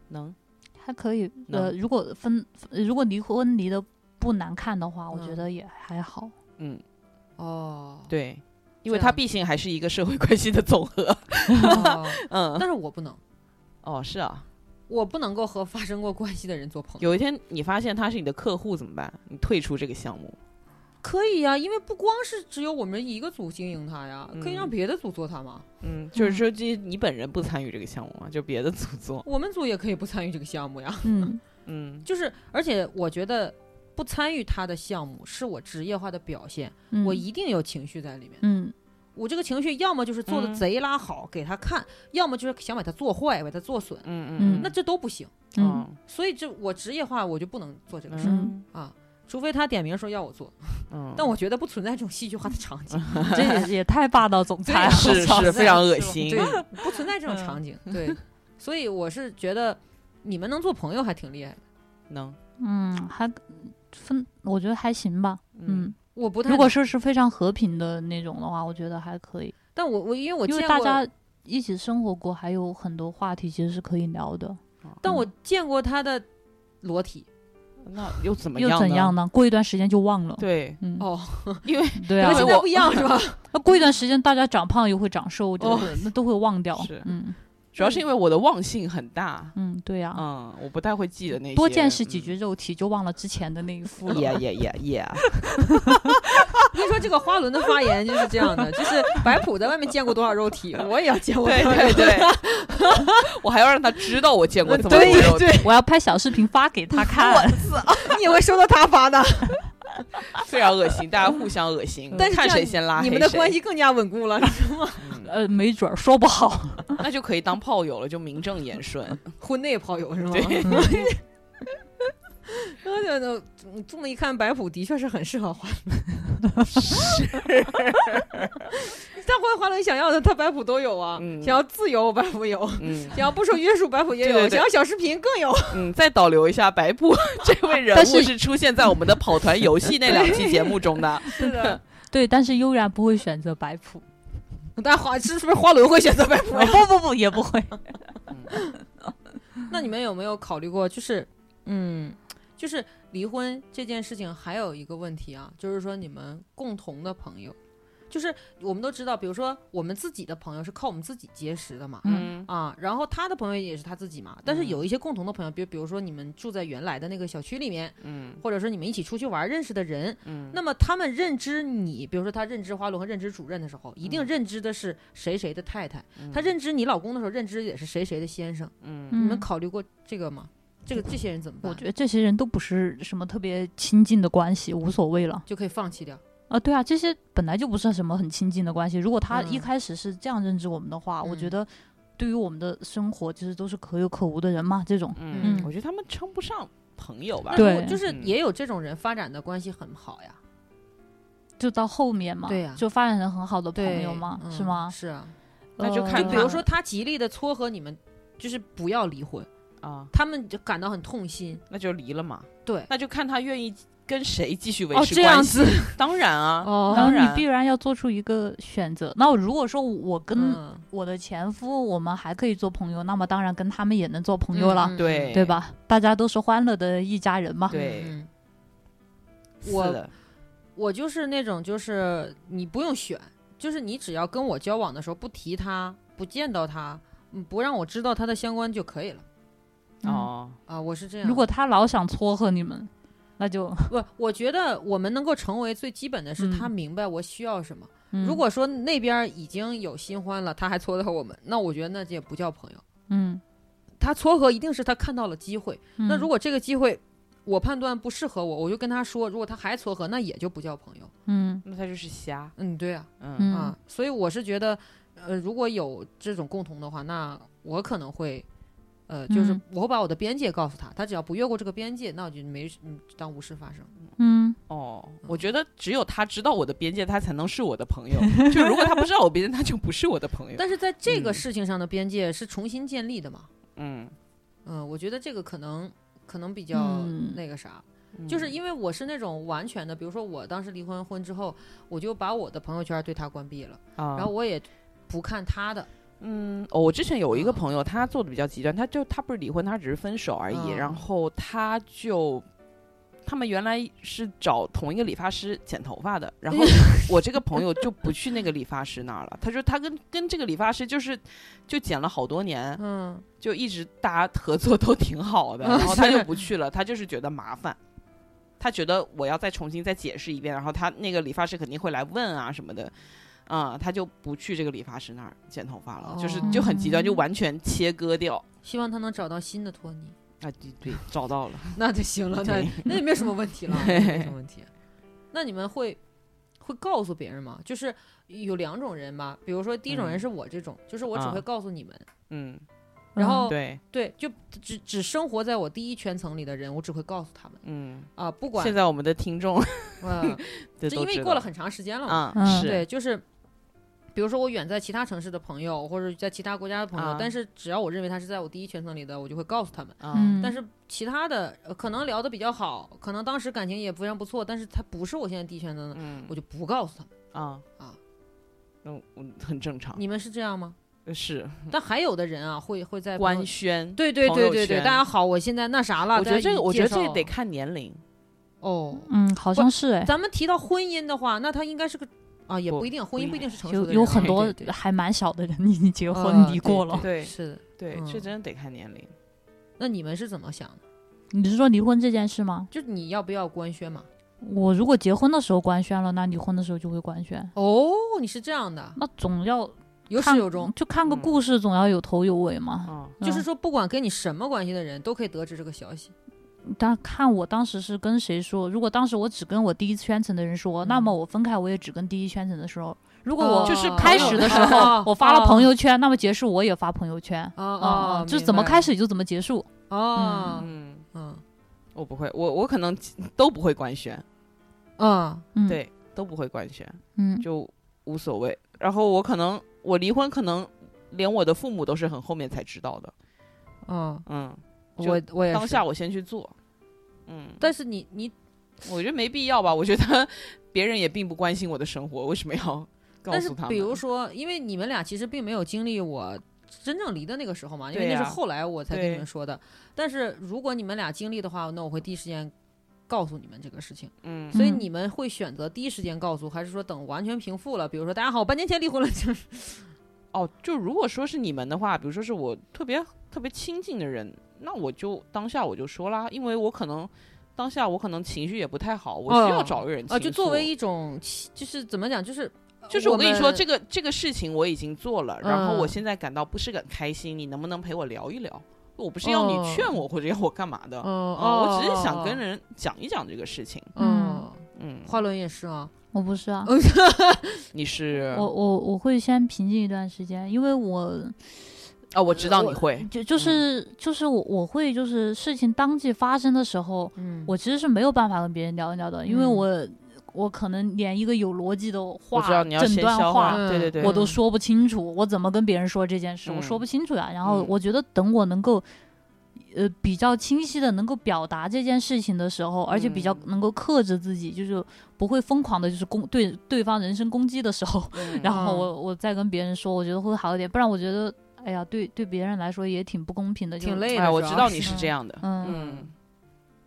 C: 能
B: 还可以，
C: 能
B: 呃，如果分呃如果离婚离的不难看的话，我觉
A: 嗯
B: 得也
A: *laughs*
B: 还好。
C: 嗯
A: 哦，
C: 对，因为
A: 这
C: 它
A: 样
C: 毕竟还是一个社会关系的总和。
A: *laughs* 哦
C: 嗯
A: 但是我不能，
C: 哦是啊，
A: 我不能够和发生过关系的人做朋友。
C: 有一天你发现他是你的客户怎么办？你退出这个项目。
A: 可以呀、因为不光是只有我们一个组经营它呀，可以让
C: 嗯
A: 别的组做它嘛。
C: 嗯，就是说，这你本人不参与这个项目嘛，就别的组做。
A: 我们组也可以不参与这个项目呀。
B: 嗯
C: 嗯，
A: 就是，而且我觉得不参与他的项目是我职业化的表现，
B: 嗯，
A: 我一定有情绪在里面。
B: 嗯
A: 我这个情绪要么就是做的
C: 嗯
A: 贼拉好、给他看，要么就是想把他做坏、把他做损，
C: 嗯
B: 嗯
C: 嗯，
A: 那这都不行。
B: 嗯
C: 嗯
A: 所以这我职业化我就不能做这个事儿、
C: 嗯
A: 啊，除非他点名说要我做，
C: 嗯，
A: 但我觉得不存在这种戏剧化的场景。
B: 这
A: *laughs*
B: 也也太霸道总裁了，
C: 是
B: 我操
C: 是非常恶
A: 对
C: 心。，
A: 不存在这种
B: 嗯
A: 场景。对， *laughs* 所以我是觉得你们能做朋友还挺厉害的。
C: 能，
B: 嗯，还分，我觉得还行吧。嗯，
A: 我不太，
B: 如果是是非常和平的那种的话，我觉得还可以，
A: 但我我因为我
B: 因
A: 见
B: 为
A: 过
B: 大家一起生活过，还有很多话题其实是可以聊的。
C: 哦
A: 但我
B: 嗯
A: 见过他的裸体
C: 那又怎么
B: 又
C: 样？
B: 怎样？呢？过一段时间就忘了。，
C: *laughs* 对，
B: 嗯，
A: 哦， *laughs*
B: 对啊
A: 跟
C: 因为
A: 现，在不一样是
B: *laughs*
A: 吧？
B: 那过一段时间大家长胖又会长瘦，就
C: 哦
B: 会那都会忘掉。
C: 是
B: 嗯
C: 主要是因为我的忘性很大，
B: 嗯，对
A: 啊
B: 呀。
C: 嗯，我不太会记得那些。
B: 多见识几
C: 嗯。
B: 具肉体，就忘了之前的那一
C: *laughs*
B: 副了。
C: 也也也 *laughs* 也，啊
A: 我跟你说，这个花轮的发言就是这样的，就是白普在外面见过多少肉体，我也要见过多
C: 对
A: 少
C: 对
A: 肉体。
C: 对， *laughs* 我还要让他知道我见过这么多
A: 对
C: 肉体。
B: 我要拍小视频发给他看。
A: 你也会收到他发的，
C: 非常恶心，大家互相恶心，
A: *laughs* 但是
C: 看
A: 这样
C: 谁先拉
A: 你
C: 黑
A: 们的
C: 谁
A: 关系更加稳固了， *laughs*
C: 嗯
B: 呃，没准儿说不好。 *laughs*
C: 那就可以当炮友了，就名正言
A: *laughs*
C: 顺。
A: 婚内炮友是吗？
C: 对，
A: *laughs* 我觉得嗯这么一看，白普的确是很适合华伦。 *laughs* 是，但华华伦想要的，他白普都有啊。
C: 嗯
A: 想要自由，白普有；
C: 嗯
A: 想要不受约束，白普也有；
C: 对对对
A: 想要小视频更有。
C: 嗯，再导流一下白布 *laughs* 这位人
B: 但
C: 物
B: 是
C: 是出现在我们的跑团游戏那两期节目中
A: *laughs*
C: 的。
A: 是的，
B: 对，但是悠然不会选择白普，呃
A: 但华是是不是华伦会选择白普？
B: 不不不，也不会。
C: 嗯
A: 那你们有没有考虑过，就是嗯，就是离婚这件事情还有一个问题啊，就是说你们共同的朋友，就是我们都知道，比如说我们自己的朋友是靠我们自己结识的嘛，
C: 嗯
A: 啊，然后他的朋友也是他自己嘛，但是
C: 嗯
A: 有一些共同的朋友，比如比如说你们住在原来的那个小区里面，
C: 嗯
A: 或者说你们一起出去玩认识的人，
C: 嗯，
A: 那么他们认知你，比如说他认知花轮和认知主任的时候，一定
C: 嗯
A: 认知的是谁谁的太太，
C: 嗯
A: 他认知你老公的时候，认知也是谁谁的先生。
C: 嗯
B: 嗯
A: 你们考虑过这个吗？这个这些人怎么办？
B: 我觉得这些人都不是什么特别亲近的关系，无所谓了。
A: 就可以放弃掉。
B: 啊，对啊，这些本来就不是什么很亲近的关系。如果他
A: 嗯
B: 一开始是这样认知我们的话，我觉
A: 嗯
B: 得对于我们的生活其实都是可有可无的人嘛。这种，
C: 嗯，
B: 嗯
C: 我觉得他们称不上朋友吧
A: 那。
B: 对
A: 如果就是
C: 嗯
A: 也有这种人发展的关系很好呀，
B: 就到后面嘛，
A: 对呀啊
B: 就发展成很好的朋
A: 对
B: 友嘛，
A: 嗯啊
B: 是吗？
A: 是啊，
C: 那就看
A: 就
B: 呃
A: 比如说他极力的撮合你们，就是不要离婚，
C: 啊，
A: 他们就感到很痛心。嗯
C: 那就离了嘛。
A: 对，
C: 那就看他愿意跟谁继续维
A: 哦，
C: 持
A: 这样
C: 关系。
A: 子，
C: 当然啊，
A: 哦，
B: 然后
C: 当
B: 你
C: 然
B: 必然要做出一个选择。那如果说我跟
A: 嗯
B: 我的前夫，我们还可以做朋友，那么当然跟他们也能做朋
A: 嗯
B: 友了，
C: 对
B: 对吧？大家都是欢乐的一家人嘛。
C: 对
A: 嗯我
C: 是的，
A: 我就是那种，就是你不用选，就是你只要跟我交往的时候不提他，不见到他，嗯不让我知道他的相关就可以了
B: 嗯
C: 哦，
A: 啊。我是这样。
B: 如果他老想撮合你们，那
A: *laughs*
B: 就
A: 不，我觉得我们能够成为最基本的是
B: 嗯
A: 他明白我需要什么。
B: 嗯
A: 如果说那边已经有新欢了，他还撮合我们，那我觉得那也不叫朋友。
B: 嗯，
A: 他撮合一定是他看到了机会。那
B: 嗯
A: 如果这个机会我判断不适合我，我就跟他说。如果他还撮合，那也就不叫朋友。
B: 嗯
C: 那他就是瞎。
A: 嗯，对啊，
C: 嗯
B: 嗯
A: 啊，所以我是觉得，呃，如果有这种共同的话，那我可能会。呃，就是
B: 嗯
A: 我会把我的边界告诉他，他只要不越过这个边界，那我就没嗯当无事发生。
B: 嗯
C: 哦，我觉得只有他知道我的边界，他才能是我的朋友。就如果他不知道我边界，他就不是我的朋友。
A: 但是在这个
C: 嗯
A: 事情上的边界是重新建立的嘛？
C: 嗯，
A: 嗯，我觉得这个可能可能比较
B: 嗯
A: 那个啥，就是因为我是那种完全的，比如说我当时离婚婚之后，我就把我的朋友圈对他关闭了，
C: 啊，
A: 然后我也不看他的，
C: 嗯，哦我之前有一个
A: 嗯
C: 朋友，他做的比较极端，他就他不是离婚，他只是分手而已。
A: 嗯
C: 然后他就，他们原来是找同一个理发师剪头发的，
A: *laughs*
C: 然后我这个朋友就不去那个理发师那儿了。他说他跟跟这个理发师就是就剪了好多年，
A: 嗯，
C: 就一直大家合作都挺好的，
A: 嗯
C: 然后他
A: 是
C: 就不去了，他就是觉得麻烦。他觉得我要再重新再解释一遍，然后他那个理发师肯定会来问啊什么的，啊、他就不去这个理发师那儿剪头发了，就是
A: 哦
C: 就很极端，就
B: 嗯
C: 完全切割掉
A: 希望他能找到新的托尼， *laughs*
C: 啊，对对，找到了，
A: 那就行了，那
C: 对
A: 那也没有什么问
C: *laughs*
A: 题了，那没什么问题。那你们会会告诉别人吗？就是有两种人吧，比如说第一种人
C: 嗯
A: 是我这种，就是我只
C: 啊
A: 会告诉你们，
C: 嗯，
A: 然
B: 嗯
A: 后
C: 对，
A: 对，就只只生活在我第一圈层里的人，我只会告诉他们
C: 嗯，
A: 啊、不管
C: 现在
A: *laughs*
C: 我们的听众
A: 嗯，
C: *laughs* 这
A: 这因为过了很长时间了嘛，
C: 啊、
B: 嗯
C: 是
A: 对，就是比如说我远在其他城市的朋友，或者在其他国家的朋友，
C: 啊
A: 但是只要我认为他是在我第一圈层里的，我就会告诉他们。
C: 嗯
B: 嗯，
A: 但是其他的、呃可能聊得比较好，可能当时感情也非常不错，但是他不是我现在第一圈层的，
C: 嗯
A: 我就不告诉他们。
C: 啊
A: 啊，
C: 嗯，我很正常，
A: 你们是这样吗？
C: 是
A: 但还有的人啊，会会在朋友
C: 官宣。
A: 对对
C: 朋友
A: 对对对，
C: 圈
A: 大家好，我现在那啥了。
C: 我觉得
A: 大家
C: 这个，
A: 一
C: 我觉得
A: 介绍
C: 这得看年龄，
A: 哦。
B: 嗯，好像是哎，
A: 咱们提到婚姻的话，那他应该是个啊，也
C: 不
A: 不一定，婚姻不一定是成熟
B: 有
A: 的人啊。
B: 有很多
A: 对对对
B: 还蛮小的人已经结婚
A: 呃
B: 离过了。
C: 对
A: 是的。
C: 对，
A: 嗯
C: 这真得看年龄。
A: 那你们是怎么想的？
B: 你是说离婚这件事吗？
A: 就你要不要官宣嘛？
B: 我如果结婚的时候官宣了，那离婚的时候就会官宣。
A: 哦，你是这样的，
B: 那总要
A: 有始
B: 看
A: 有终，
B: 就看个
C: 嗯
B: 故事，总要有头有尾嘛。
C: 啊，
B: 嗯
A: 就是说不管跟你什么关系的人都可以得知这个消息。
B: 但看我当时是跟谁说。如果当时我只跟我第一圈层的人说，
A: 嗯
B: 那么我分开我也只跟第一圈层的时候。如果
A: 哦
B: 我
C: 就是
B: 开
C: 朋友
B: 始的时
A: 哦
B: 候 *laughs* 我发了朋
A: 哦
B: 友圈，那么结束我也发朋友圈。
A: 哦
B: 嗯嗯
A: 哦，
B: 就是
A: 明
B: 怎么
A: 白
B: 开始就怎么结束。
A: 哦，
C: 嗯，
A: 嗯
C: 我不会，我我可能都不会官宣，
A: 嗯
B: 嗯，，
C: 对，都不会官宣，
B: 嗯，
C: 就无所谓。然后我可能我离婚，可能连我的父母都是很后面才知道的，
A: 嗯，
C: 嗯，就
A: 我我也
C: 当
A: 是
C: 下我先去做，嗯，
A: 但是你你
C: 我觉得没必要吧，我觉得 *laughs* 别人也并不关心我的生活，为什么要告
A: 但是
C: 诉他们？
A: 比如说，因为你们俩其实并没有经历我真正离的那个时候嘛，因为
C: 对
A: 那是
C: 呀
A: 后来我才跟你
C: 对
A: 们说的。但是如果你们俩经历的话，那我会第一时间告诉你们这个事情。
C: 嗯，
A: 所以
B: 嗯
A: 你们会选择第一时间告诉，还是说等完全平复了？比如说，大家好，我半年前离婚了，
C: *laughs*
A: 就是
C: 哦，就如果说是你们的话，比如说是我特别特别亲近的人，那我就当下我就说啦，因为我可能当下我可能情绪也不太好，我需
B: 嗯
C: 要
A: 哦
C: 找一个人倾诉、
A: 啊，
B: 呃
A: 就作为一种起，就是怎么讲，就是
C: 就是我跟你说，这
A: 个
C: 个这个事情我已经做了，然后我
A: 嗯
C: 现在感到不是很开心，你能不能陪我聊一聊？我不是要
B: 嗯
C: 你劝我或者要我干嘛的，
A: 嗯
C: 啊
A: 哦，
C: 我只是想跟
A: 哦
C: 人讲一讲这个事情。
A: 嗯，
C: 嗯，
A: 花轮也是啊，
B: 我不是啊，
C: 你是
B: 我我我会先平静一段时间，因为我
C: 哦，我知道你
B: 我
C: 会，
B: 就就是、就是我我会就是事情当即发生的时候，
A: 嗯，
B: 我其实是没有办法跟别人聊一聊的，因为
A: 嗯
B: 我、我可能连一个有逻辑的
C: 我
B: 话
C: 知道你要
B: 诊
C: 先
B: 断
C: 消
B: 话
C: 化，。对对对，
B: 我
A: 嗯
B: 都说不清楚，我怎么跟别人说这件事？我
C: 嗯
B: 说不清楚呀、然后
C: 嗯
B: 我觉得等我能够，呃，比较清晰的能够表达这件事情的时候，而且比较
C: 嗯
B: 能够克制自己，就是不会疯狂的，就是攻对对方人身攻击的时候，
C: 嗯
B: 然后
A: 嗯
B: 我我再跟别人说，我觉得会好一点，不然我觉得，哎呀，对对别人来说也挺不公平的，就
A: 挺累的
C: 哎，我
A: 主
C: 知
A: 要
C: 道
A: 是
C: 你是这样的，
B: 嗯
C: 嗯，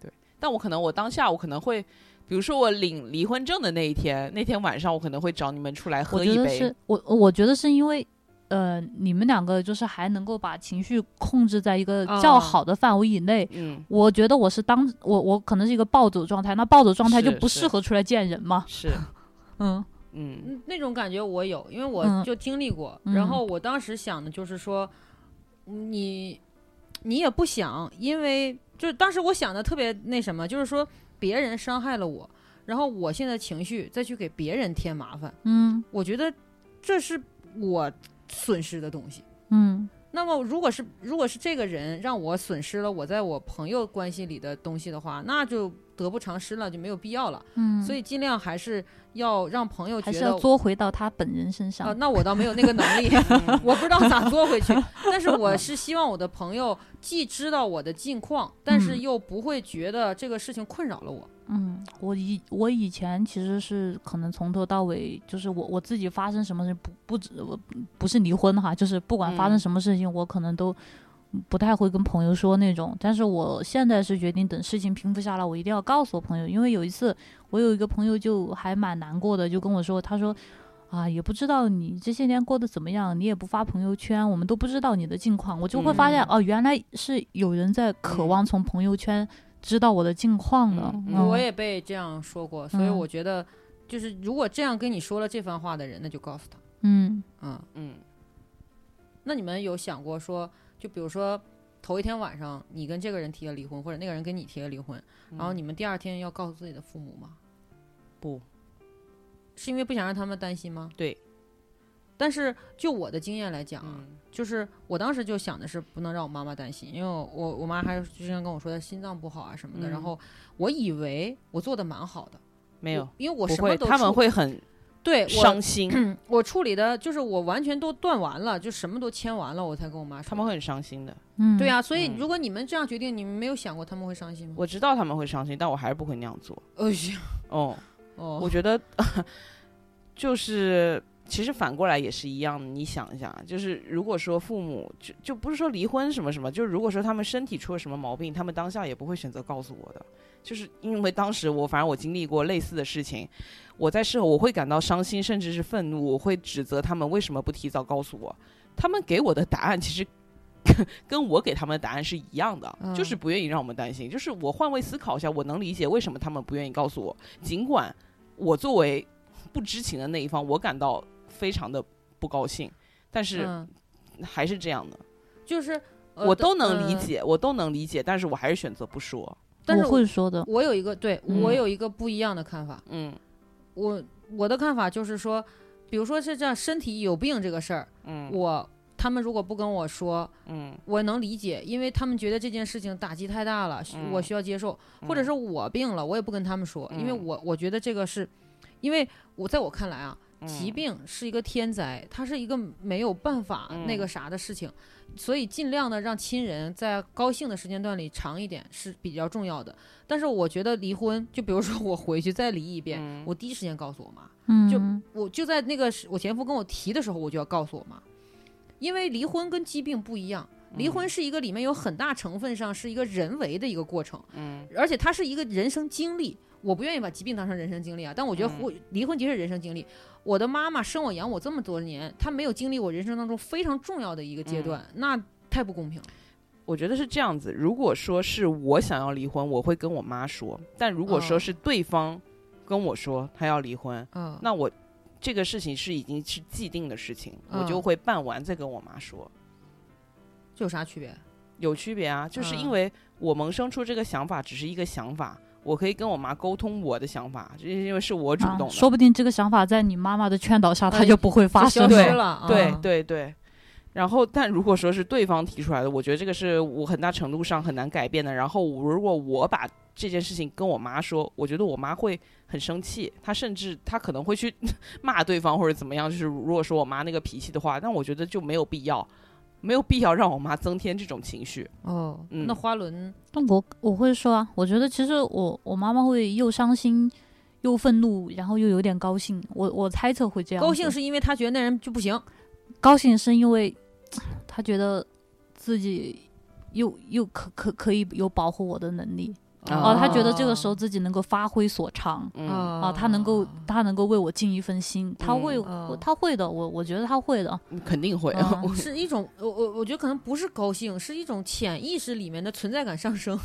C: 对。但我可能我当下我可能会，比如说我领离婚证的那一天，那天晚上我可能会找你们出来
B: 我
C: 喝
B: 觉
C: 一
B: 得
C: 杯
B: 是。我我觉得是因为。呃，你们两个就是还能够把情绪控制在一个较
A: 啊
B: 好的范围以内。
C: 嗯，
B: 我觉得我是当我我可能是一个暴走状态，那暴走状态就是不
C: 是
B: 适合出来见人嘛。 *laughs*
C: 是，
B: 嗯
C: 嗯
A: 嗯那种感觉我有，因为我
B: 嗯
A: 就经历过。
B: 嗯
A: 然后我当时想的就是说，你你也不想，因为就是当时我想的特别那什么，就是说别人伤害了我，然后我现在情绪再去给别人添麻烦，
B: 嗯
A: 我觉得这是我损失的东西。
B: 嗯
A: 那么，如果是如果是这个人让我损失了我在我朋友关系里的东西的话，那就得不偿失了，就没有必要了。
B: 嗯，
A: 所以尽量还是要让朋友觉
B: 还
A: 得
B: 是要捉回到他本人身上。
A: 啊，那我倒没有那个能
B: *laughs*
A: 力，
B: 嗯
A: *laughs* 我不知道咋做回去。但是我是希望我的朋友既知道我的近况，但是
B: 嗯
A: 又不会觉得这个事情困扰了我。
B: 嗯，我以我以前其实是可能从头到尾，就是我我自己发生什么事不不止我不是离婚哈，就是不管发生
C: 嗯
B: 什么事情，我可能都不太会跟朋友说那种。但是我现在是决定等事情平复下来，我一定要告诉我朋友，因为有一次我有一个朋友就还蛮难过的，就跟我说，他说。啊，也不知道你这些年过得怎么样，你也不发朋友圈，我们都不知道你的近况。我就会发现，
C: 嗯
B: 哦，原来是有人在渴
C: 嗯
B: 望从朋友圈知道我的近况的。
C: 嗯
B: 嗯
A: 我也被这样说过，所以
B: 嗯
A: 我觉得，就是如果这样跟你说了这番话的人，那就告诉他，
B: 嗯
A: 嗯，
C: 嗯，
A: 那你们有想过说，就比如说头一天晚上你跟这个人提了离婚，或者那个人跟你提了离婚，然
B: 嗯
A: 后你们第二天要告诉自己的父母吗？
C: 不，
A: 是因为不想让他们担心吗？
C: 对。
A: 但是就我的经验来讲啊，
C: 嗯
A: 就是我当时就想的是不能让我妈妈担心，因为我我我妈还之前跟我说她心脏不好啊什么的，
C: 嗯
A: 然后我以为我做的蛮好的，
C: 没有
A: 我，因为我
C: 不
A: 什么
C: 会，
A: 都
C: 他们
A: 出
C: 会很
A: 对我
C: 伤心，
B: 嗯
A: 我处理的就是我完全都断完了，就什么都签完了，我才跟我妈说。
C: 他们会很伤心的。
B: 嗯，
A: 对、啊，所以
C: 嗯
A: 如果你们这样决定，你们没有想过他们会伤心吗？ *laughs*
C: 我知道他们会伤心，但我还是不会那样做。
A: 哎呀，
C: 哦，
A: 哦，
C: *laughs* 我觉得就是其实反过来也是一样的。你想一下，就是如果说父母就就不是说离婚什么什么，就是如果说他们身体出了什么毛病，他们当下也不会选择告诉我的，就是因为当时我反正我经历过类似的事情，我在事后我会感到伤心，甚至是愤怒，我会指责他们为什么不提早告诉我。他们给我的答案其实跟我给他们的答案是一样的，
A: 嗯
C: 就是不愿意让我们担心。就是我换位思考一下，我能理解为什么他们不愿意告诉我，尽管我作为不知情的那一方，我感到非常的不高兴，但是
A: 嗯、
C: 还是这样的，
A: 就是、呃
C: 我都能理。
A: 呃
C: 解，我都能理解，但是我还是选择不说。
A: 但是
B: 我会说的，
A: 我有一个对、
C: 嗯
A: 我有一个不一样的看法，
C: 嗯
A: 我我的看法就是说，比如说是这样，身体有病这个事儿，
C: 嗯
A: 我他们如果不跟我说，
C: 嗯，
A: 我能理解，因为他们觉得这件事情打击太大了，需我
C: 嗯
A: 需要接受，或者
C: 嗯
A: 是我病了，我也不跟他们说，因为
C: 嗯
A: 我我觉得这个是，因为我在我看来啊，
C: 嗯
A: 疾病是一个天灾，它是一个没有办法
C: 嗯
A: 那个啥的事情，所以尽量的让亲人在高兴的时间段里长一点是比较重要的。但是我觉得离婚，就比如说我回去再离一遍，
C: 嗯
A: 我第一时间告诉我妈，
B: 嗯，
A: 就我就在那个时我前夫跟我提的时候，我就要告诉我妈，因为离婚跟疾病不一样，离
C: 嗯
A: 婚是一个里面有很大成分上是一个人为的一个过程，
C: 嗯
A: 而且它是一个人生经历。我不愿意把疾病当成人生经历啊，但我觉得
C: 嗯
A: 婚离婚的确是人生经历。我的妈妈生我养我这么多年，她没有经历我人生当中非常重要的一个阶段，
C: 嗯
A: 那太不公平了。
C: 我觉得是这样子。如果说是我想要离婚，我会跟我妈说；但如果说
A: 哦
C: 是对方跟我说他要离婚，
A: 嗯，
C: 那我这个事情是已经是既定的事情，我就
A: 嗯
C: 会办完再跟我妈说。
A: 这有啥区别？
C: 有区别啊，就是因
A: 嗯
C: 为我萌生出这个想法只是一个想法，我可以跟我妈沟通我的想法，这是因为是我主
B: 啊
C: 动的。
B: 说不定这个想法在你妈妈的劝导下，它
A: 哎
B: 就不会发
A: 就
B: 生
A: 消
B: 了。
A: 失
C: 对
A: 了啊，
C: 对对对。然后，但如果说是对方提出来的，我觉得这个是我很大程度上很难改变的。然后，如果我把这件事情跟我妈说，我觉得我妈会很生气，她甚至她可能会去 *laughs* 骂对方或者怎么样。就是如果说我妈那个脾气的话，那我觉得就没有必要，没有必要让我妈增添这种情绪。
A: 哦，
C: 嗯
A: 那花轮，
B: 但我我会说啊，我觉得其实我我妈妈会又伤心，又愤怒，然后又有点高兴。我我猜测会这样子。
A: 高兴是因为他觉得那人就不行，
B: 高兴是因为她觉得自己又又可可可以有保护我的能力，
A: 啊
B: 哦、
C: 哦
B: 她觉得这个时候自己能够发挥所长。
C: 嗯
B: 啊，她能够，她能够为我尽一份心，她会，
A: 嗯
B: 我她会的，我我觉得她会的，
C: 肯定 *laughs* 会。
B: 嗯
A: 哦是一种我我我觉得可能不是高兴，是一种潜意识里面的存在感上升。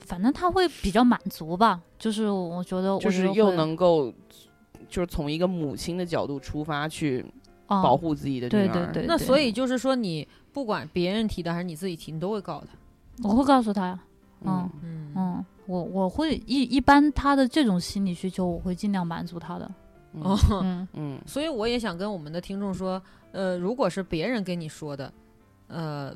B: 反正她会比较满足吧，就是我觉得，我
C: 就是
B: 觉得
C: 又
B: 会
C: 能够，就是从一个母亲的角度出发去
B: 啊
C: 保护自己的女
B: 对
C: 儿。
B: 对
A: *laughs*
B: 对
A: 那所以就是说，你不管别人提的还是你自己提，你都会告他。
B: 我会告诉她呀，嗯
A: 嗯
B: 嗯，我我会一一般他的这种心理需求，我会尽量满足他的。
C: 嗯
A: 哦
C: 嗯，
B: 嗯，
C: 嗯
A: 所以我也想跟我们的听众说，呃，如果是别人跟你说的，呃，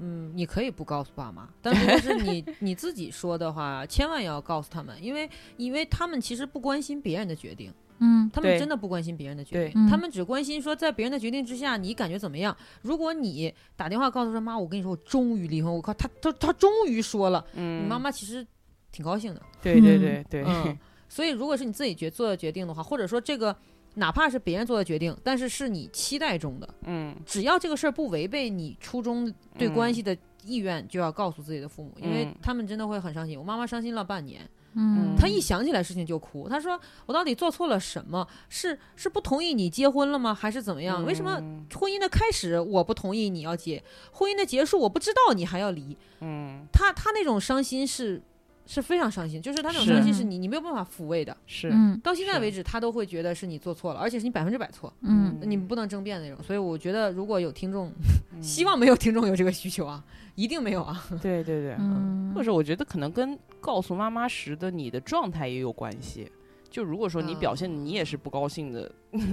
A: 嗯，你可以不告诉爸妈，但如果是你你自己说的话，千万要告诉他们，因为因为他们其实不关心别人的决定，
B: 嗯，
A: 他们
C: 对
A: 真的不关心别人的决
C: 对
A: 定，他
B: 嗯
A: 们只关心说在别人的决定之下你感觉怎么样。如果你打电话告诉他妈，我跟你说我终于离婚，我靠，他他他终于说了，你
C: 嗯
A: 妈妈其实挺高兴的。
C: 对对
B: 嗯
C: 对对，
A: 嗯，所以如果是你自己决做的决定的话，或者说这个哪怕是别人做的决定，但是是你期待中的，
C: 嗯
A: 只要这个事儿不违背你初衷对关
C: 嗯
A: 系的意愿，就要告诉自己的父母，因为
C: 嗯
A: 他们真的会很伤心。我妈妈伤心了半年，
B: 嗯，
A: 她一想起来事情就哭，她说我到底做错了什么？是是不同意你结婚了吗？还是怎么样？为什么？
C: 嗯
A: 婚姻的开始我不同意你要结，婚姻的结束我不知道你还要离，
C: 嗯
A: 她她那种伤心是是非常伤心，就是她那种
C: 是
A: 伤心是你你没有办法抚慰的，
C: 是
B: 嗯
A: 到现在
C: 是
A: 为止，他都会觉得是你做错了，而且是你百分之百错，
B: 嗯，
A: 你不能争辩那种。所以我觉得，如果有听众，
C: 嗯
A: 希望没有听众有这个需求啊，一定没有啊。 *laughs*
C: 对对对，
B: 嗯
C: 或者我觉得可能跟告诉妈妈时的你的状态也有关系。就如果说你表
A: 嗯
C: 现你也是 *laughs* 不高兴的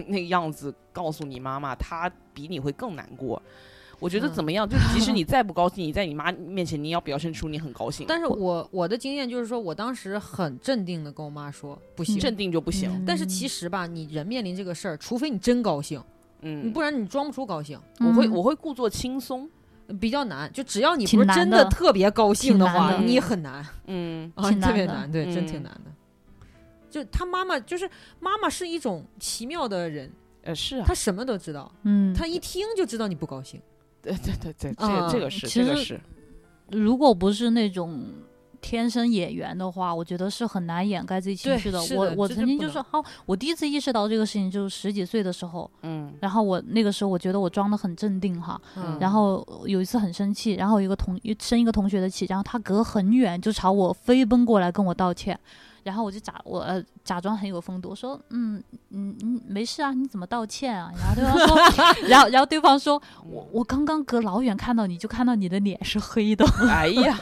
C: 那个样子，告诉你妈妈，她比你会更难过。我觉得
A: 嗯
C: 怎么样，就是即
A: *laughs*
C: 使你再不高兴，你在你妈面前你也要表现出你很高兴，
A: 但是我我的经验就是说，我当时很镇定的跟我妈说不行。
C: 嗯镇定就不
B: 嗯
C: 行。
A: 但是其实吧，你人面临这个事儿，除非你真高兴，
C: 嗯，
A: 你不然你装不出高兴，
C: 我会
B: 嗯
C: 我会故作轻松，
A: 比较难。就只要你
B: 挺
A: 不是
B: 难
A: 真
B: 的
A: 特别高兴的
B: 挺
A: 话，
C: 难的
A: 你很难
C: 嗯
A: 啊，
B: 挺
A: 特
B: 难
A: 别
B: 的
A: 难，对，真挺
C: 嗯
A: 难的。就他妈妈，就是妈妈是一种奇妙的人，
C: 呃是啊，
A: 她什么都知道，
B: 嗯，
A: 她一听就知道你不高兴。
C: 对对对对，这
A: 啊
C: 个这个是
B: 其
C: 这个
B: 实
C: 是，
A: *laughs*
B: 如果不是那种天生演员的话，我觉得是很难掩盖自己情
A: 对
B: 绪
A: 是
B: 我
A: 的
B: 我
A: 这
B: 曾
A: 是
B: 经
A: 不
B: 就
A: 能
B: 是哦，我第一次意识到这个事情就是十几岁的时候，
A: *laughs*
C: 嗯
B: 然后我那个时候我觉得我装的很镇定哈，
A: 嗯，
B: 然后有一次很生气，然后有一个同一生一个同学的气，然后他隔很远就朝我飞奔过来跟我道歉，然后我就假我、呃、假装很有风度，我说嗯嗯嗯没事啊，你怎么道歉啊？然后对方
A: *laughs*
B: 说，然后然后对方说我我刚刚隔老远看到你就看到你的脸是黑的，
A: *laughs*
C: 哎呀，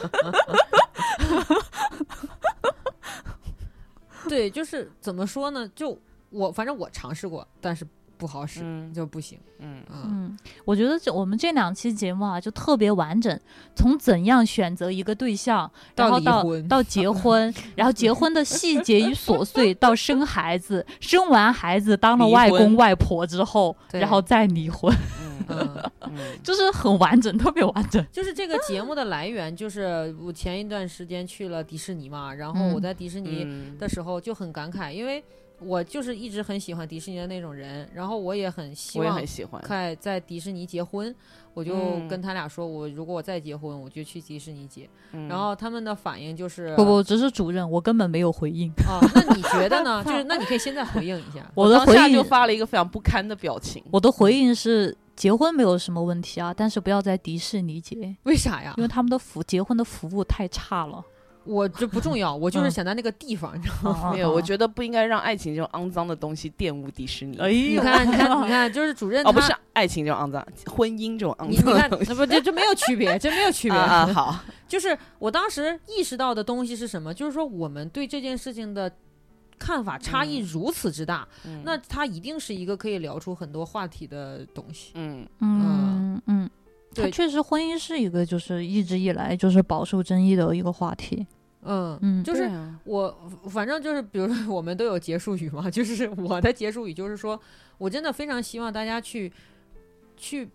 A: 对，就是怎么说呢？就我反正我尝试过，但是不好使，
C: 嗯
A: 就不行。
C: 嗯
A: 嗯，
B: *laughs* 嗯，我觉得这我们这两期节目啊就特别完整，从怎样选择一个对象，然
A: 到
B: 后
A: 离
B: 到
A: 婚
B: 到结婚，然后结婚的细节与琐碎，到生孩子，生完孩子当了
C: 离
B: 外公
C: 婚
B: 外婆之后，
A: 对
B: 然后再离婚， *laughs*
A: *laughs*
C: 嗯
A: 嗯。
C: 嗯
B: 就是很完整，特别完整。
A: 就是这个节目的来源，就是我前一段时间去了迪士尼嘛，然后
B: 嗯
A: 我在迪士尼
C: 嗯
A: 的时候就很感慨，因为我就是一直很喜欢迪士尼的那种人，然后我也很希
C: 我也
A: 望
C: 很喜欢，
A: 在在迪士尼结婚，我就
C: 嗯
A: 跟他俩说，我如果我再结婚，我就去迪士尼结。
C: 嗯
A: 然后他们的反应就是
B: 不不，只是主任，我根本没有回应。
A: 啊，那你觉得
C: *laughs*
A: 呢？就是那你可以现在回应一下，
B: 我的
C: 当
B: 回
C: 下就
B: 应，
C: 发了一个非常不堪的表情，
B: 我的回应是结婚没有什么问题啊，但是不要在迪士尼结，因
A: 为啥呀？
B: 为他们的服结婚的服务太差 *laughs* 了。
A: 我这不重要，我就是
B: 嗯
A: 想在那个地方，你知道吗？
B: 啊
C: *laughs* 没有，我觉得不应该让爱情这种肮脏的东西玷污迪士尼。
B: 哎
A: 你
B: 呦， *laughs*
A: 看，你
C: *laughs*
A: 看，你看，就是主任
C: 哦，不
A: 他
C: 是啊爱情这种肮脏，婚姻这种肮
A: 你你
C: 脏
A: 看，
C: 的东西。
A: 那不这这没有区别，这没有区别。
C: 啊 *laughs* 啊，好，
A: 就是我当时意识到的东西是什么，就是说我们对这件事情的看法差异
C: 嗯
A: 如此之大，
C: 嗯
A: 那它一定是一个可以聊出很多话题的东西。
C: 嗯
B: 嗯嗯，它
A: 对
B: 确实婚姻是一个就是一直以来就是饱受争议的一个话题。
A: 嗯
B: 嗯
A: 就是
C: 对啊
A: 我反正就是，比如说我们都有结束语嘛，就是我的结束语就是说，我真的非常希望大家去去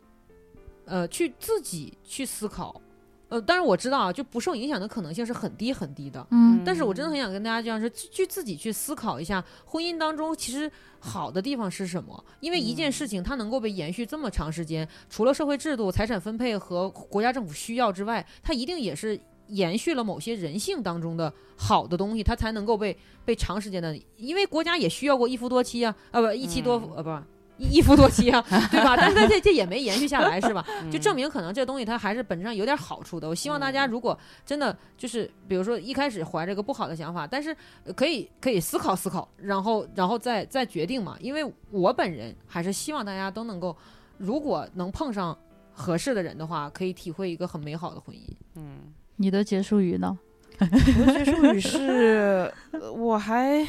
A: 呃去自己去思考。呃，但是我知道啊，就不受影响的可能性是很低很低的。
B: 嗯
A: 但是我真的很想跟大家这样说，去去自己去思考一下，婚姻当中其实好的地方是什么？因为一件事情它能够被延续这么长时间，除了社会制度、财产分配和国家政府需要之外，它一定也是延续了某些人性当中的好的东西，它才能够被被长时间的，因为国家也需要过一夫多妻啊，啊不一妻多夫、呃不。一一夫多妻啊， *laughs* 对吧？但是它这这也没延续下来，是吧？
C: 嗯
A: 就证明可能这东西它还是本质上有点好处的。我希望大家如果真的就是，比如说一开始怀着一个不好的想法，但是呃可以可以思考思考，然后然后再再决定嘛。因为我本人还是希望大家都能够，如果能碰上合适的人的话，可以体会一个很美好的
C: *laughs*
A: 婚姻。
C: 嗯，
B: 你的结束语呢？
C: 我的结束语是，呃我还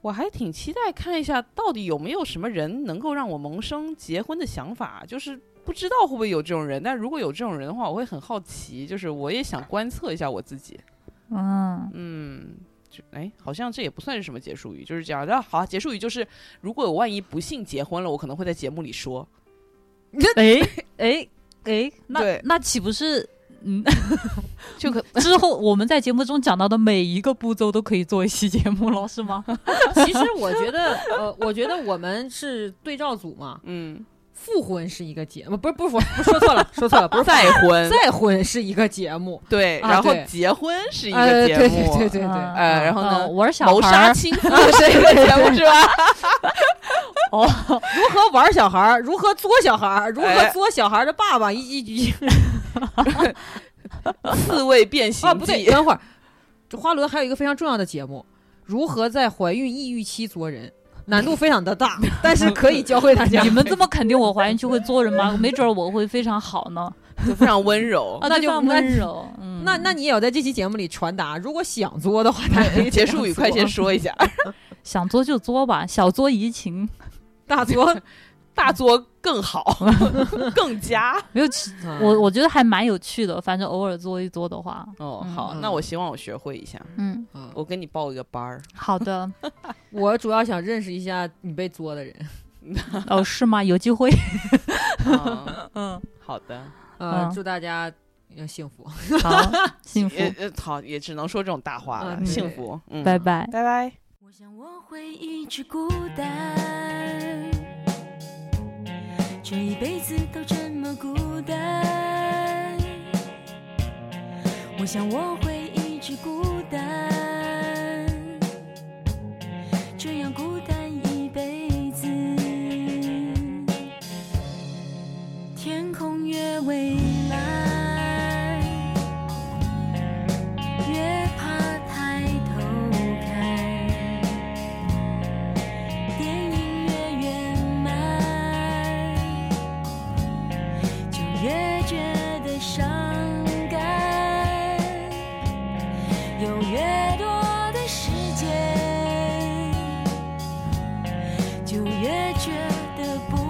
C: 我还挺期待看一下，到底有没有什么人能够让我萌生结婚的想法，就是。不知道会不会有这种人，但如果有这种人的话，我会很好奇，就是我也想观测一下我自己。
B: 嗯，
C: 嗯，就哎，好像这也不算是什么结束语，就是讲那好啊，结束语就是，如果我万一不幸结婚了，我可能会在节目里说，
B: *laughs* 哎哎哎，那
C: 对
B: 那岂不是？嗯，
C: 就可
B: *laughs* 之后我们在节目中讲到的每一个步骤都可以做一期节目了，是吗？
A: 其实我觉得，呃，我觉得我们是对照组嘛，
C: 嗯，
A: 复婚是一个节目，不是不是不是说错
C: *laughs*
A: 了，说错了，不是
C: 再婚，
A: 再婚是一个节目，
C: 对，
A: 啊
C: 然后
A: 对
C: 结婚是一
A: 呃
C: 个节
A: 对
C: 目，
A: 对对对对，
B: 嗯
C: 呃，然后
B: 呃
C: 呢，
B: 玩小
C: 谋
B: 孩
C: 杀
B: 儿
C: 亲夫是一个节目是吧？
B: 哦，
A: 如何玩小孩儿，如何作小孩儿，如何
C: 哎
A: 作小孩儿的爸爸，一一一
C: 刺猬变
A: 啊，
C: 形
A: 不对，
C: 记，
A: 等会儿，这花轮还有一个非常重要的节目，如何在怀孕抑郁期作人，难度非常的
C: *laughs*
A: 大，但是可以教会大家
C: 嗯
B: 你。们这么肯定我怀孕就会做人吗？没准儿我会非常好呢，
C: 就非常温柔。
B: 啊
A: 那
B: 对
A: 就
B: 方
A: 那
B: 温柔。嗯，
A: 那那你也要在这期节目里传达，如果想作的话，大家可以
C: 结束语，快
A: 些
C: 先说一下， *laughs*
B: 想作就作吧，小作怡情。
A: 大作
C: 大作更好，更佳。
B: 没有其，
C: 嗯
A: 啊
B: 我我觉得还蛮有趣的，反正偶尔做一做的话，
C: 哦，
B: 嗯
C: 好，那我希望我学会一下，
B: 嗯，
A: 啊
C: 我跟你报一个班儿。
B: 好的，
A: 我主要想认识一下你被作的人。
B: 哦，是吗？有机会，
C: 嗯
B: *laughs* 嗯，
C: 好的，
A: 呃
B: 嗯，
A: 祝大家呃幸福。
B: 好，幸福，
C: 也呃好，也只能说这种大话了。
A: 嗯
C: 幸
A: 对
C: 福，嗯，
B: 拜拜。
C: 拜拜。
D: 我想我会一直孤单，这一辈子都这么孤单。我想我会一直孤单，这样孤单一辈子。天空越蔚蓝，越怕抬头看，电影越圆满，就越觉得伤感。有越多的时间，就越觉得不